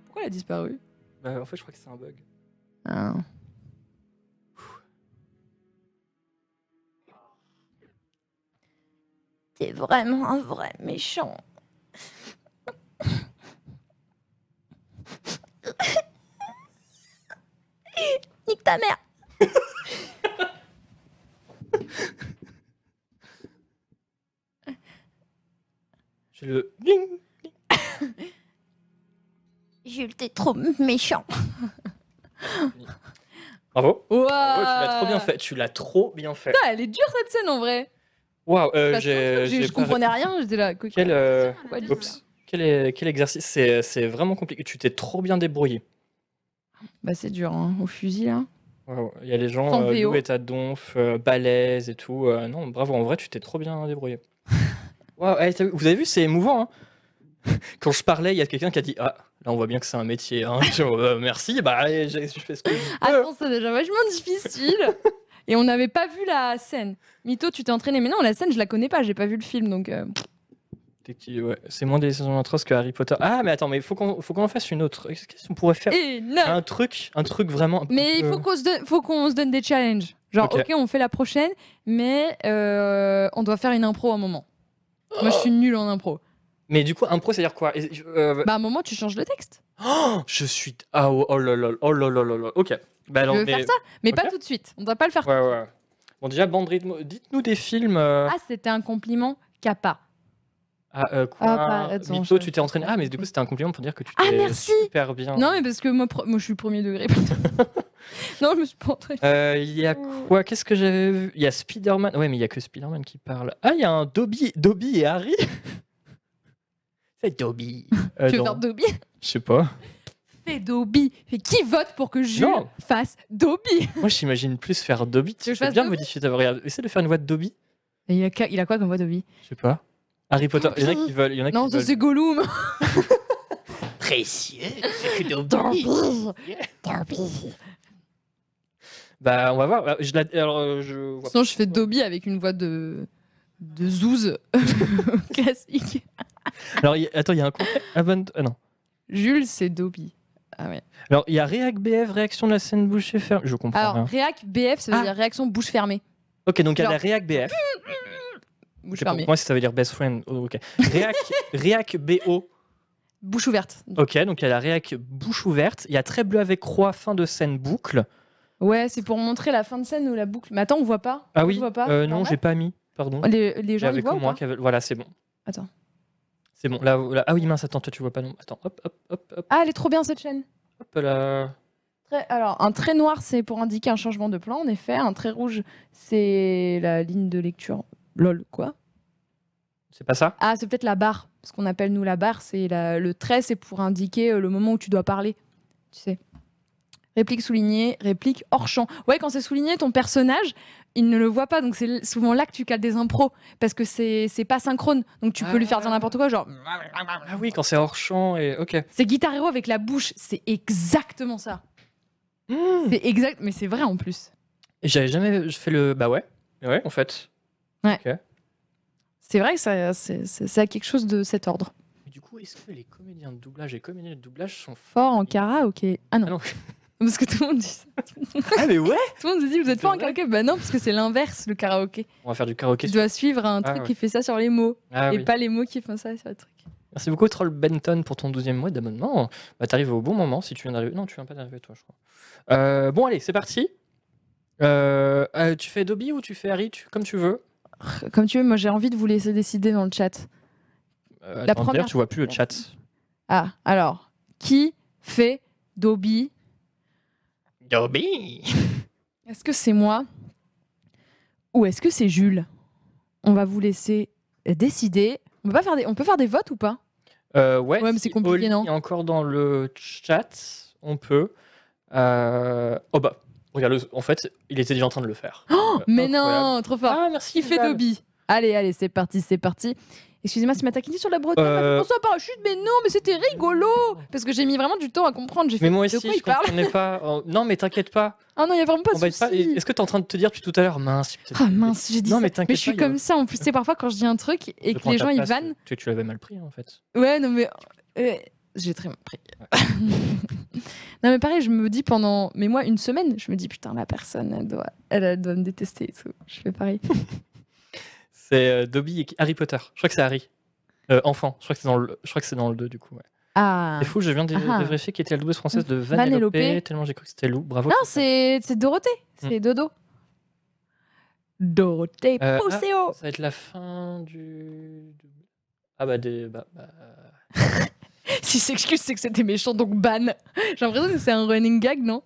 B: Pourquoi elle a disparu
A: Bah, en fait, je crois que c'est un bug.
B: Ah.
F: T'es vraiment un vrai méchant. Nique ta mère
A: J'ai le. Bling
F: Jules, t'es trop méchant.
A: Bravo
B: Wow.
A: Bravo, tu
B: Euh.
A: l'as trop bien fait. Tu l'as trop bien fait.
B: Putain, elle est dure cette scène en vrai.
A: Waouh, euh,
B: Parce que
A: j'ai.
B: je-
A: j'ai
B: je
A: pas-
B: comprenais rien, j'étais là. quoi-
A: Quel. euh,
D: Pas du tout.
A: Oups. Quel, est- quel exercice C'est c'est vraiment compliqué. Tu t'es trop bien débrouillé.
B: Bah c'est dur, hein, au fusil là.
A: Waouh, Il y a les gens,
B: Sans
A: euh,
B: VO.
A: Lou et Tadonf, euh, Balèze et tout. euh, non, bravo, en vrai, tu t'es trop bien débrouillé. Waouh, eh, t'as vu- vous avez vu, c'est émouvant. hein. Quand je parlais, il y a quelqu'un qui a dit Ah, là, on voit bien que c'est un métier. hein. Je- euh, merci, bah, allez, j'ai- je fais ce que je peux.
B: Attends, c'est déjà vachement difficile. Et on n'avait pas vu la scène. Mito, tu t'es entraîné. Mais non, la scène, je la connais pas, j'ai pas vu le film donc. euh,
A: T'es qui- ouais, C'est moins des saisons atroces que Harry Potter. Ah, mais attends, mais il faut qu'on faut qu'on en fasse une autre. Qu'est-ce qu'on pourrait faire
B: Énorme
A: Un truc, un truc vraiment. un
B: Mais il
A: peu-
B: faut qu'on se donne, faut qu'on se donne des challenges. Genre,
A: Euh. Ok.
B: ok, on fait la prochaine, mais euh, on doit faire une impro à un moment.
A: Oh.
B: Moi, je suis nulle en impro.
A: Mais du coup, impro, c'est-à-dire quoi Et- euh,
B: Bah, à un moment, tu changes le texte.
A: Oh, je suis. Ah, oh, oh là là, oh là là là là. Ok. Bah,
B: Tu
A: non,
B: veux
A: mais...
B: faire ça Mais
A: Ok.
B: pas tout de suite. On doit pas le faire.
A: Ouais, ouais. Bon, déjà, bande rythmo- dites-nous des films. euh,
B: Ah, c'était un compliment kappa.
A: Ah, euh, quoi
B: ah, pardon,
A: Mito,
B: je-
A: tu t'es entraîné. Ah, mais du coup, c'était un compliment pour dire que tu
B: Ah,
A: t'es
B: merci.
A: super bien.
B: Non, mais parce que moi, pro- moi, je suis premier degré. non, je me suis pas entraînée.
A: Euh, Il y a quoi Qu'est-ce que j'avais vu Il y a Spider-Man. Ouais, mais il y a que Spider-Man qui parle. Ah, il y a un Dobby, Dobby et Harry. C'est Dobby. Euh,
B: tu veux
A: non,
B: faire Dobby
A: Je sais pas.
B: Fais Dobby. Mais qui vote pour que Jules
A: Non.
B: fasse Dobby
A: Moi, j'imagine plus faire Dobby.
B: Tu veux que je
A: C'est
B: fasse
A: bien
B: Dobby
A: modifié d'abord. Regarde, Essaie de faire une voix de Dobby.
B: Et il, a, qua- il a quoi comme voix, Dobby
A: Je sais pas. Harry Potter. Il y en a qui veulent. Il y en a qui
B: Non, ça,
A: veulent.
B: c'est Gollum.
C: Précieux
A: Bah, on va voir. Bah, Je la... Alors, euh, je vois
B: Sinon, je fais Dobby avec une voix de. de Zouz. Classique.
A: pas. Alors, il y a- attends, il y a un compte. Ah non.
B: Jules, c'est Dobby. Ah ouais.
A: Alors, il y a Réac BF, réaction de la scène bouchée fermée. Je comprends
B: Alors,
A: rien.
B: réac BF, ça veut
A: Ah.
B: dire réaction bouche fermée.
A: Ok, donc il y a
B: genre-
A: la Réac BF.
B: Bouche
A: Je sais pas
B: fermée.
A: pour moi si ça veut dire best friend. Oh, ok. Réac, Réac BO.
B: Bouche ouverte.
A: Ok, donc il y a la réac bouche ouverte. Il y a très bleu avec croix, fin de scène, boucle.
B: Ouais, c'est pour montrer la fin de scène ou la boucle. Mais attends, on voit pas.
A: Ah
B: On
A: oui,
B: voit pas.
A: euh, non,
B: Normal.
A: j'ai pas mis. Pardon.
B: Les, les gens,
A: J'avais
B: ils voient
A: que
B: ou
A: moi
B: pas
A: qui avait- Voilà, c'est bon.
B: Attends.
A: C'est bon. Là, là- Ah oui, mince, attends, toi tu vois pas non. Attends, hop, hop, hop, hop,
B: Ah, elle est trop bien cette chaîne.
A: hop là.
B: Très- Alors, un trait noir, c'est pour indiquer un changement de plan, en effet. Un trait rouge, c'est la ligne de lecture. Lol, quoi
A: C'est pas ça
B: Ah, c'est peut-être la barre. Ce qu'on appelle, nous, la barre, c'est la- le trait, c'est pour indiquer euh, le moment où tu dois parler. Tu sais. Réplique soulignée, réplique hors champ. Ouais, quand c'est souligné, ton personnage, il ne le voit pas. Donc, c'est l- souvent là que tu cales des impros. Parce que c'est c'est pas synchrone. Donc, tu peux lui faire dire n'importe quoi, genre.
A: Ah oui, quand c'est hors champ et. Ok.
B: C'est Guitar Hero avec la bouche. C'est exactement ça.
A: Hmm.
B: C'est exact, mais c'est vrai en plus.
A: Et J'avais jamais fait le. Bah ouais. Ouais, en fait.
B: C'est vrai que ça, c'est, c'est- ça a quelque chose de cet ordre.
A: Mais du coup, est-ce que les comédiens de doublage et comédiens de doublage sont
B: Fort en karaoké. Ah non.
A: Ah non.
B: Parce que tout le monde dit ça.
A: Ah mais ouais
B: Tout le monde se dit, vous êtes
A: C'est
B: fort en
A: vrai
B: karaoké Bah non, parce que c'est l'inverse, le karaoké.
A: On va faire du karaoké.
B: Tu dois suivre un
A: Ah
B: truc
A: ouais.
B: qui fait ça sur les mots
A: Ah
B: et
A: oui.
B: pas les mots qui font ça sur le truc.
A: Merci beaucoup Troll Benton pour ton 12e mois d'abonnement. Bah t'arrives au bon moment si tu viens d'arriver. Non, tu viens pas d'arriver toi, je crois. Euh, bon allez, c'est parti. Euh, euh, tu fais Dobby ou tu fais Harry, tu- comme tu veux.
B: Comme tu veux, moi j'ai envie de vous laisser décider dans le chat.
A: Euh,
B: La
A: attends, d'ailleurs,
B: première-
A: tu vois plus le chat.
B: Ah, alors, qui fait Dobby
A: Dobby
B: Est-ce que c'est moi Ou est-ce que c'est Jules On va vous laisser décider. On peut, pas faire des... On peut faire des votes ou pas
A: Euh, ouais,
B: Ouais, mais
A: si
B: c'est compliqué,
A: Oli
B: non
A: est encore dans le chat, on peut. Euh, Oh bah, regarde, le- en fait, il était déjà en train de le faire. Euh,
B: Oh, Mais
A: incroyable.
B: non, trop fort.
A: Ah, merci.
B: Qui fait
A: Val.
B: Dobby Allez, allez, c'est parti, c'est parti. Excusez-moi si ma taquinerie sur la Bretagne Oh, m'a
A: Euh.
B: fait penser à parachute, mais non, mais c'était rigolo Parce que j'ai mis vraiment du temps à comprendre. J'ai fait
A: Mais moi
B: de
A: aussi,
B: quoi
A: je
B: il parle
A: comprenais pas. Oh, non, mais t'inquiète pas.
B: Ah non, il y a vraiment pas
A: on
B: de
A: va être pas-
B: souci.
A: Est-ce que t'es en train de te dire depuis tout à l'heure Mince, peut-être.
B: Ah mince, j'ai dit
A: Non,
B: ça.
A: mais t'inquiète
B: je suis
A: pas, il y a-
B: comme ça en plus. C'est parfois quand je dis un truc
A: Je
B: et que
A: prends
B: les
A: ta
B: gens ils
A: place,
B: vannent.
A: Tu, tu l'avais mal pris, en fait.
B: Ouais, non, mais. euh, j'ai très mal pris. non, mais pareil, je me dis pendant. Mais moi, une semaine, je me dis putain, la personne, elle doit, elle, elle doit me détester et tout. Je fais pareil.
A: C'est euh, Dobby et Harry Potter. Je crois que c'est Harry. Euh, enfant, je crois que c'est dans le, je crois que c'est dans le 2 du coup. ouais.
B: Ah
A: C'est fou, je viens de,
B: Ah.
A: de vérifier qui était la doublesse française de Vanellope.
B: Vanellope.
A: Tellement j'ai cru que c'était Lou. Bravo.
B: Non, c'est c'est Dorothée.
A: Hmm.
B: C'est Dodo. Dorothée
A: Euh,
B: Poseo.
A: Ça va être la fin du. du- Ah bah des. Bah, bah,
B: Si s'excuse, c'est que c'était méchant, donc ban. J'ai l'impression que c'est un running gag, non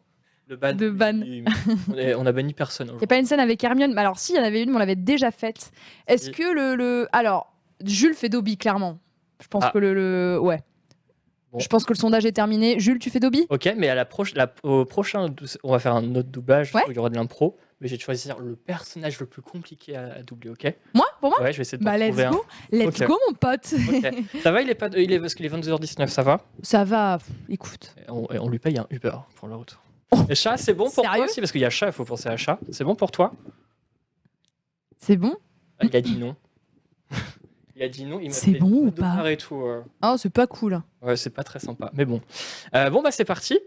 A: Le ban.
B: De ban.
A: Oui, on est- on a banni personne.
B: Il n'y a pas une scène avec Hermione. Mais alors, si, il y en avait une, mais on l'avait déjà faite. Est-ce
A: Si.
B: que le, le- Alors, Jules fait Dobby, clairement. Je pense
A: Ah.
B: que le. le- Ouais.
A: Bon.
B: Je pense que le sondage est terminé. Jules, tu fais Dobby
A: Ok, mais à la proche- la- au prochain, douce- on va faire un autre doublage.
B: Ouais.
A: Il y aura de l'impro, mais j'ai de choisir le personnage le plus compliqué à, à doubler. Ok.
B: Moi Pour moi
A: Ouais, je vais essayer de.
B: Bah,
A: t'en
B: let's
A: trouver un.
B: go Let's
A: hein. Ok.
B: go, mon pote
A: Ok. Ça va, il est pas, il est parce qu'il est 22h19, ça va.
B: Ça va, pff, écoute.
A: Et On, et on lui paye un Uber pour le retour. Et chat, c'est bon pour
B: Oh. Sérieux
A: toi aussi parce qu'il y a chat, il faut penser à chat. C'est bon pour toi
B: C'est bon
A: Ah, Il a dit non. il a dit non. il m'a
B: C'est
A: fait
B: bon
A: deux
B: ou pas
A: dollars et tout. euh.
B: Oh, c'est pas cool.
A: Ouais, c'est pas très sympa, mais bon. Euh, bon, bah, c'est parti.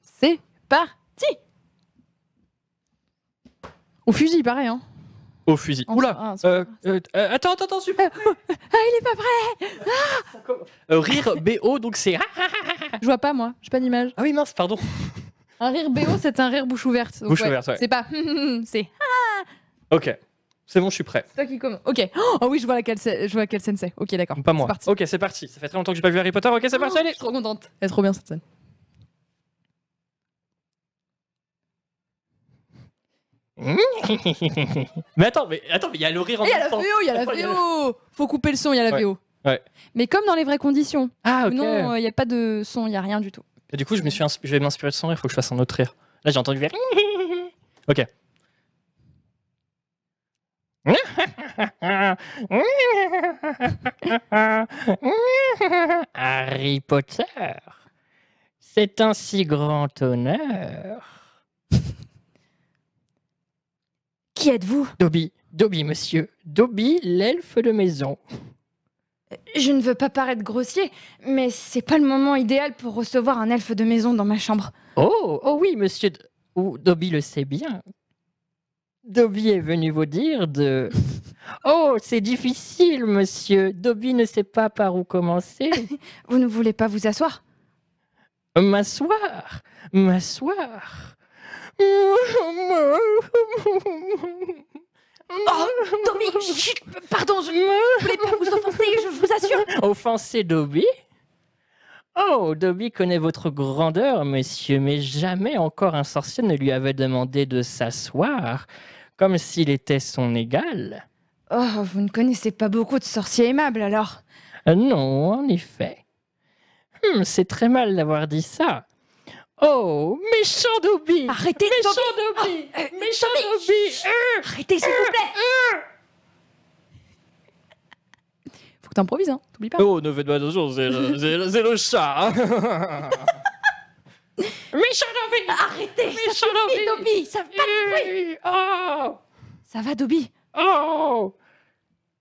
B: C'est parti Au fusil, pareil, hein
A: Au fusil.
B: En-
A: Oula
B: ah, c'est-
A: euh, euh, euh, Attends, attends, attends, super
B: Ah, il est pas prêt
A: Euh, Rire BO, donc c'est. Ah,
B: Je vois pas, moi. J'ai pas d'image.
A: ah oui, mince, pardon.
B: Un rire BO, c'est un rire bouche ouverte. Donc,
A: Bouche ouverte, ouais.
B: C'est pas... c'est...
A: Ok, c'est bon, je suis près.
B: C'est toi qui commence. Ok. Oh oui, je vois laquelle c'est. Je vois laquelle scène c'est. Ok, d'accord.
A: Pas moi.
B: C'est parti. Oh.
A: Ok, c'est parti. Ça fait très longtemps que j'ai pas vu Harry Potter. Ok, c'est parti,
B: Je
A: allez
B: suis trop contente. Elle est trop bien cette scène.
A: Mais attends, mais attends, mais il y a le rire en
B: Et il y a
A: même
B: la
A: temps.
B: VO, il y a la
A: Attends, il y a
B: VO. Faut couper le son, il y a la
A: Ouais.
B: VO.
A: Ouais.
B: Mais comme dans les vraies conditions.
A: Ah, ok.
B: Non, euh, il n'y a pas de son, il y a rien du tout.
A: Et du coup, je, me suis insp- je vais m'inspirer de son rire, faut que je fasse un autre rire. Là, j'ai entendu. faire Ok. Harry Potter, c'est un si grand honneur.
F: Qui êtes-vous
A: Dobby, Dobby, monsieur, Dobby, l'elfe de maison.
F: Je ne veux pas paraître grossier, mais c'est pas le moment idéal pour recevoir un elfe de maison dans ma chambre.
A: Oh, oh oui, monsieur. D- ou Dobby le sait bien. Dobby est venu vous dire de.
G: Oh, c'est difficile, monsieur. Dobby ne sait pas par où commencer.
B: Vous ne voulez pas vous asseoir
G: M'asseoir, m'asseoir.
F: Oh, Tommy, chut, pardon, je ne voulais pas vous offenser, je vous assure.
G: Offenser Dobby Oh, Dobby connaît votre grandeur, monsieur, mais jamais encore un sorcier ne lui avait demandé de s'asseoir, comme s'il était son égal.
B: Oh, vous ne connaissez pas beaucoup de sorciers aimables alors.
G: Euh, Non, en effet. Hmm, c'est très mal d'avoir dit ça. Oh, méchant Dobby
F: Arrêtez,
G: Méchant
F: Tommy,
G: Dobby
F: Ah, euh,
G: Méchant
F: Tommy,
G: Dobby Euh,
F: arrêtez, s'il vous plaît.
B: Euh. Faut que t'improvises, hein, t'oublies pas.
G: Oh, ne faites pas attention, c'est le, Euh, c'est le- c'est le chat. hein. Méchant Dobby
F: Arrêtez, ça
G: Méchant
F: suffit,
G: Dobby
F: Tommy, ça va pas
G: Euh, Oh
B: Ça va, Dobby
G: Oh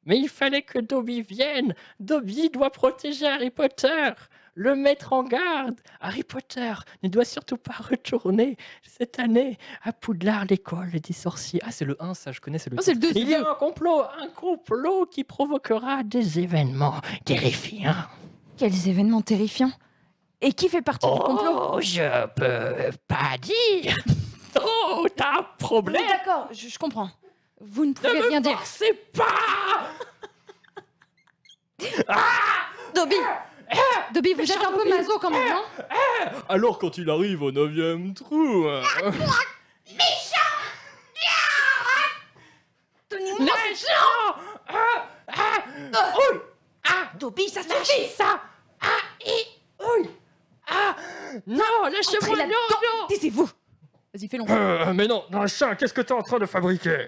G: Mais il fallait que Dobby vienne Dobby doit protéger Harry Potter Le mettre en garde Harry Potter ne doit surtout pas retourner cette année à Poudlard, l'école des sorciers. Ah, c'est le 1, ça, je connais, c'est le
B: Oh, c'est le 2,
G: Il y a un complot, un complot qui provoquera des événements terrifiants.
B: Quels événements terrifiants Et qui fait partie du complot
G: Oh, je peux pas dire. Oh, t'as un
B: Oui,
G: problème.
B: d'accord, je, je comprends. Vous ne
G: Ne
B: pouvez rien
G: me
B: dire.
G: forcez pas.
B: Dobby
G: Euh.
B: Dobby, vous êtes un peu maso quand même, hein
G: Alors quand il arrive au neuvième trou. euh,
F: Tommy,
G: Méchant. Ah, ah, ouille. Ah,
F: Dobby, ça
G: lâchez
F: suffit.
G: ça. Ah, et ouille. Ah, non,
F: Entrez
G: lâchez-moi, non,
F: là-dedans,
G: non.
F: taisez-vous.
B: Vas-y, fais long.
G: Euh, mais non, dans le chat, qu'est-ce que t'es en train de fabriquer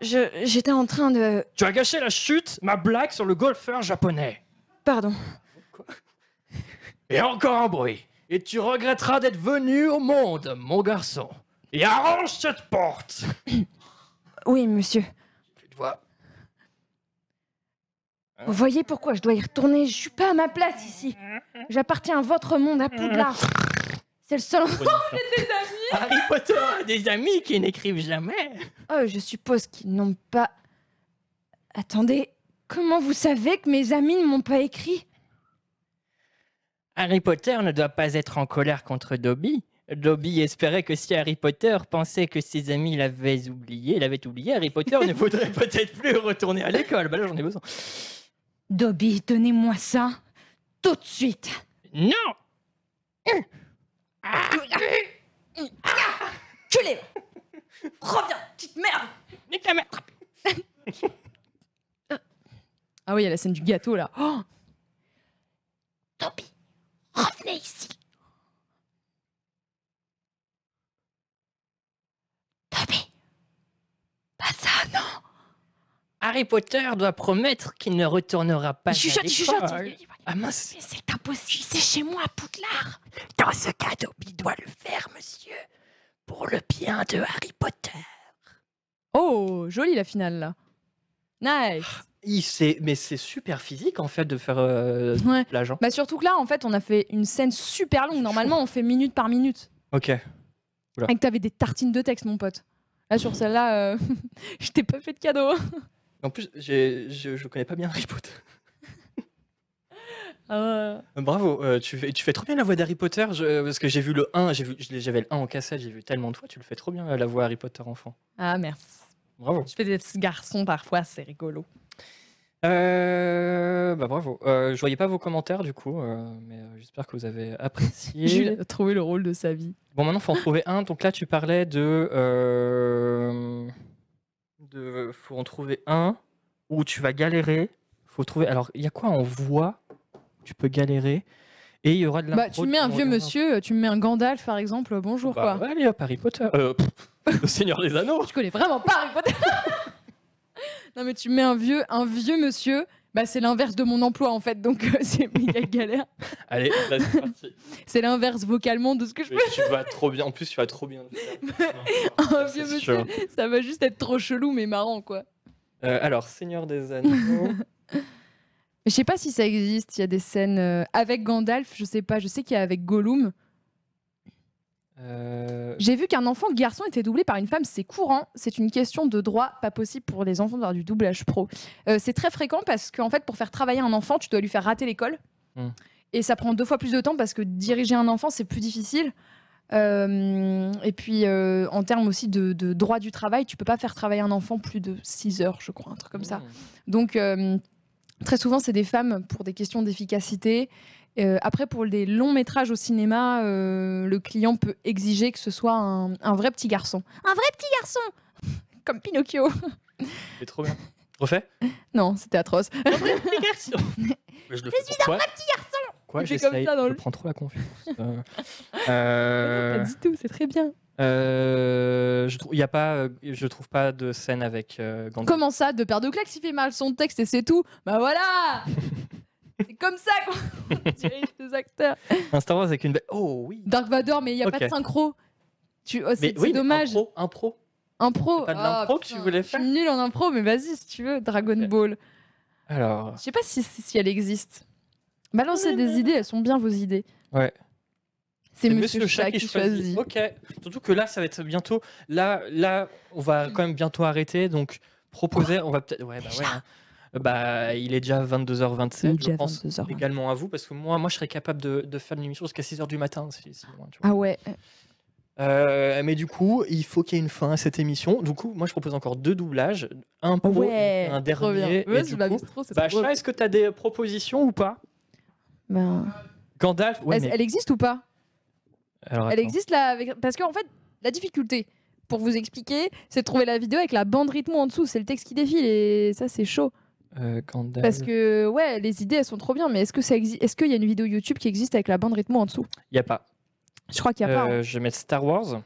B: J'étais en train de...
G: Tu as gâché la chute, ma blague sur le golfeur japonais.
B: Pardon.
G: Et encore un bruit. Et tu regretteras d'être venu au monde, mon garçon. Et arrange cette porte.
B: Oui, monsieur.
G: Tu te vois.
B: Vous voyez pourquoi je dois y retourner Je suis pas à ma place ici. J'appartiens à votre monde, à Poudlard. C'est le seul...
G: Harry Potter a des amis qui n'écrivent jamais.
B: Oh, je suppose qu'ils n'ont pas... Attendez, comment vous savez que mes amis ne m'ont pas écrit
G: Harry Potter ne doit pas être en colère contre Dobby. Dobby espérait que si Harry Potter pensait que ses amis l'avaient oublié, l'avaient oublié, Harry Potter ne voudrait peut-être plus retourner à l'école. Bah là, j'en ai besoin.
B: Dobby, donnez-moi ça. Tout de suite.
G: Non
F: Culé. Reviens, petite merde.
G: Mais ta mère-
B: Euh. Ah oui, il y a la scène du gâteau, là. Oh
F: Dobby, revenez ici. Dobby,
B: pas ça, non
G: Harry Potter doit promettre qu'il ne retournera pas à
F: chuchote, chuchote.
G: l'école. Ah mince
F: Mais c'est impossible, c'est chez moi, Poudlard.
G: Dans ce cas, Dobby doit le faire, monsieur. Pour le bien de Harry Potter.
B: Oh, jolie la finale, là. Nice
G: mais c'est super physique, en fait, de faire euh,
B: Ouais.
G: l'agent.
B: Bah surtout que là, en fait, on a fait une scène super longue. Normalement, on fait minute par minute.
G: Ok.
B: Et que t'avais des tartines de texte, mon pote. Là, sur celle-là, euh, je t'ai pas fait de cadeau.
G: En plus, j'ai- je, je connais pas bien Harry Potter.
B: Ah,
G: Bravo, euh, tu, fais, tu fais trop bien la voix d'Harry Potter, je- parce que j'ai vu le 1, j'ai vu- je l'ai- j'avais le 1 en cassette, j'ai vu tellement de fois, tu le fais trop bien euh, la voix Harry Potter enfant.
B: Ah, merci.
G: Bravo.
B: Je fais des petits garçons parfois, c'est rigolo.
G: Euh, bah bravo. Euh, je voyais pas vos commentaires du coup, euh, mais euh, j'espère que vous avez apprécié.
B: Jules a trouvé le rôle de sa vie.
G: Bon, maintenant, il faut en trouver un. Donc là, tu parlais de. Euh, de faut en trouver un où tu vas galérer. faut trouver. Alors, il y a quoi en voix Tu peux galérer. Et il y aura de la.
B: Bah, tu mets un vieux monsieur, tu mets un Gandalf par exemple, euh, bonjour quoi.
G: allez hop, Harry Potter. Euh, pff, le Seigneur des Anneaux.
B: Je connais vraiment pas Harry Potter. non mais tu mets un vieux, un vieux monsieur, bah c'est l'inverse de mon emploi en fait, donc euh, c'est méga galère.
G: Allez, là, c'est parti.
B: C'est l'inverse vocalement de ce que je
G: Mais tu vas trop bien. En plus, tu vas trop bien. le faire.
B: peux. un
G: c'est
B: vieux
G: sûr.
B: monsieur, ça va juste être trop chelou mais marrant quoi.
G: Euh, alors, Seigneur des Anneaux.
B: Mais je sais pas si ça existe, il y a des scènes euh, avec Gandalf, je sais pas, je sais qu'il y a avec Gollum.
A: Euh,
B: J'ai vu qu'un enfant garçon était doublé par une femme, c'est courant. C'est une question de droit, pas possible pour les enfants d'avoir du doublage pro. Euh, c'est très fréquent parce qu'en fait, pour faire travailler un enfant, tu dois lui faire rater l'école.
A: Hmm.
B: Et ça prend deux fois plus de temps parce que diriger un enfant, c'est plus difficile. Euh, et puis, euh, en termes aussi de, de droit du travail, tu peux pas faire travailler un enfant plus de 6 heures, je crois, un truc comme ça.
A: Hmm.
B: Donc, euh, très souvent, c'est des femmes pour des questions d'efficacité. Euh, après, pour des longs métrages au cinéma, euh, le client peut exiger que ce soit un, un vrai petit garçon. Un vrai petit garçon Comme Pinocchio.
A: C'est trop bien. Refais
B: Non, c'était atroce.
A: Mais Je, le fais pourquoi
F: Petit garçon
A: Quoi
B: Je fais
A: J'essaye,
B: comme ça dans
A: je
B: le-
A: prends trop la confiance. Euh, euh,
B: Pas du tout, c'est très bien.
A: euh, je trou- y a pas, euh, je trouve pas de scène avec euh, Gandhi.
B: Comment ça, de paires de claques, il fait mal son texte et c'est tout Bah voilà C'est comme ça qu'on dirige des acteurs.
A: Un Star Wars avec une belle. Oh oui.
B: Dark Vador, mais il n'y a pas
A: Ok.
B: de synchro. Tu... oh, c'est
A: Mais
B: c'est
A: oui, mais
B: dommage.
A: Impro, impro.
B: Impro.
A: C'est pas de
B: oh,
A: l'impro que tu
B: putain,
A: voulais
B: je suis
A: faire
B: nulle en impro, mais vas-y si tu veux. Dragon
A: Ok.
B: Ball.
A: Alors,
B: Je sais pas si, si, si elle existe. Balancez des idées, elles sont bien vos idées.
A: Ouais.
B: C'est Monsieur, Chat, qui choisit.
A: Ok. Surtout que là, ça va être bientôt. Là, là, on va quand même bientôt arrêter. Donc proposer, on va peut-être. Ouais, bah ouais. hein. Euh, Bah, il est déjà 22h27.
B: Il est déjà
A: je pense
B: 22h27.
A: également à vous parce que moi, moi, je serais capable de, de faire une émission jusqu'à 6h du matin. si- si loin, tu vois.
B: Ah ouais.
A: Euh, mais du coup, il faut qu'il y ait une fin à cette émission. Du coup, moi, je propose encore deux doublages, un pro,
B: Ouais.
A: un
B: trop bien.
A: dernier. Et
B: Ouais,
A: du
B: je
A: coup, bah,
B: m'amuse trop, c'est trop
A: Bacha,
B: drôle.
A: est-ce que tu as des propositions ou pas
B: Ben,
A: Gandalf, ouais,
B: est-ce-
A: mais-
B: Elle existe ou pas
A: Alors,
B: Elle
A: attends.
B: existe là avec... Parce qu'en fait, la difficulté, pour vous expliquer, c'est de trouver la vidéo avec la bande rythmo en dessous. C'est le texte qui défile et ça, c'est chaud.
A: Euh, Gandalf.
B: Parce que, ouais, les idées, elles sont trop bien, mais est-ce que ça existe Est-ce qu'il y a une vidéo YouTube qui existe avec la bande rythmo en dessous
A: Il n'y a pas.
B: Je crois qu'il y a pas. hein.
A: Euh, Je vais mettre Star Wars.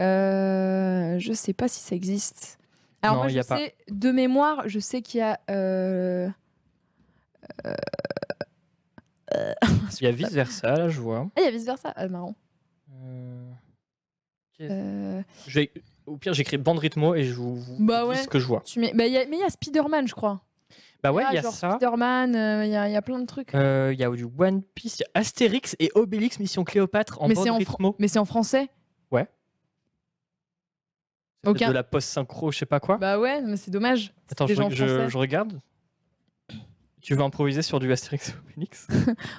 B: Euh, je sais pas si ça existe. Alors
A: Non,
B: moi,
A: il
B: je
A: y a
B: sais,
A: pas.
B: de mémoire, je sais qu'il y a... Euh... euh, euh,
A: Il y a vice versa, là, je vois.
B: Ah, il y a vice-versa. Ah, marrant.
A: Euh,
B: Euh,
A: je vais- Au pire, j'écris bande rythmo et je vous, vous
B: Bah
A: dis
B: ouais.
A: ce que je vois.
B: tu mets... bah, il y a... Mais il y a Spider-Man, je crois.
A: Bah ouais,
B: Ah,
A: il y a
B: genre
A: ça.
B: Spider-Man, euh, il y, a- il y a plein de trucs.
A: Euh, Il y a du One Piece, il y a Astérix et Obélix Mission Cléopâtre en
B: Mais
A: bande
B: c'est en fran-
A: rythmo.
B: Mais c'est en français
A: C'est peut-être
B: aucun.
A: De la post-synchro, je sais pas quoi.
B: Bah ouais, mais c'est dommage.
A: Attends,
B: des
A: je,
B: gens
A: je-
B: français.
A: je regarde. Tu veux improviser sur du Astérix et Obélix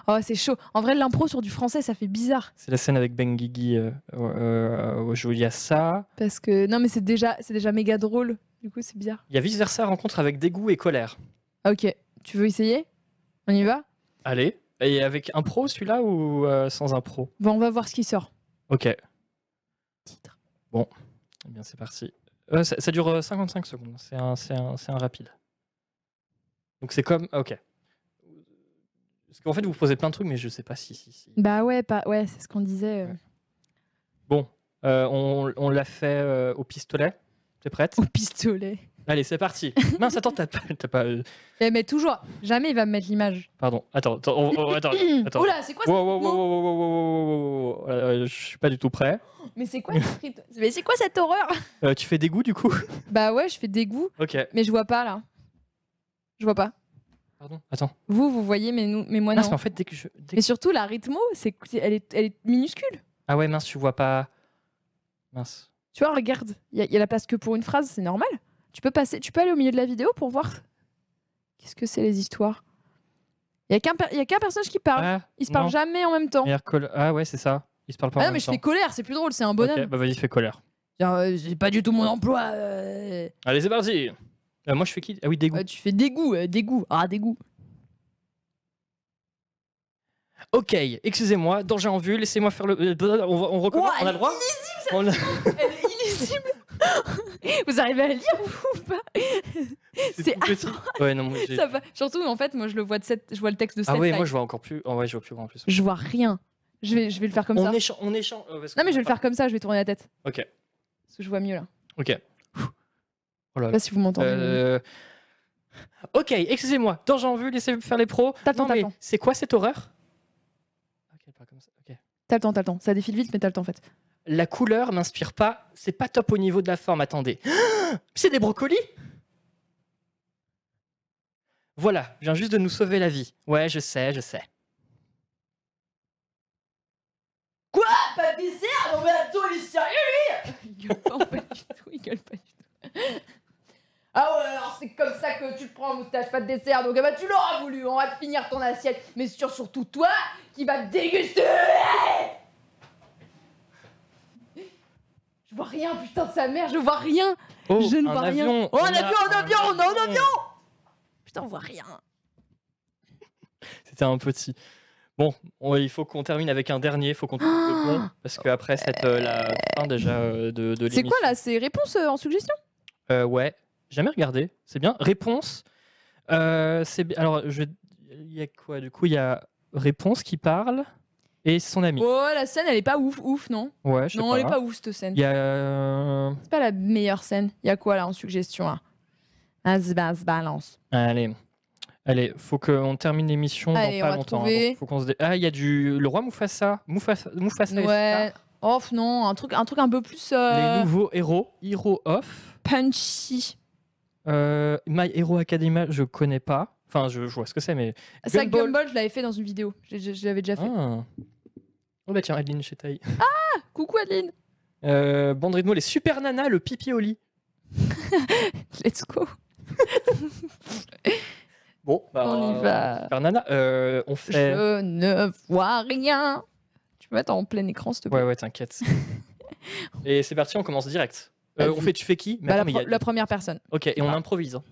B: Oh, c'est chaud. En vrai, l'impro sur du français, ça fait bizarre.
A: C'est la scène avec Ben Guigui. euh, euh, au jeu. il y a ça.
B: Parce que... Non, mais c'est déjà... c'est déjà méga drôle. Du coup, c'est bizarre.
A: Il y a vice versa, rencontre avec dégoût et colère.
B: Ah, ok. Tu veux essayer On y va
A: Allez. Et avec un pro celui-là ou euh, sans un pro
B: Bon, on va voir ce qui sort.
A: Ok.
B: Titre.
A: Bon, eh bien c'est parti. Euh, ça, ça dure euh, 55 secondes, c'est un, c'est un, c'est un rapide. Donc c'est comme... ah, Ok. Parce qu'en fait, vous posez plein de trucs, mais je sais pas si... si, si.
B: Bah ouais, pas... ouais c'est ce qu'on disait. euh,
A: Ouais. Bon, euh, on, on l'a fait euh, au pistolet. T'es prête
B: Au pistolet.
A: Allez, c'est parti. Mince, attends, t'as pas... t'as pas euh,
B: Mais, Eh, mais toujours, jamais il va me mettre l'image.
A: pardon, attends, attends, on- on- attends. attends.
B: Oula, c'est quoi
A: Wow, wow, wow, wow, wow, wow, wow, wow, wow, wow. Euh, Je suis pas du tout prêt.
B: cette- Mais c'est quoi ce cri- Mais c'est quoi cette horreur
A: Euh, tu fais des goûts du coup
B: Bah ouais, je fais dégoût,
A: Ok.
B: mais je vois pas là. Je vois pas.
A: Pardon. Attends.
B: Vous, vous voyez, mais, nous, mais moi
A: Ah,
B: non.
A: en fait, dès que je... dès que-
B: Mais surtout, la rythmo, c'est... c'est- Elle, est... elle est minuscule.
A: Ah ouais, mince, tu vois pas. Mince.
B: Tu vois, regarde, il y, a- il y a la place que pour une phrase, c'est normal. Tu peux, passer... tu peux aller au milieu de la vidéo pour voir. Qu'est-ce que c'est les histoires Il y a qu'un per- il y a qu'un personnage qui parle.
A: Ah,
B: Ils se parlent
A: non.
B: jamais en même temps.
A: Meilleur col- Ah ouais, c'est ça. Ils se parlent pas en
B: Ah non,
A: même
B: mais je
A: temps.
B: fais colère, c'est plus drôle, c'est un
A: Ok,
B: bonhomme.
A: bah vas-y, fais colère.
B: Tiens, euh, c'est pas du tout mon emploi. euh.
A: Allez, c'est parti Euh, Moi, je fais qui Ah oui, dégoût.
B: Euh, tu fais dégoût, euh, dégoût, ah dégoût.
A: Ok, excusez-moi, danger en vue, laissez-moi faire le. euh, On, va- on recommence,
B: Ouah,
A: on a le droit On a-
B: Elle est illisible. Vous arrivez à lire vous, ou pas C'est
A: tout petit. Ouais, non, moi, j'ai-
B: Ça va. Surtout en fait, moi je le vois de cette, je vois le texte de cette
A: Ah ouais,
B: taille.
A: moi, je vois encore plus. Oh, ouais, je vois plus grand en plus.
B: Je vois rien. Je vais, je vais le faire comme
A: on
B: ça.
A: échange. On échange. euh, parce
B: Non
A: qu'on
B: mais je vais
A: a
B: le
A: pas-
B: faire comme ça. Je vais tourner la tête.
A: Ok.
B: Parce que je vois mieux là.
A: Ok. Oh là
B: Je
A: là.
B: sais pas si vous m'entendez.
A: Euh, Ok, excusez-moi, danger en vue, laissez-moi faire les pros.
B: T'attends,
A: Non, mais
B: t'attends.
A: c'est quoi cette horreur Ok, pas comme ça. Ok.
B: T'as le temps, t'as le temps. Ça défile vite, mais t'as le temps en fait.
A: la couleur m'inspire pas, c'est pas top au niveau de la forme, attendez. C'est des brocolis Voilà, je viens juste de nous sauver la vie. Ouais, je sais, je sais.
B: Quoi Non, pas du tout, il gueule pas du tout. Ah ouais, alors c'est comme ça que tu le prends, moustache, pas de dessert, donc ah bah, tu l'auras voulu, on va te finir ton assiette, mais c'est sûr, surtout toi qui vas te déguster Je vois rien, putain de sa mère, je vois rien
A: Oh,
B: Je ne
A: un
B: vois rien.
A: avion. Oh.
B: Oh, un
A: On a
B: avion, un avion, on a un
A: avion
B: Putain, on voit rien
A: C'était un petit. Bon, on- il faut qu'on termine avec un dernier, il faut qu'on trouve le bon, parce qu'après cette euh, la fin déjà euh, de, de
B: C'est quoi
A: l'émission.
B: là C'est réponse en suggestion
A: Euh, ouais, jamais regardé, c'est bien. Réponse. Euh, c'est bi- Alors, je... il y a quoi du coup Il y a Réponse qui parle et son ami.
B: Oh, la scène, elle est pas ouf, ouf, non
A: Ouais, je sais
B: Non, elle est
A: pas.
B: pas ouf cette scène.
A: Il y a. euh,
B: C'est pas la meilleure scène. Il y a quoi là en suggestion là Vas-y, vas-y, balance.
A: Allez. Allez, faut qu'on termine l'émission dans
B: Allez, on
A: pas
B: va
A: longtemps. hein,
B: trouver.
A: donc faut qu'on se dé- Ah, il y a du le roi Mufasa, Mufasa, Mufasa et
B: Ouais. Off, non, un truc, un truc un peu plus
A: Scar,
B: euh,
A: les nouveaux héros, Hero of,
B: punchy.
A: euh, My Hero Academia, je connais pas. Enfin, je, je vois ce que c'est, mais.
B: Ça,
A: Gumball.
B: Gumball, je l'avais fait dans une vidéo. Je, je- je l'avais déjà fait.
A: Ah. Oh bah tiens, Adeline Chetaille.
B: Coucou Adeline,
A: Euh, bande rythmo, les Super Nana, le pipi au lit.
B: let's go.
A: Bon, bah,
B: On y va.
A: Super Nana, euh, on fait.
B: Je ne vois rien. Tu peux mettre en plein écran, s'il te plaît.
A: Ouais, ouais, t'inquiète. et c'est parti, on commence direct. Euh,
B: Vas-y.
A: on fait tu fais qui Mais
B: Bah, la,
A: attends, mais il y
B: pro-
A: a-
B: la première personne.
A: Ok, et on improvise. hein.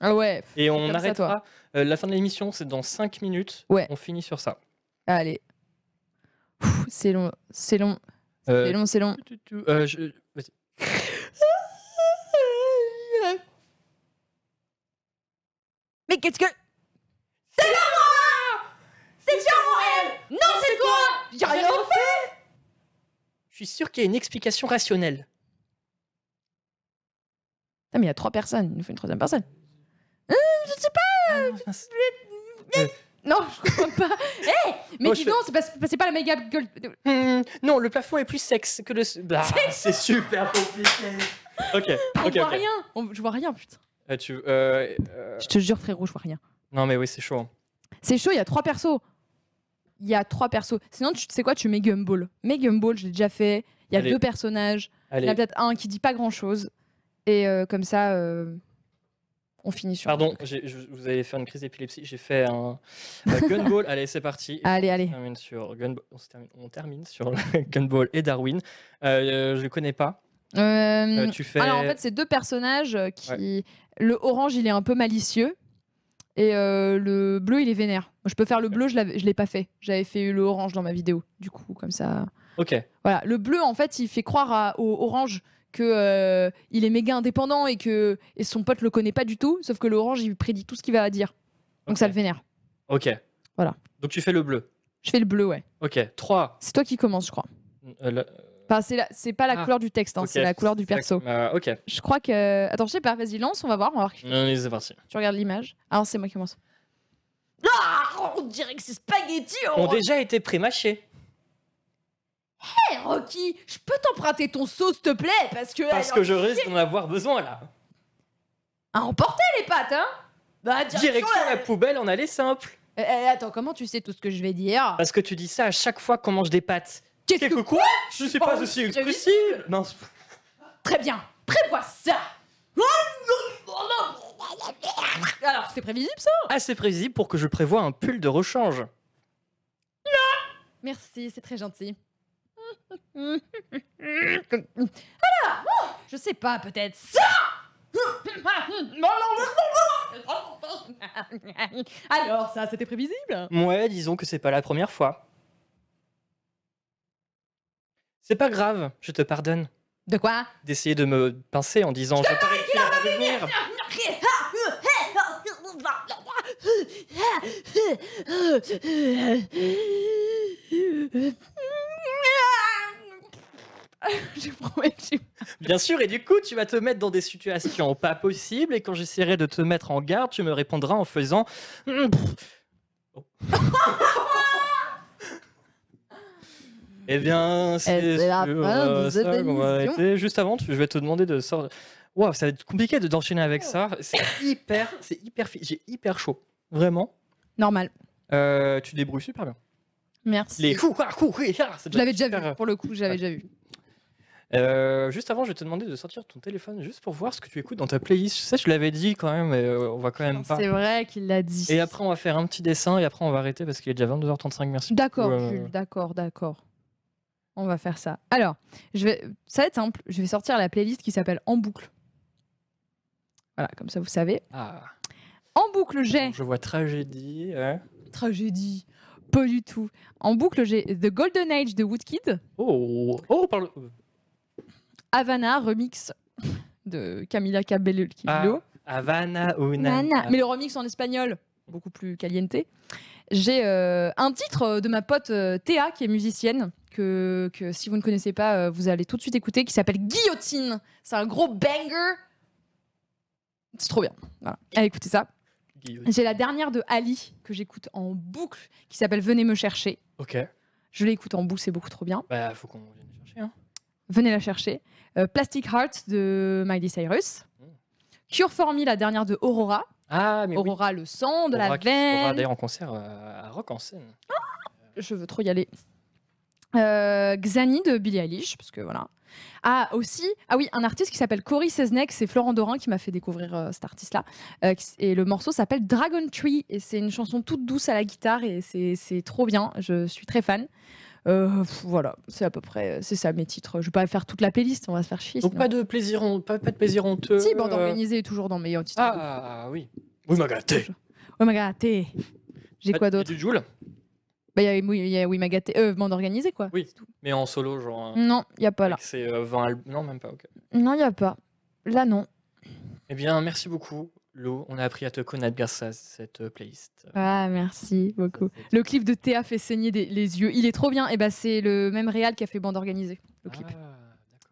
B: Ah ouais. pff,
A: Et
B: comme
A: on
B: ça,
A: arrête
B: toi.
A: pas. Euh, la fin de l'émission, c'est dans 5 minutes.
B: Ouais.
A: On finit sur ça.
B: Allez. Pff, C'est long, c'est long,
A: Euh,
B: c'est long, c'est long.
A: tu- tu- euh, je- vas-y.
B: Mais qu'est-ce que
F: C'est sûr, mon rêve Non, c'est toi
B: J'ai rien fait
A: Je suis sûr qu'il y a une explication rationnelle.
B: mais il y a trois personnes, il nous faut une troisième personne. Euh,
A: Ah, mince.
B: Non, je comprends pas. Hé Mais
A: Oh,
B: dis
A: je-
B: donc, c'est pas, c'est pas la méga gueule. de-
A: Hmm, non, le plafond est plus sexe que le. s- Bah, c'est super compliqué. ok,
B: On
A: ok,
B: voit
A: ok.
B: rien On- Je vois rien, putain.
A: Euh, tu, euh, euh,
B: Je te jure, frérot, je vois rien.
A: Non, mais oui, c'est chaud. hein.
B: C'est chaud, il y a trois persos. Il y a trois persos. Sinon, tu tu sais quoi, tu mets Gumball. Mets Gumball, je l'ai déjà fait. Il y a
A: Allez.
B: deux personnages. Il y en
A: Allez,
B: a peut-être un qui dit pas grand-chose. Et euh, comme ça, euh, on finit sur.
A: pardon, j'ai- je, vous allez faire une crise d'épilepsie. J'ai fait un euh, Gunball. allez, c'est parti.
B: Allez,
A: On
B: allez.
A: termine sur Gunball. On, se termine, on termine sur le Gunball et Darwin. Euh, je le connais pas.
B: Euh,
A: Euh, tu fais.
B: Alors en fait, c'est deux personnages euh, qui. Le orange, il est un peu malicieux. Et euh, le bleu, il est vénère. Moi, Je peux faire le bleu, je l'avais- je l'ai pas fait. J'avais fait le orange dans ma vidéo. Du coup, comme ça.
A: Ok.
B: Voilà, le bleu en fait, il fait croire à- au orange que euh, il est méga indépendant et que et son pote le connaît pas du tout, sauf que l'orange il prédit tout ce qu'il va dire. Donc
A: Ok.
B: ça le vénère.
A: Ok.
B: Voilà.
A: Donc tu fais le bleu.
B: Je fais le bleu, ouais.
A: Ok. Euh, 3.
B: C'est toi qui commence, je crois. Enfin, c'est la- c'est pas la
A: Ah,
B: couleur du texte, hein, c'est la couleur du perso.
A: euh, ok.
B: Je crois que attends, je sais pas, vas-y, lance, on va voir, on va voir.
A: Non, mais c'est parti.
B: Tu regardes l'image. Ah, non, c'est moi qui commence.
F: Ah, on dirait que c'est spaghetti oh,
A: Ont
F: on...
A: déjà été pré-mâchés.
F: Hé, Rocky, je peux t'emprunter ton seau, s'il te plaît, parce que...
A: Parce que je risque d'en avoir besoin là.
F: À emporter, les pattes, hein Bah,
A: Direction la poubelle, on allait simple.
B: Eh, eh, attends, comment tu sais tout ce que je vais dire
A: Parce que tu dis ça à chaque fois qu'on mange des pâtes.
B: Qu'est-ce que-
A: Bah, quoi Je suis
B: pas
A: pas aussi
B: prévisible.
A: expressible. Non, c'est-
F: Très bien, prévois ça
A: Ah,
B: Alors, c'était prévisible ça
A: assez prévisible pour que je prévoie un pull de rechange.
B: Merci, c'est très gentil. Alors, je sais pas, peut-être ça Alors, ça, c'était prévisible
A: Ouais, disons que c'est pas la première fois. C'est pas grave, je te pardonne.
B: De quoi
A: D'essayer de me pincer en disant je parie qu'il va revenir.
B: Je promets que j'ai-
A: Bien sûr, et du coup, tu vas te mettre dans des situations pas possibles, et quand j'essaierai de te mettre en garde, tu me répondras en faisant. Hmm, pff. Oh. eh bien,
B: Et
A: c'est
B: c'est la
A: sur,
B: fin de
A: euh,
B: cette
A: ça qu'on va
B: émission.
A: arrêter. Juste avant, tu- je vais te demander de sortir. Waouh, ça va être compliqué de d'enchaîner avec ça. C'est hyper, c'est hyper, fi- j'ai hyper chaud, vraiment.
B: Normal.
A: Euh, tu débrouilles super bien.
B: Merci.
A: Les coups, ah, coups, oui, ah, ça
B: Je
A: doit
B: l'avais
A: être
B: déjà
A: super,
B: vu, pour le coup, je l'avais déjà vu.
A: Euh, juste avant, je vais te demander de sortir ton téléphone juste pour voir ce que tu écoutes dans ta playlist. Je sais, je l'avais dit quand même, mais euh, on va quand même pas.
B: C'est vrai qu'il l'a dit.
A: Et après, on va faire un petit dessin et après, on va arrêter parce qu'il est déjà 22h35. Merci.
B: D'accord,
A: beaucoup, euh,
B: Jules, d'accord, d'accord. On va faire ça. Alors, je vais... ça va être simple. Je vais sortir la playlist qui s'appelle En boucle. Voilà, comme ça vous savez.
A: Ah,
B: En boucle, j'ai.
A: je vois tragédie. hein.
B: Tragédie. Pas du tout. En boucle, j'ai The Golden Age de Woodkid,
A: Oh, oh, parle.
B: Havana remix de Camila Cabello.
A: Ah, Havana Ah, ou
B: Nana. Mais le remix en espagnol, beaucoup plus caliente. J'ai euh, un titre euh, de ma pote euh, Théa, qui est musicienne, que, que si vous ne connaissez pas, euh, vous allez tout de suite écouter, qui s'appelle Guillotine. C'est un gros banger. C'est trop bien. Voilà. Allez, écoutez ça. J'ai la dernière de Ali, que j'écoute en boucle, qui s'appelle Venez me chercher.
A: Ok,
B: Je l'écoute en boucle, c'est beaucoup trop bien.
A: bah faut qu'on vienne chercher. Hein.
B: Venez la chercher. Euh, Plastic Heart de Miley Cyrus. Cure for Me, la dernière de Aurora.
A: Ah, Mm. mais oui.
B: Aurora le sang, de la
A: Aura qui sera
B: veine.
A: d'ailleurs en concert euh, à Rock en scène.
B: Je veux trop y aller. Euh, Xani de Billie Eilish, parce que voilà. Ah, aussi, ah oui, un artiste qui s'appelle Cory Seznek, c'est Florent Dorin qui m'a fait découvrir euh, cet artiste-là. Euh, qui s- et le morceau s'appelle Dragon Tree, et c'est une chanson toute douce à la guitare, et c'est c'est trop bien, je suis très fan. Euh, pff, voilà, c'est à peu près, euh, c'est ça mes titres. Je vais pas faire toute la playlist, on va se faire chier.
A: Donc
B: sinon.
A: pas de plaisir, hon- pas, pas de plaisir honteux.
B: Si, bande
A: euh,
B: organisée est toujours dans mes euh, titres.
A: Ah oui. Oui, Magaté.
B: Oh my god, t'es- J'ai quoi d'autre
A: Du Joule,
B: Bah, il y a, oui, il y a oui, Magaté, euh, bande organisée quoi.
A: Oui. mais en solo, genre. hein,
B: Non, il y a pas là.
A: avec ses, euh, 20 al- Non, même pas, ok.
B: Non, il n'y a pas. Là, non.
A: Eh bien, merci beaucoup, Lo. On a appris à te connaître grâce à cette euh, playlist.
B: Ah, merci beaucoup. Le clip de Théa fait saigner des- les yeux. Il est trop bien. Et bah, c'est le même réal qui a fait Bande Organisée, le clip.
A: Ah, d'accord.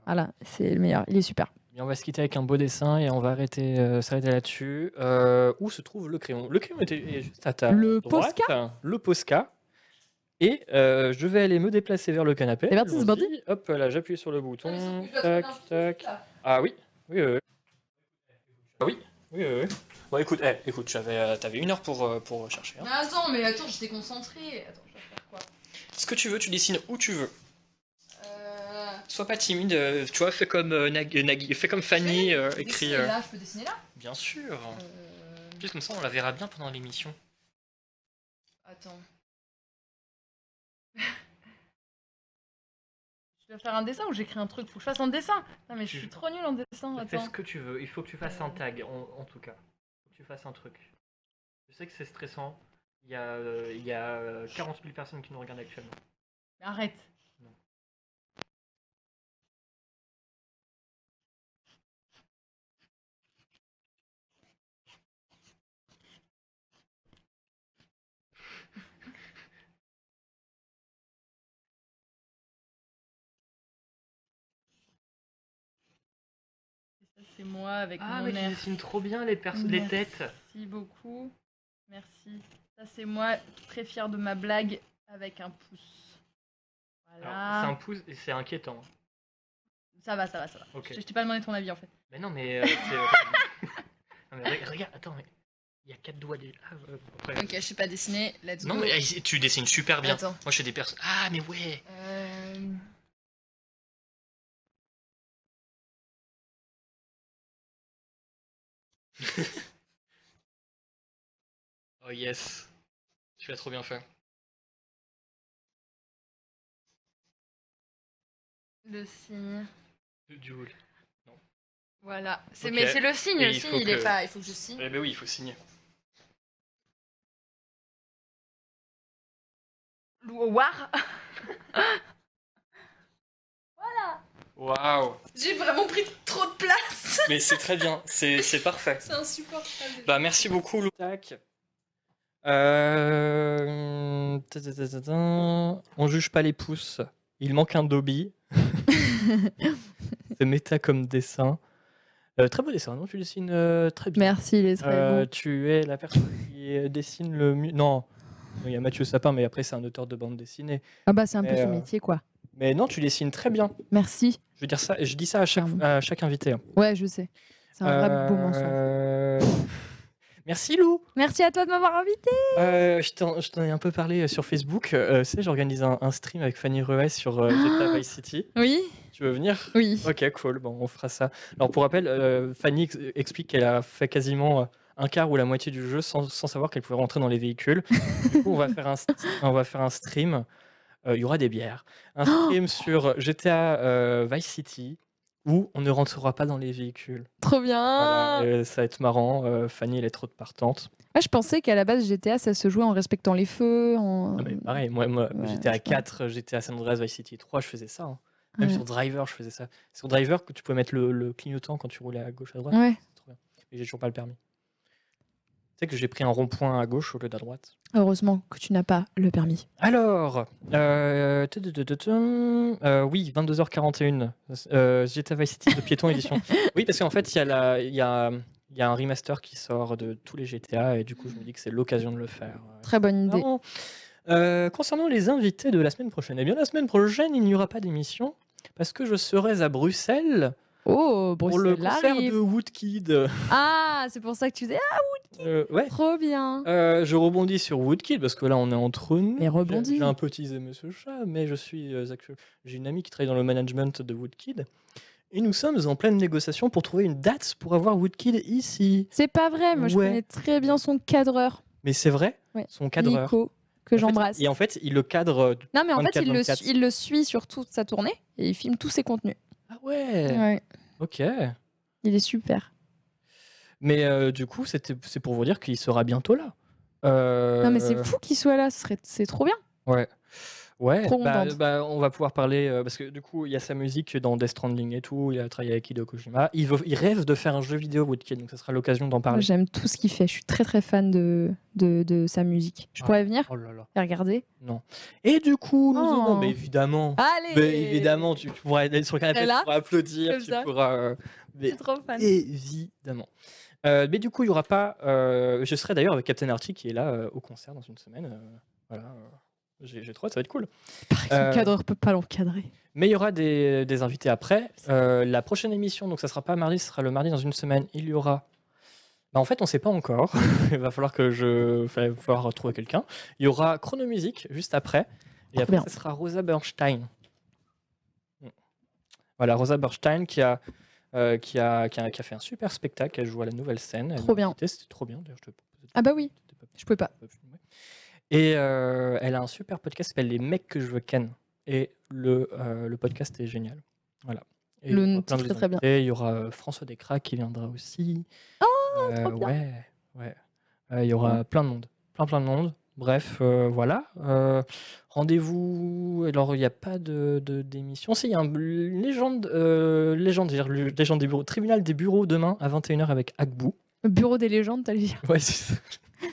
B: Voilà, c'est le meilleur. Il est super.
A: Bien, on va se quitter avec un beau dessin et on va arrêter, euh, s'arrêter là-dessus. Euh, où se trouve le crayon Le crayon était est juste à ta
B: Le
A: droite. Le Posca. Et euh, je vais aller me déplacer vers le canapé.
B: C'est parti, c'est parti.
A: Allons-y. Hop là, j'appuie sur le bouton. Tac, tac. Ah oui, oui, oui. oui. Ah oui, oui, oui. oui. Bon, écoute, eh, écoute, j'avais, euh, t'avais une heure pour, euh, pour chercher. hein.
B: attends, mais attends, j'étais concentrée. Attends, je vais faire quoi
A: Ce que tu veux, tu dessines où tu veux. Sois pas timide, euh, tu vois, fais comme, euh, Nag- Nagui- fais comme Fanny, euh, écrit. euh,
B: là, je peux dessiner là
A: Bien sûr.
F: Euh,
A: Puis comme ça, on la verra bien pendant l'émission.
B: Attends. je dois faire un dessin ou j'écris un truc Faut que je fasse un dessin Non, mais je suis trop nulle en dessin.
A: Fais
B: Attends.
A: ce que tu veux, il faut que tu fasses un tag, en, en tout cas. Faut que tu fasses un truc. Je sais que c'est stressant, il y, a, euh, il y a euh, 40 000 personnes qui nous regardent actuellement.
B: Arrête. Ça, C'est moi avec
A: Ah,
B: mon
A: mais tu
B: air.
A: dessines trop bien les, perso- les
B: Merci.
A: têtes.
B: Merci beaucoup. Merci. Ça, c'est moi, très fière de ma blague avec un pouce.
A: Alors,
B: Voilà.
A: C'est un pouce et c'est inquiétant.
B: Ça va, ça va, ça va.
A: Ok.
B: Je, je t'ai pas demandé ton avis en fait.
A: Mais non, mais. euh, c'est- non, mais re- regarde, attends, mais. Il y a quatre doigts. des- Ah, euh, après.
B: Ok, je sais pas dessiner. Let's
A: Non,
B: go.
A: mais eh, tu dessines super bien.
B: Attends.
A: Moi, je fais des personnes. Ah, mais ouais!
B: Euh,
A: Oh yes, tu l'as trop bien fait.
B: le signe.
A: Du, du houle.
B: Voilà. C'est
A: Ok.
B: mais c'est le signe.
A: Et
B: le
A: il
B: signe,
A: faut
B: il est
A: que-
B: pas. Il faut que je signe.
A: Eh ben oui, il faut signer.
B: War.
A: Waouh!
B: J'ai vraiment pris trop de place. hein,
A: Mais c'est très bien, c'est c'est parfait.
B: C'est insupportable.
A: Bah merci beaucoup, Lou. Tac. Euh... ta, ta, ta, ta, ta. On juge pas les pouces. Il manque un Dobby. c'est méta comme dessin. Euh, très beau dessin, non? Tu dessines euh, très bien.
B: Merci, il est
A: Euh, tu es la personne qui euh, dessine le mieux. Non, il y a Mathieu Sapin, mais après, c'est un auteur de bande dessinée.
B: Ah bah c'est un peu
A: mais,
B: son
A: euh,
B: métier quoi.
A: Mais non, tu dessines très bien.
B: Merci.
A: Je, veux dire ça, je dis ça à chaque, hein.
B: Clairement.
A: à chaque invité.
B: Ouais, je sais. C'est un vrai beau mensonge.
A: Euh, Merci Lou.
B: Merci à toi de m'avoir invité.
A: Euh, je t'en je t'en ai un peu parlé euh, sur Facebook. Euh, tu sais, j'organise un, un stream avec Fanny Ruet sur euh, Jetta Vice City.
B: Oui,
A: Tu veux venir
B: oui.
A: Ok, cool. Bon, on fera ça. Alors, pour rappel, euh, Fanny ex- explique qu'elle a fait quasiment euh, un quart ou la moitié du jeu sans, sans savoir qu'elle pouvait rentrer dans les véhicules. du coup, on va faire un, st- on va faire un stream. Euh, Il y aura des bières. Un stream sur GTA euh, Vice City où on ne rentrera pas dans les véhicules.
B: Trop bien.
A: Voilà,
B: Ah.
A: euh, ça va être marrant. euh, Fanny, elle est trop de partante.
B: Moi, Ah, je pensais qu'à la base, GTA, ça se jouait en respectant les feux. En...
A: Ah, mais pareil, moi, moi,
B: Mm. Ouais,
A: j'étais à
B: je
A: 4, j'étais à San Andreas Vice City 3, je faisais ça. hein. Même
B: Ouais.
A: sur Driver, je faisais ça. Sur Driver, que tu pouvais mettre le, le clignotant quand tu roulais à gauche, à droite.
B: Ouais.
A: Mais j'ai toujours pas le permis. Tu sais que j'ai pris un rond-point à gauche au lieu d'à droite.
B: Heureusement que tu n'as pas le permis.
A: Alors, euh, tu- tu- tu- tu- tu- euh, oui, 22h41, euh, GTA Vice City de Piéton Édition. Oui, parce qu'en fait, il y, a la- il y, a, il y a un remaster qui sort de tous les GTA et du coup, je me dis que c'est l'occasion de le faire.
B: Très bonne idée.
A: Vraiment. Euh, concernant les invités de la semaine prochaine, eh bien la semaine prochaine, il n'y aura pas d'émission parce que je serai à Bruxelles
B: Oh,
A: pour le
B: Bruxelles
A: concert
B: arrive.
A: de Woodkid.
B: Ah, c'est pour ça que tu disais. Ah,
A: Euh, ouais.
B: trop bien.
A: Euh, je rebondis sur Woodkid parce que là on est entre nous.
B: Mais rebondis.
A: J'ai j'ai un peu teasé Monsieur Chat, mais je suis euh, actu- j'ai une amie qui travaille dans le management de Woodkid et nous sommes en pleine négociation pour trouver une date pour avoir Woodkid ici.
B: C'est pas vrai, moi je
A: Ouais.
B: connais très bien son cadreur,
A: Mais c'est vrai,
B: Ouais.
A: son cadreur.
B: Nico,
A: En
B: que
A: fait,
B: j'embrasse.
A: Et en fait, il le cadre. euh,
B: Non, mais en fait, il le,
A: 24.
B: il le suit sur toute sa tournée et il filme tous ses contenus.
A: Ah ouais.
B: Ouais,
A: Ok.
B: il est super.
A: Mais euh, du coup, c'était- c'est pour vous dire qu'il sera bientôt là. Euh,
B: Non, mais c'est fou qu'il soit là, ce serait- c'est trop bien.
A: Ouais. Ouais,
B: Trop
A: bah,
B: contente.
A: bah, on va pouvoir parler, euh, parce que du coup, il y a sa musique dans Death Stranding et tout, il a travaillé avec Hideo Kojima. Il, veut- il rêve de faire un jeu vidéo Woodkid, donc ça sera l'occasion d'en
B: Moi,
A: parler.
B: J'aime tout ce qu'il fait, je suis très très fan de, de, de sa musique. Je
A: Ah.
B: pourrais venir
A: Oh là là.
B: et regarder.
A: Et du coup, nous
B: Oh.
A: aurons, mais évidemment,
B: Allez
A: mais évidemment, tu, tu pourras aller sur le canapé,
B: Et là,
A: tu pourras applaudir,
B: comme
A: tu
B: ça.
A: pourras... euh, mais-
B: Je suis trop fan.
A: Évidemment. Euh, mais du coup, il n'y aura pas. euh, je serai d'ailleurs avec Captain Archie qui est là euh, au concert dans une semaine. euh, voilà. euh, j'ai j'ai trop hâte, ça va être cool.
B: Pareil,
A: Euh,
B: son cadreur peut pas l'encadrer.
A: Mais il y aura des, des invités après. Euh, la prochaine émission, donc ça sera pas mardi, ce sera le mardi dans une semaine. Il y aura. Bah, en fait, on ne sait pas encore. il va falloir que je. Il va falloir trouver quelqu'un. Il y aura Chronomusique juste après. Et
B: Trop
A: après,
B: Ah, bien.
A: ce sera Rosa Bernstein. Mm. Voilà, Rosa Bernstein qui a, euh, qui, a, qui, a, qui a fait un super spectacle. Elle joue à la nouvelle scène. Elle
B: Trop
A: m'a
B: bien.
A: invité, C'était trop bien. D'ailleurs, je te propose de-
B: Ah bah oui.
A: de- de-
B: Je pouvais pas.
A: et euh, elle a un super podcast qui s'appelle Les mecs que je veux ken. Et le, euh, le podcast est génial. Voilà. Et
B: Le
A: il y
B: nom,
A: aura plein de
B: c'est très, très bien. Ah,
A: invités. Il y aura euh, François Descraques qui viendra aussi. Euh,
B: trop bien.
A: Ouais, ouais. Euh, il y aura plein de monde. Plein, plein de monde. Bref, euh, voilà. Euh, Rendez-vous. Alors, il n'y a pas de de- d'émission. si, il y a un légende, euh, légende, c'est-à-dire le- légende des bureaux, tribunal des bureaux demain à 21h avec Agbou.
B: Le Bureau des légendes, t'allais dire.
A: Ouais, c'est ça.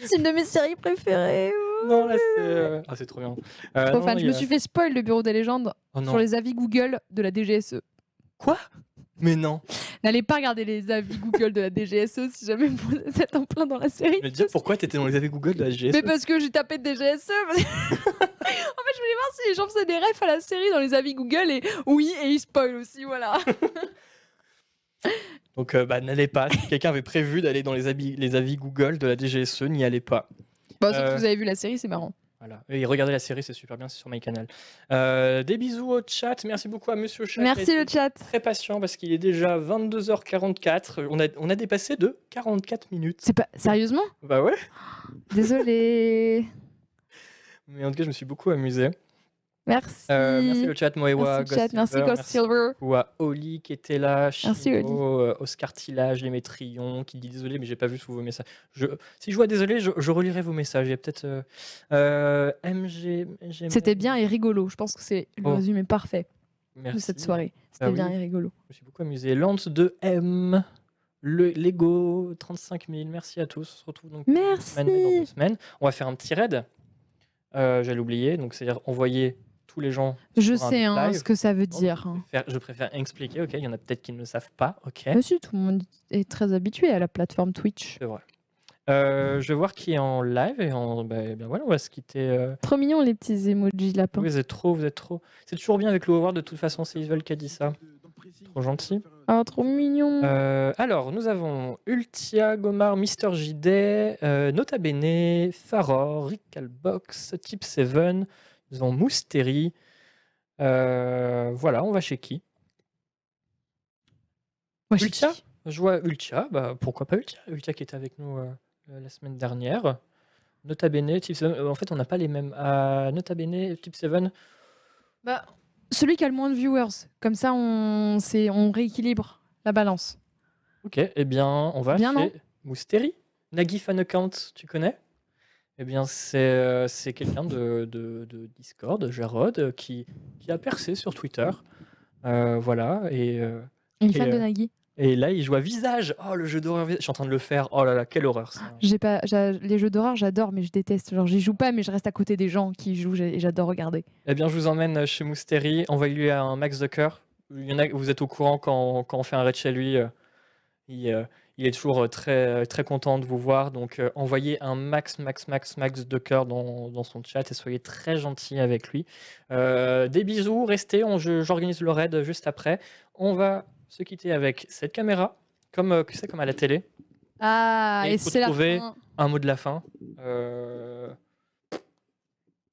B: C'est une de mes séries préférées.
A: Non, là, c'est. euh, Ah, c'est trop bien. Euh,
B: Trop
A: non,
B: fan.
A: il
B: Je
A: y
B: me
A: a-
B: suis fait spoil le Bureau des légendes
A: Oh non.
B: sur les avis Google de la DGSE.
A: Quoi Mais non.
B: N'allez pas regarder les avis Google de la DGSE E si jamais vous êtes en plein dans la série.
A: Mais déjà, pourquoi t'étais dans les avis Google de la E? GSE
B: Mais parce que j'ai tapé DGSE. E, parce que- en fait, je voulais voir si les gens faisaient des refs à la série dans les avis Google et oui, et ils spoilent aussi, voilà.
A: Donc, euh, bah, n'allez pas. Si quelqu'un avait prévu d'aller dans les avis, les avis Google de la DGSE, E, n'y allez pas.
B: Bon, Bah, surtout
A: Euh.
B: que vous avez vu la série, c'est marrant.
A: Voilà. Et regardez la série, c'est super bien, c'est sur MyCanal. Euh, des bisous au chat. Merci beaucoup à Monsieur Chat. qui a
B: Merci
A: été
B: le chat.
A: Très patient parce qu'il est déjà 22h44. On a, on a dépassé de 44 minutes.
B: C'est pas sérieusement
A: Bah ouais.
B: Désolé.
A: Mais en tout cas, je me suis beaucoup amusé.
B: Merci.
A: Euh, merci le chat, Moewa.
B: Merci le chat, merci
A: Silver,
B: Ghost Silver.
A: ou à Oli qui était là, Chiro,
B: Merci, Oli.
A: euh, Oscar Tillage, Démétrion, qui dit désolé, mais j'ai pas vu sous vos messages. Je, si je vois désolé, je, je relirai vos messages. Il y a peut-être euh, euh, MG. MG,
B: C'était bien et rigolo. Je pense que c'est le
A: Oh.
B: résumé parfait
A: Merci.
B: de cette soirée. C'était
A: Ah oui.
B: bien et rigolo.
A: Je me suis beaucoup amusé. Lance 2M, le Lego 35 000. Merci à tous. On se retrouve donc
B: Merci.
A: semaine, mais dans deux semaines. On va faire un petit raid. Euh, J'allais oublier. Donc c'est-à-dire envoyer tous les gens.
B: Je
A: sur un
B: sais hein,
A: live. Oh.
B: ce que ça veut
A: Non,
B: dire. hein.
A: Je préfère, je préfère expliquer. Ok, il y en a peut-être qui ne le savent pas. Ok.
B: Monsieur, tout le monde est très habitué à la plateforme Twitch.
A: C'est vrai. Euh, je vais voir qui est en live et en, bah, eh bien voilà, on va se quitter. euh.
B: Trop mignon les petits emojis lapins.
A: Vous êtes trop, vous êtes trop. C'est toujours bien avec le Howard de toute façon, c'est Isval qui a dit ça. Trop gentil.
B: Ah, trop mignon.
A: Euh, alors, nous avons Ultia, Gomar, Mister JD, euh, Nota Bene, Faror, Ricalbox, Type 7, nous avons Mousteri. Euh, voilà, on va chez qui
B: Moi, je
A: Ultia
B: kiffe.
A: Je vois Ultia, bah, pourquoi pas Ultia Ultia qui était avec nous euh, euh, la semaine dernière. Nota Bene, Type 7, euh, en fait, on n'a pas les mêmes. Euh, Nota Bene, Type 7,
B: Bah, celui qui a le moins de viewers. Comme ça, on, c'est- on rééquilibre la balance.
A: Ok, eh bien, on va
B: Bien, non
A: chez Mousteri. Nagui Fan Account, tu connais Eh bien, c'est euh, c'est quelqu'un de, de- de Discord, Jarod, euh, qui, qui a percé sur Twitter. Euh, voilà, et, euh,
B: Il est
A: Et,
B: fan de
A: euh,
B: Nagui.
A: et là, il joue à Visage. Oh, le jeu d'horreur. Visage. Je suis en train de le faire. Oh là là, quelle horreur ça.
B: J'ai pas, j'a- les jeux d'horreur, j'adore, mais je déteste. Genre, j'y joue pas, mais je reste à côté des gens qui y jouent j'ai- et j'adore regarder.
A: Eh bien, je vous emmène chez Mousteri. Envoyez-lui un max de cœur. Il y en a, vous êtes au courant quand, quand on fait un raid chez lui. euh, Il, euh, il est toujours euh, très, euh, très content de vous voir. Donc, euh, envoyez un max, max, max, max de cœur dans, dans son chat et soyez très gentil avec lui. Euh, des bisous. Restez. on- je- J'organise le raid juste après. On va se quitter avec cette caméra. Comme, euh, c'est comme à la télé.
B: Ah,
A: Et
B: et,
A: il faut
B: c'est la
A: trouver-
B: fin
A: Un mot de la fin. Euh,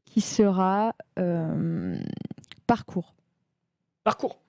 B: qui sera euh, parcours.
A: parcours.